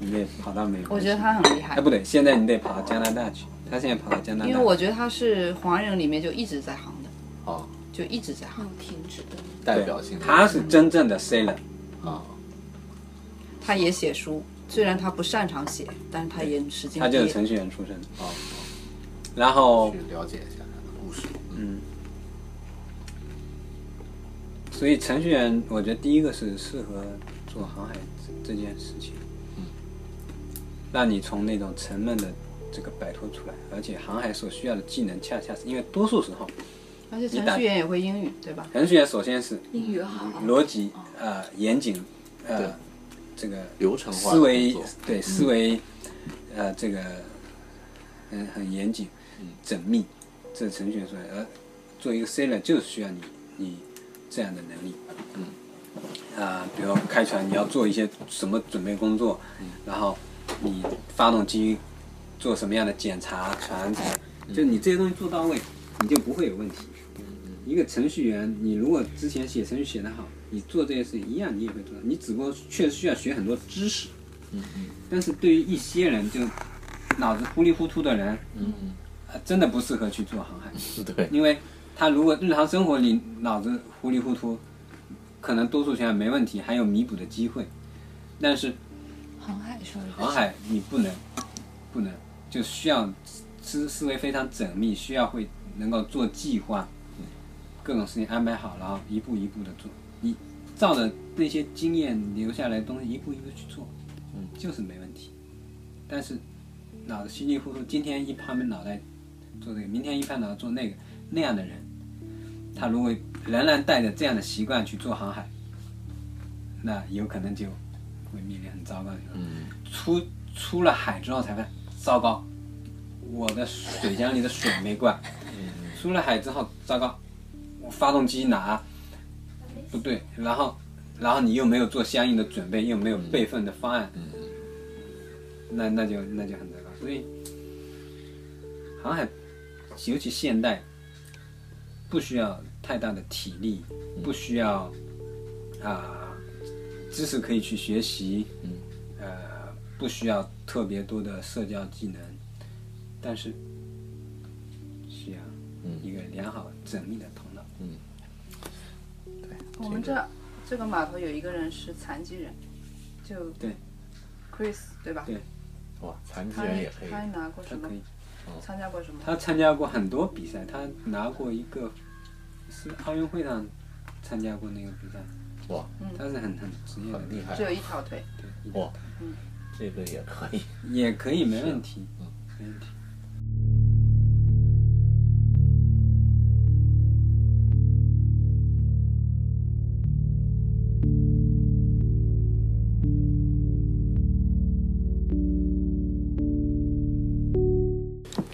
Speaker 3: 你得跑到美国去，
Speaker 5: 我觉得他很厉害
Speaker 3: 哎，不对，现在你得跑到加拿大去。他现在跑到加拿大，
Speaker 5: 因为我觉得他是华人里面就一直在行的，
Speaker 4: 哦，
Speaker 5: 就一直在行。
Speaker 6: 停止的。
Speaker 4: 代表性的
Speaker 3: 他是真正的 sailor，
Speaker 4: 啊，
Speaker 5: 他也写书，虽然他不擅长写，但是他也使劲
Speaker 3: 他就是
Speaker 5: 憋
Speaker 3: 程序员出身。
Speaker 4: 哦
Speaker 3: 然后
Speaker 4: 去了解一下他的故事，
Speaker 3: 所以程序员，我觉得第一个是适合做航海这件事情，
Speaker 4: 嗯，
Speaker 3: 让你从那种沉闷的这个摆脱出来，而且航海所需要的技能，恰恰是因为多数时候，
Speaker 5: 而且程序员也会英语，对吧？
Speaker 3: 程序员首先是
Speaker 6: 英语好，
Speaker 3: 逻辑呃严谨，
Speaker 4: 对
Speaker 3: 呃这个
Speaker 4: 流程化的
Speaker 3: 思维
Speaker 4: 工作嗯
Speaker 3: 对思维呃这个很很严谨
Speaker 4: 嗯、
Speaker 3: 缜密，这是程序员所而做一个 C 了就是需要你你这样的能力。
Speaker 4: 嗯
Speaker 3: 啊，比如开船你要做一些什么准备工作，
Speaker 4: 嗯
Speaker 3: 然后你发动机做什么样的检查，船怎么，
Speaker 4: 嗯
Speaker 3: 就你这些东西做到位，你就不会有问题。一个程序员，你如果之前写程序写得好，你做这些事情一样，你也会做到。你只不过确实需要学很多知识，
Speaker 4: 嗯嗯
Speaker 3: 但是对于一些人，就脑子糊里糊涂的人，
Speaker 4: 嗯嗯
Speaker 3: 呃真的不适合去做航海。
Speaker 4: 嗯，对，
Speaker 3: 因为他如果日常生活里脑子糊里糊涂，可能多数情况没问题，还有弥补的机会。但是
Speaker 6: 航海说
Speaker 5: 嗯
Speaker 6: 的
Speaker 3: 航海你不能，不能就需要思思维非常缜密，需要会能够做计划，各种事情安排好，然后一步一步的做。你照着那些经验留下来的东西一步一步去做，
Speaker 4: 嗯，
Speaker 3: 就是没问题。但是脑子稀里糊涂，今天一拍脑袋做这个，明天一拍脑袋做那个，那样的人，他如果仍然带着这样的习惯去做航海，那有可能就会面临很糟糕的情况。
Speaker 4: 嗯
Speaker 3: 出出了海之后才发现，糟糕，我的水箱里的水没灌。 [laughs] 出了海之后，糟糕，我发动机拿不对，然后然后你又没有做相应的准备，又没有备份的方案，那那就那就很糟糕。所以航海，尤其现代，不需要太大的体力，不需要啊、知识可以去学习，
Speaker 4: 嗯
Speaker 3: 呃，不需要特别多的社交技能，但是需要
Speaker 4: 嗯
Speaker 3: 一个良好缜密的头脑。
Speaker 5: 我们这这个码头有一个人是残疾人，就
Speaker 3: 对
Speaker 5: Chris 对吧？
Speaker 3: 对
Speaker 4: 哇，残疾
Speaker 5: 他
Speaker 4: 人也可以，
Speaker 5: 他拿过
Speaker 3: 他
Speaker 5: 什么
Speaker 3: 可？以，
Speaker 5: 参加过什么？
Speaker 3: 他参加过很多比赛，他拿过一个是奥运会上参加过那个比赛，
Speaker 4: 哇，
Speaker 3: 他是很很职业的
Speaker 4: 很厉害
Speaker 5: 只，有一条腿，
Speaker 3: 对，
Speaker 8: 嗯
Speaker 4: 哇，这个也可以，
Speaker 3: 也可以，
Speaker 4: 啊
Speaker 3: 没问题，
Speaker 4: 嗯
Speaker 3: 没问题。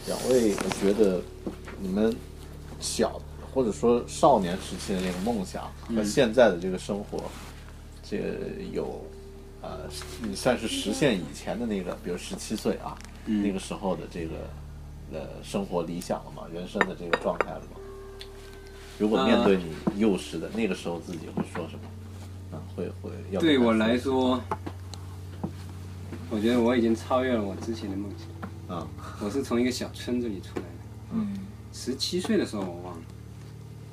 Speaker 4: 两位，我觉得你们小或者说少年时期的那个梦想和
Speaker 3: 嗯
Speaker 4: 现在的这个生活，这有呃，你算是实现以前的那个，比如十七岁啊，
Speaker 3: 嗯
Speaker 4: 那个时候的这个呃生活理想了吗？人生的这个状态了吗？如果面对
Speaker 3: 呃
Speaker 4: 你幼时的、那个时候自己会说什么？啊，会会要
Speaker 3: 对
Speaker 4: 跟他
Speaker 3: 我来说，我觉得我已经超越了我之前的梦想。
Speaker 4: 啊，
Speaker 3: 我是从一个小村子里出来的，
Speaker 4: 嗯，
Speaker 3: 十七岁的时候我忘了，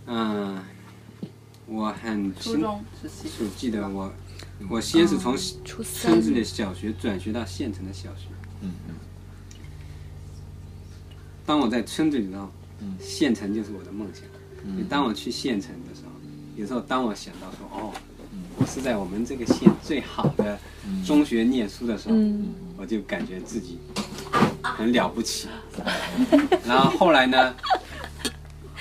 Speaker 3: 嗯、我很
Speaker 5: 初
Speaker 3: 清
Speaker 5: 中嗯时期
Speaker 3: 楚记得我，我先是从
Speaker 5: 初三
Speaker 3: 村子里的小学转学到县城的小学，
Speaker 4: 嗯嗯，
Speaker 3: 当我在村子里头，
Speaker 4: 嗯
Speaker 3: 县城就是我的梦想。
Speaker 4: 嗯
Speaker 3: 就当我去县城的时候，有时候当我想到说，哦，我是在我们这个县最好的中学念书的时候，我就感觉自己很了不起。然后后来呢，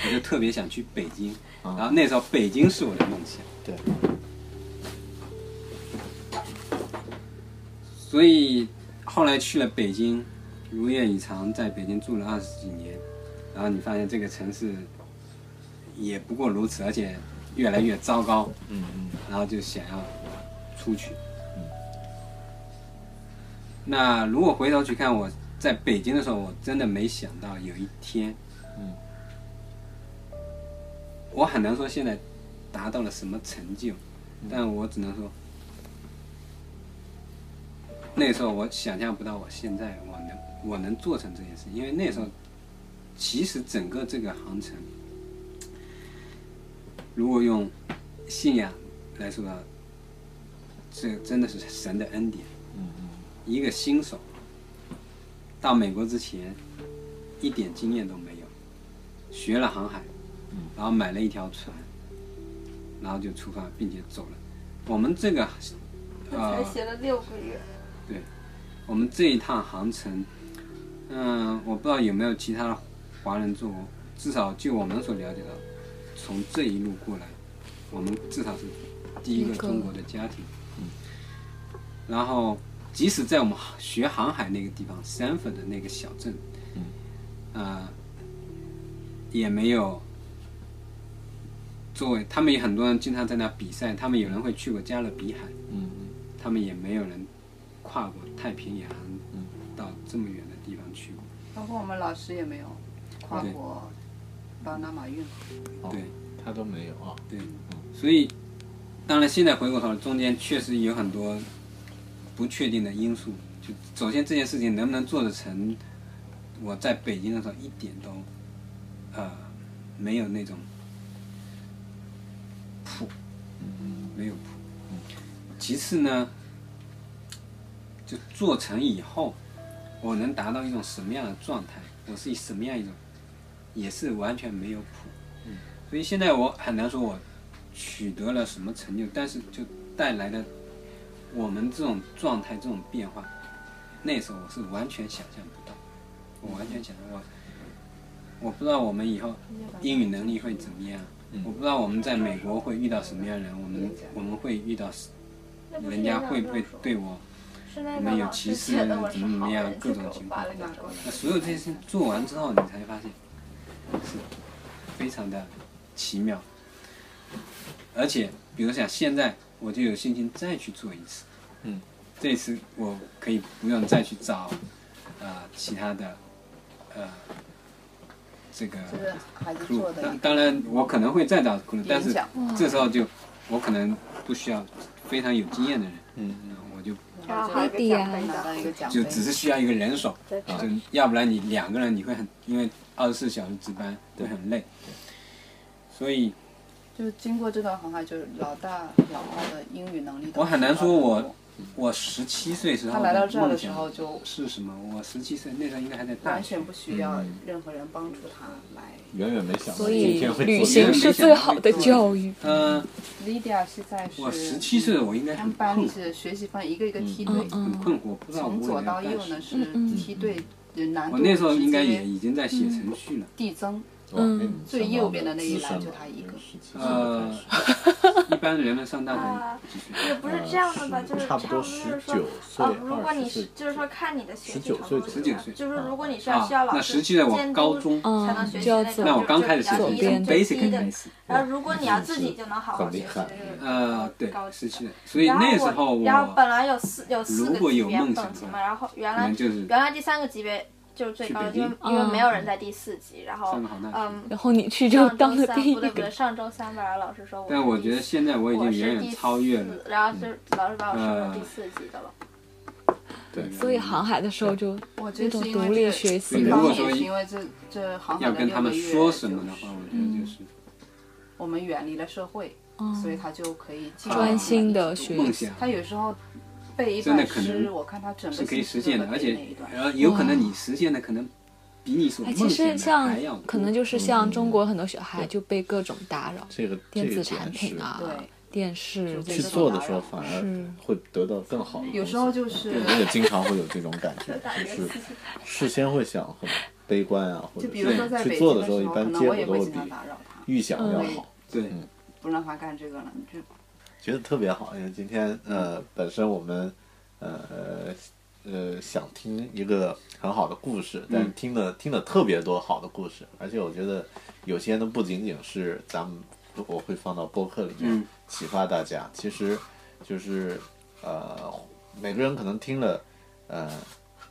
Speaker 3: 我就特别想去北京。然后那时候北京是我的梦想，
Speaker 4: 对，
Speaker 3: 所以后来去了北京，如愿以偿，在北京住了二十几年，然后你发现这个城市也不过如此，而且越来越糟糕，
Speaker 4: 嗯嗯
Speaker 3: 然后就想要出去。那如果回头去看我在北京的时候，我真的没想到有一天，
Speaker 4: 嗯，
Speaker 3: 我很难说现在达到了什么成就，
Speaker 4: 嗯
Speaker 3: 但我只能说，那时候我想象不到我现在我能我能做成这件事，因为那时候其实整个这个航程，如果用信仰来说的话，这真的是神的恩典。
Speaker 4: 嗯嗯，
Speaker 3: 一个新手到美国之前一点经验都没有，学了航海，
Speaker 4: 嗯
Speaker 3: 然后买了一条船，然后就出发，并且走了。我们这个
Speaker 7: 才
Speaker 3: 呃，
Speaker 7: 学了六个月，
Speaker 3: 对，我们这一趟航程，嗯、我不知道有没有其他的华人做过，至少就我们所了解到，从这一路过来，我们至少是第一个
Speaker 6: 一个
Speaker 3: 中国的家庭。然后，即使在我们学航海那个地方，三粉的那个小镇，呃，也没有作为他们也很多人经常在那比赛，他们有人会去过加勒比海，
Speaker 4: 嗯
Speaker 3: 他们也没有人跨过太平洋到这么远的地方去过。
Speaker 5: 包括我们老师也没有跨
Speaker 3: 对
Speaker 5: 过巴拿马运河。
Speaker 4: 哦
Speaker 3: 对，
Speaker 4: 他都没有啊，
Speaker 3: 对，所以当然现在回过头，中间确实有很多不确定的因素。就首先这件事情能不能做得成，我在北京的时候一点都呃没有那种谱，没有谱。其次呢，就做成以后，我能达到一种什么样的状态，我是以什么样一种，也是完全没有谱。所以现在我很难说我取得了什么成就，但是就带来的我们这种状态、这种变化，那时候我是完全想象不到，我完全想象不到我，我不知道我们以后英语能力会怎么样，我不知道我们在美国会遇到什么样的人，我们我们会遇到
Speaker 7: 那不是
Speaker 3: 人家
Speaker 7: 那
Speaker 3: 会
Speaker 7: 个
Speaker 3: 不会
Speaker 7: 老师
Speaker 3: 对我
Speaker 7: 是那
Speaker 3: 我
Speaker 7: 个
Speaker 3: 们有
Speaker 7: 老
Speaker 3: 歧
Speaker 7: 师
Speaker 3: 视
Speaker 7: 觉得我
Speaker 3: 怎
Speaker 7: 是
Speaker 3: 么怎
Speaker 7: 好
Speaker 3: 么样
Speaker 7: 人，
Speaker 3: 各
Speaker 7: 就
Speaker 3: 种
Speaker 7: 给我
Speaker 3: 情
Speaker 7: 发
Speaker 3: 况
Speaker 7: 了。两个
Speaker 3: 那所有这些事情做完之后，你才发现是非常的奇妙。而且，比如想现在我就有信心再去做一次，
Speaker 4: 嗯，
Speaker 3: 这次我可以不用再去找呃其他的呃这个
Speaker 5: 这是孩子
Speaker 3: crew
Speaker 5: 做的一
Speaker 3: 当
Speaker 5: 个
Speaker 3: 当然，我可能会再找 crew，但是
Speaker 5: 影响
Speaker 3: 这时候就我可能不需要非常有经验的人，
Speaker 4: 嗯
Speaker 3: 嗯，我就
Speaker 7: 然后还有一个奖杯
Speaker 5: 拿到一个奖
Speaker 3: 就
Speaker 5: 杯，
Speaker 3: 只是需要一个人手，
Speaker 7: 对
Speaker 3: 就要不然你两个人你会很，因为二十四小时值班会很累，所以
Speaker 5: 就是经过这段航海，就是老大老二的英语能力都
Speaker 3: 我很难说我我十七岁时候，
Speaker 9: 他来到这儿的
Speaker 3: 忘记
Speaker 9: 时
Speaker 3: 了
Speaker 9: 候就是
Speaker 3: 什么？我十七岁那时候应该还在大
Speaker 9: 完
Speaker 3: 学，
Speaker 9: 全不需要
Speaker 3: 嗯
Speaker 9: 任何人帮助他来。
Speaker 4: 远远没想
Speaker 9: 所以
Speaker 4: 旅行是
Speaker 9: 最好的教
Speaker 3: 育。嗯、
Speaker 9: Lydia 是在
Speaker 3: 我十七岁我应该
Speaker 9: 他们
Speaker 3: 很
Speaker 9: 班
Speaker 3: 困
Speaker 9: 是学习方一个一个梯队，
Speaker 3: 很困惑，不知道
Speaker 9: 从
Speaker 3: 我
Speaker 9: 左到右呢是梯队呃难度
Speaker 3: 我
Speaker 9: 直接。
Speaker 3: 那时候应该也已经在写程序了。
Speaker 9: 递增，
Speaker 4: 哎
Speaker 3: 嗯
Speaker 9: 最右边的那一栏就他一个。
Speaker 3: 呃， [laughs] 一般人们上大
Speaker 7: 啊
Speaker 3: 学几岁？
Speaker 7: 也不是这样的吧，就是
Speaker 3: 嗯差
Speaker 7: 差
Speaker 3: 不
Speaker 7: 不
Speaker 3: 多
Speaker 7: 多就是说
Speaker 3: 19，岁
Speaker 7: 呃，如果你
Speaker 3: 20岁
Speaker 7: 是就是说看你的学习
Speaker 3: 19
Speaker 7: 程
Speaker 3: 岁
Speaker 7: 度
Speaker 3: 左
Speaker 7: 怎
Speaker 3: 右
Speaker 7: 么样，
Speaker 3: 19岁
Speaker 7: 就是如果你是
Speaker 3: 啊
Speaker 7: 要需要老
Speaker 3: 那
Speaker 7: 师
Speaker 3: 实际上我
Speaker 7: 监
Speaker 3: 高
Speaker 7: 督
Speaker 3: 中
Speaker 7: 才能学习
Speaker 3: 嗯
Speaker 7: 那
Speaker 3: 那我
Speaker 7: 种，
Speaker 3: 刚
Speaker 7: 就是
Speaker 3: 开
Speaker 7: 比
Speaker 3: 始
Speaker 7: 较
Speaker 3: 学
Speaker 7: 低的、
Speaker 3: 习
Speaker 7: 最
Speaker 3: basic
Speaker 7: 低的
Speaker 3: 开始。
Speaker 7: 然后如果你要自己就能好好学习，
Speaker 3: 嗯呃，对，十七岁，所以
Speaker 7: 然后
Speaker 3: 那时候我，
Speaker 7: 然后本来有四有四
Speaker 3: 如
Speaker 7: 个
Speaker 3: 果
Speaker 7: 级
Speaker 3: 有
Speaker 7: 别
Speaker 3: 梦想
Speaker 7: 等级嘛，然后原来、
Speaker 3: 可能就是
Speaker 7: 原来第三个级别就是最
Speaker 3: 去
Speaker 7: 高的，
Speaker 3: 北
Speaker 7: 因为
Speaker 3: 京
Speaker 7: 因为
Speaker 3: 嗯
Speaker 7: 没有人在第四级，然后
Speaker 3: 上得好大学
Speaker 7: 嗯，
Speaker 8: 然后你去就
Speaker 7: 上周
Speaker 8: 当了
Speaker 7: 三
Speaker 8: 第
Speaker 7: 不对不
Speaker 8: 一个
Speaker 7: 对，上周三本来老师说我，
Speaker 3: 但我觉得现在我已经
Speaker 7: 是
Speaker 3: 远
Speaker 7: 第
Speaker 3: 远
Speaker 7: 四
Speaker 3: 超越了。
Speaker 7: 然后是老师把我升到
Speaker 3: 呃
Speaker 7: 第四级的了。
Speaker 3: 对，
Speaker 8: 所以航海的时候就
Speaker 9: 我觉
Speaker 8: 那
Speaker 9: 得
Speaker 8: 种
Speaker 9: 是因为
Speaker 8: 独立学习
Speaker 9: 一
Speaker 8: 嘛，
Speaker 9: 方面
Speaker 3: 说
Speaker 9: 也是
Speaker 3: 一
Speaker 9: 因为这这行
Speaker 3: 要
Speaker 9: 行的
Speaker 3: 跟
Speaker 9: 六
Speaker 3: 他
Speaker 9: 个
Speaker 3: 们
Speaker 9: 月，嗯
Speaker 3: 说什么的话，我觉得就是
Speaker 7: 嗯
Speaker 9: 我们远离了社会，所以他就可以进入
Speaker 8: 哦专心地学习
Speaker 3: 梦想
Speaker 9: 他有时候背一
Speaker 3: 真的
Speaker 9: 段
Speaker 3: 可
Speaker 9: 诗，
Speaker 3: 能
Speaker 9: 我看他整个
Speaker 3: 是可以
Speaker 9: 星
Speaker 3: 实
Speaker 9: 期
Speaker 3: 现
Speaker 9: 都
Speaker 3: 的，
Speaker 9: 在
Speaker 3: 而
Speaker 9: 背
Speaker 3: 且
Speaker 9: 那一段
Speaker 3: 然后有可能你实现的可能比你所
Speaker 8: 哎，
Speaker 3: 梦
Speaker 8: 其实
Speaker 3: 想的
Speaker 8: 像
Speaker 3: 还要多
Speaker 8: 可能就是
Speaker 4: 嗯
Speaker 8: 像中国很多小孩就被各种打扰，
Speaker 4: 这个
Speaker 8: 电
Speaker 4: 这
Speaker 8: 子
Speaker 4: 个
Speaker 8: 产
Speaker 4: 点
Speaker 8: 品
Speaker 4: 是
Speaker 8: 啊
Speaker 4: 对，
Speaker 8: 电视
Speaker 4: 去做的时候反而会得到更好的东西。
Speaker 9: 有时候就是
Speaker 4: 对我也经常会有这种感觉，就是事先会想很悲观啊，或者
Speaker 9: 就比如说在
Speaker 4: 是去
Speaker 9: 北
Speaker 4: 做
Speaker 9: 京的
Speaker 4: 时候，
Speaker 9: 时
Speaker 4: 一
Speaker 9: 候
Speaker 4: 般
Speaker 9: 可能
Speaker 4: 结
Speaker 9: 我
Speaker 4: 果
Speaker 9: 也
Speaker 4: 都
Speaker 9: 会
Speaker 4: 会
Speaker 9: 经
Speaker 4: 比
Speaker 9: 常打扰嗯他
Speaker 4: 预想要好。
Speaker 3: 对，
Speaker 9: 不让他干这个了，你就
Speaker 4: 觉得特别好，因为今天呃，本身我们呃呃想听一个很好的故事，但是
Speaker 3: 嗯
Speaker 4: 听了、听了特别多好的故事，而且我觉得有些呢不仅仅是咱们我会放到播客里面
Speaker 3: 嗯
Speaker 4: 启发大家，其实就是呃每个人可能听了呃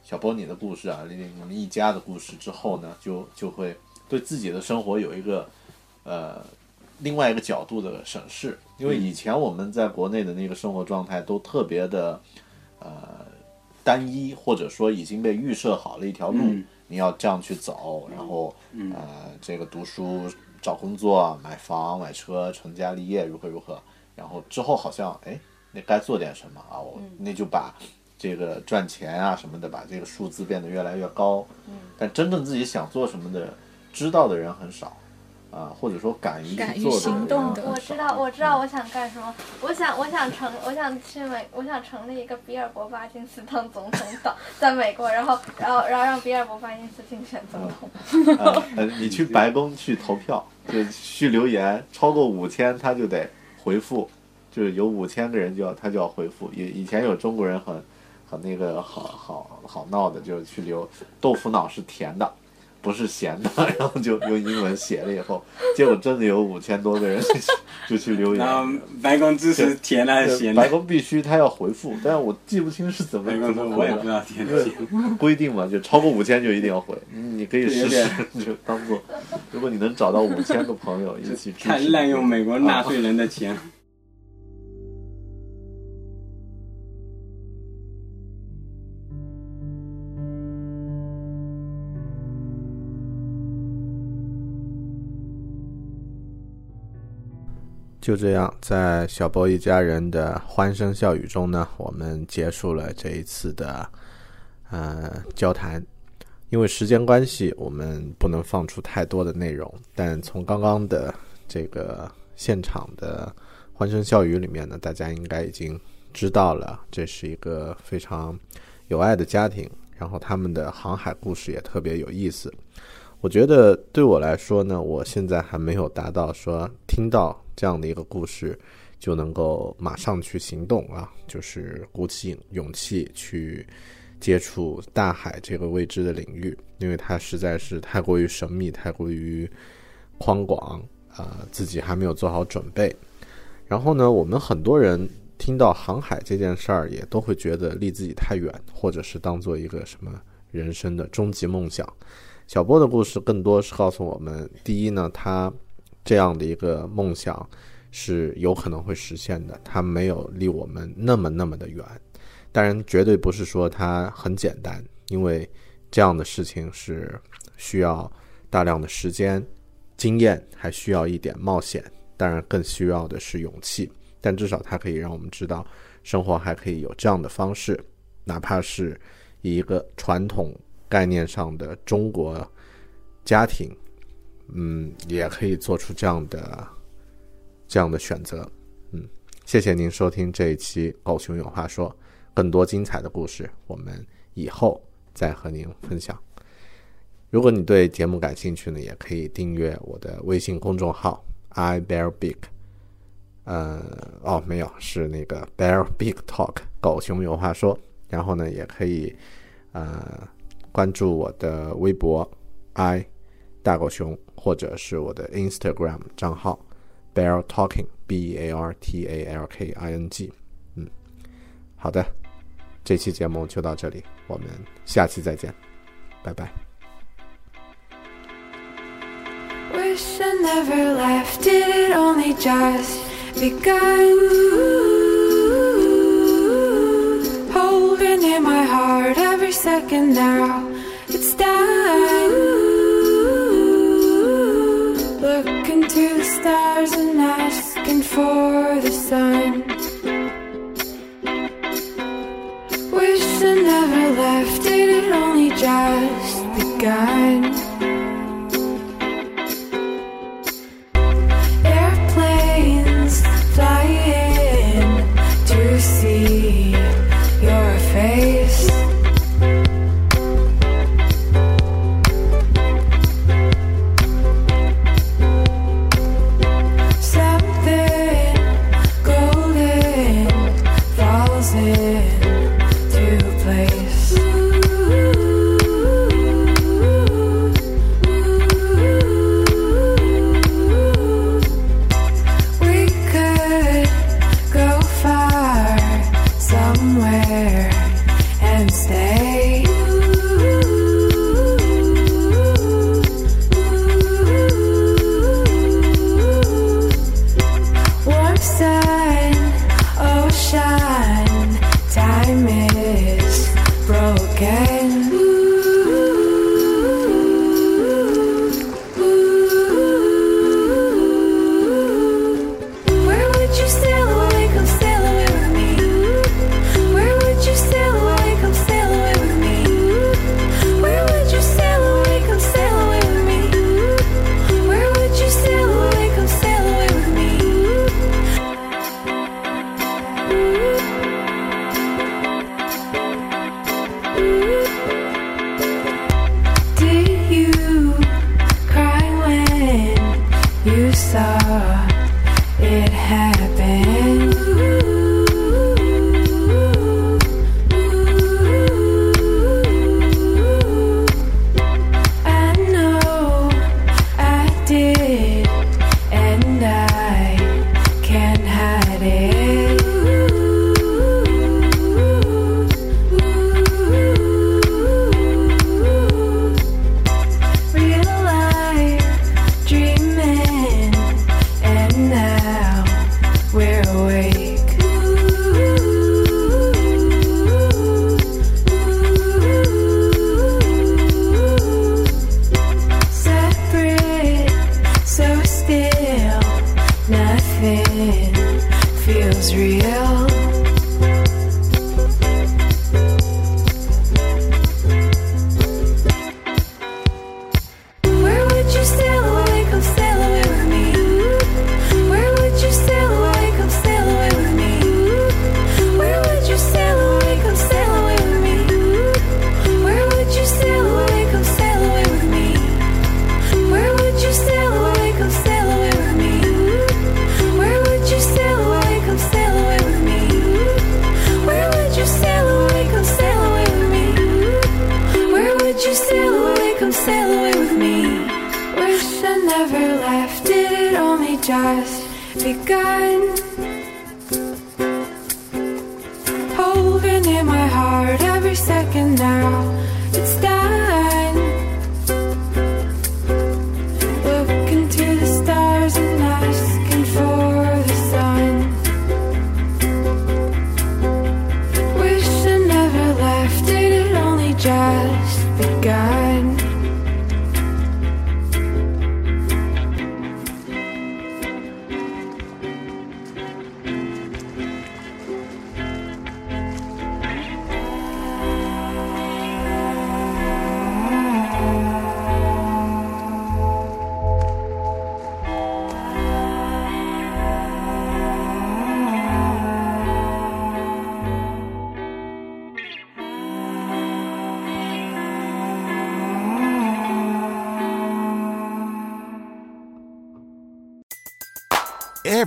Speaker 4: 小波你的故事啊，我们一家的故事之后呢，就就会对自己的生活有一个呃另外一个角度的审视，
Speaker 3: 嗯
Speaker 4: 因为以前我们在国内的那个生活状态都特别的呃单一，或者说已经被预设好了一条路，
Speaker 3: 嗯
Speaker 4: 你要这样去走，然后、
Speaker 3: 嗯
Speaker 4: 呃这个读书、找工作、买房、买车、成家立业，如何如何，然后之后好像哎，那该做点什么啊，我
Speaker 3: 嗯
Speaker 4: 那就把这个赚钱啊什么的，把这个数字变得越来越高，但真正自己想做什么的，知道的人很少，啊、或者说敢于去做的人很
Speaker 7: 我
Speaker 4: 少
Speaker 7: 知道，我知道我想干什么。我想，我想成，我想去美，我想成立一个比尔博巴金斯当总统党，在美国，然后，然后，然后让比尔博巴金斯竞选总统。
Speaker 4: 呃 [laughs] 呃，你去白宫去投票，就去留言，超过五千他就得回复，就是有五千个人就要他就要回复。以以前有中国人很很那个好好好闹的，就是去留豆腐脑是甜的，不是咸的， [laughs] 然后就用英文写了以后，结果真的有五千多个人 [laughs] 就去就去留言。
Speaker 3: 然后白宫支持
Speaker 4: 对
Speaker 3: 甜的还是
Speaker 4: 对
Speaker 3: 咸的
Speaker 4: 白宫必须他要回复，但是我记不清是怎么
Speaker 3: 白宫
Speaker 4: 怎么
Speaker 3: 说我
Speaker 4: 回
Speaker 3: 也
Speaker 4: 的
Speaker 3: 不知道甜
Speaker 4: 因为
Speaker 3: 的咸的
Speaker 4: [laughs] 规定嘛，就超过五千就一定要回，你可以
Speaker 3: 对
Speaker 4: 试
Speaker 3: 有
Speaker 4: 试
Speaker 3: 点，
Speaker 4: 你就当做，如果你能找到五千个朋友一起支持，
Speaker 3: 太滥用美国纳税人的钱。
Speaker 1: 就这样，在小波一家人的欢声笑语中呢，我们结束了这一次的呃交谈。因为时间关系，我们不能放出太多的内容，但从刚刚的这个现场的欢声笑语里面呢，大家应该已经知道了，这是一个非常有爱的家庭，然后他们的航海故事也特别有意思。我觉得对我来说呢，我现在还没有达到说听到这样的一个故事就能够马上去行动啊，就是鼓起勇气去接触大海这个未知的领域，因为它实在是太过于神秘，太过于宽广啊、呃自己还没有做好准备。然后呢，我们很多人听到航海这件事儿，也都会觉得离自己太远，或者是当做一个什么人生的终极梦想。小波的故事更多是告诉我们，第一呢，他这样的一个梦想是有可能会实现的，他没有离我们那么那么的远。当然，绝对不是说它很简单，因为这样的事情是需要大量的时间、经验，还需要一点冒险，当然更需要的是勇气。但至少它可以让我们知道，生活还可以有这样的方式，哪怕是以一个传统概念上的中国家庭，嗯，也可以做出这样的这样的选择。嗯，谢谢您收听这一期《狗熊有话说》，更多精彩的故事，我们以后再和您分享。如果你对节目感兴趣呢，也可以订阅我的微信公众号 i bear big，呃，哦，没有，是那个 bear big talk 狗熊有话说。然后呢，也可以呃关注我的微博 i 大狗熊，或者是我的 Instagram 账号 bear talking b a r t a l k i n g。嗯，好的，这期节目就到这里，我们下期再见，拜拜。
Speaker 2: Wish I never left, did it only just begun? Holding in my heart every second now, it's done. Looking to the stars and asking for the sun. Wish I never left, did it only just begun? airplanes flying to see your face. Something golden falls into place. We could go far somewhere and stay. Warm sun, ocean, time is broken. Where would you sail away? Come sail away with me. Where would you sail away? Come sail away with me. Where would you sail away? Come sail away with me. Where would you sail away? Come sail away with me. Did you cry when you saw? It happened. I know I did, and I can't hide it. Real life dreaming. And now we're awake. Separate, so still, nothing feels real. Where would you sail away? Come sail away with me. Where would you sail away? Come sail away with me. Where would you sail away? Come sail away with me. Where would you sail away? Come sail away with me. Where would you sail away? Come sail away with me. Where would you sail away? Come sail away with me. Where would you sail away? Come sail away with me. Where would you sail away? Come sail away with me. Wish I never left, did it only just begun? Holding in my heart every second now, it's done. Looking to the stars and asking for the sun. Wish I never left, did it only just begun?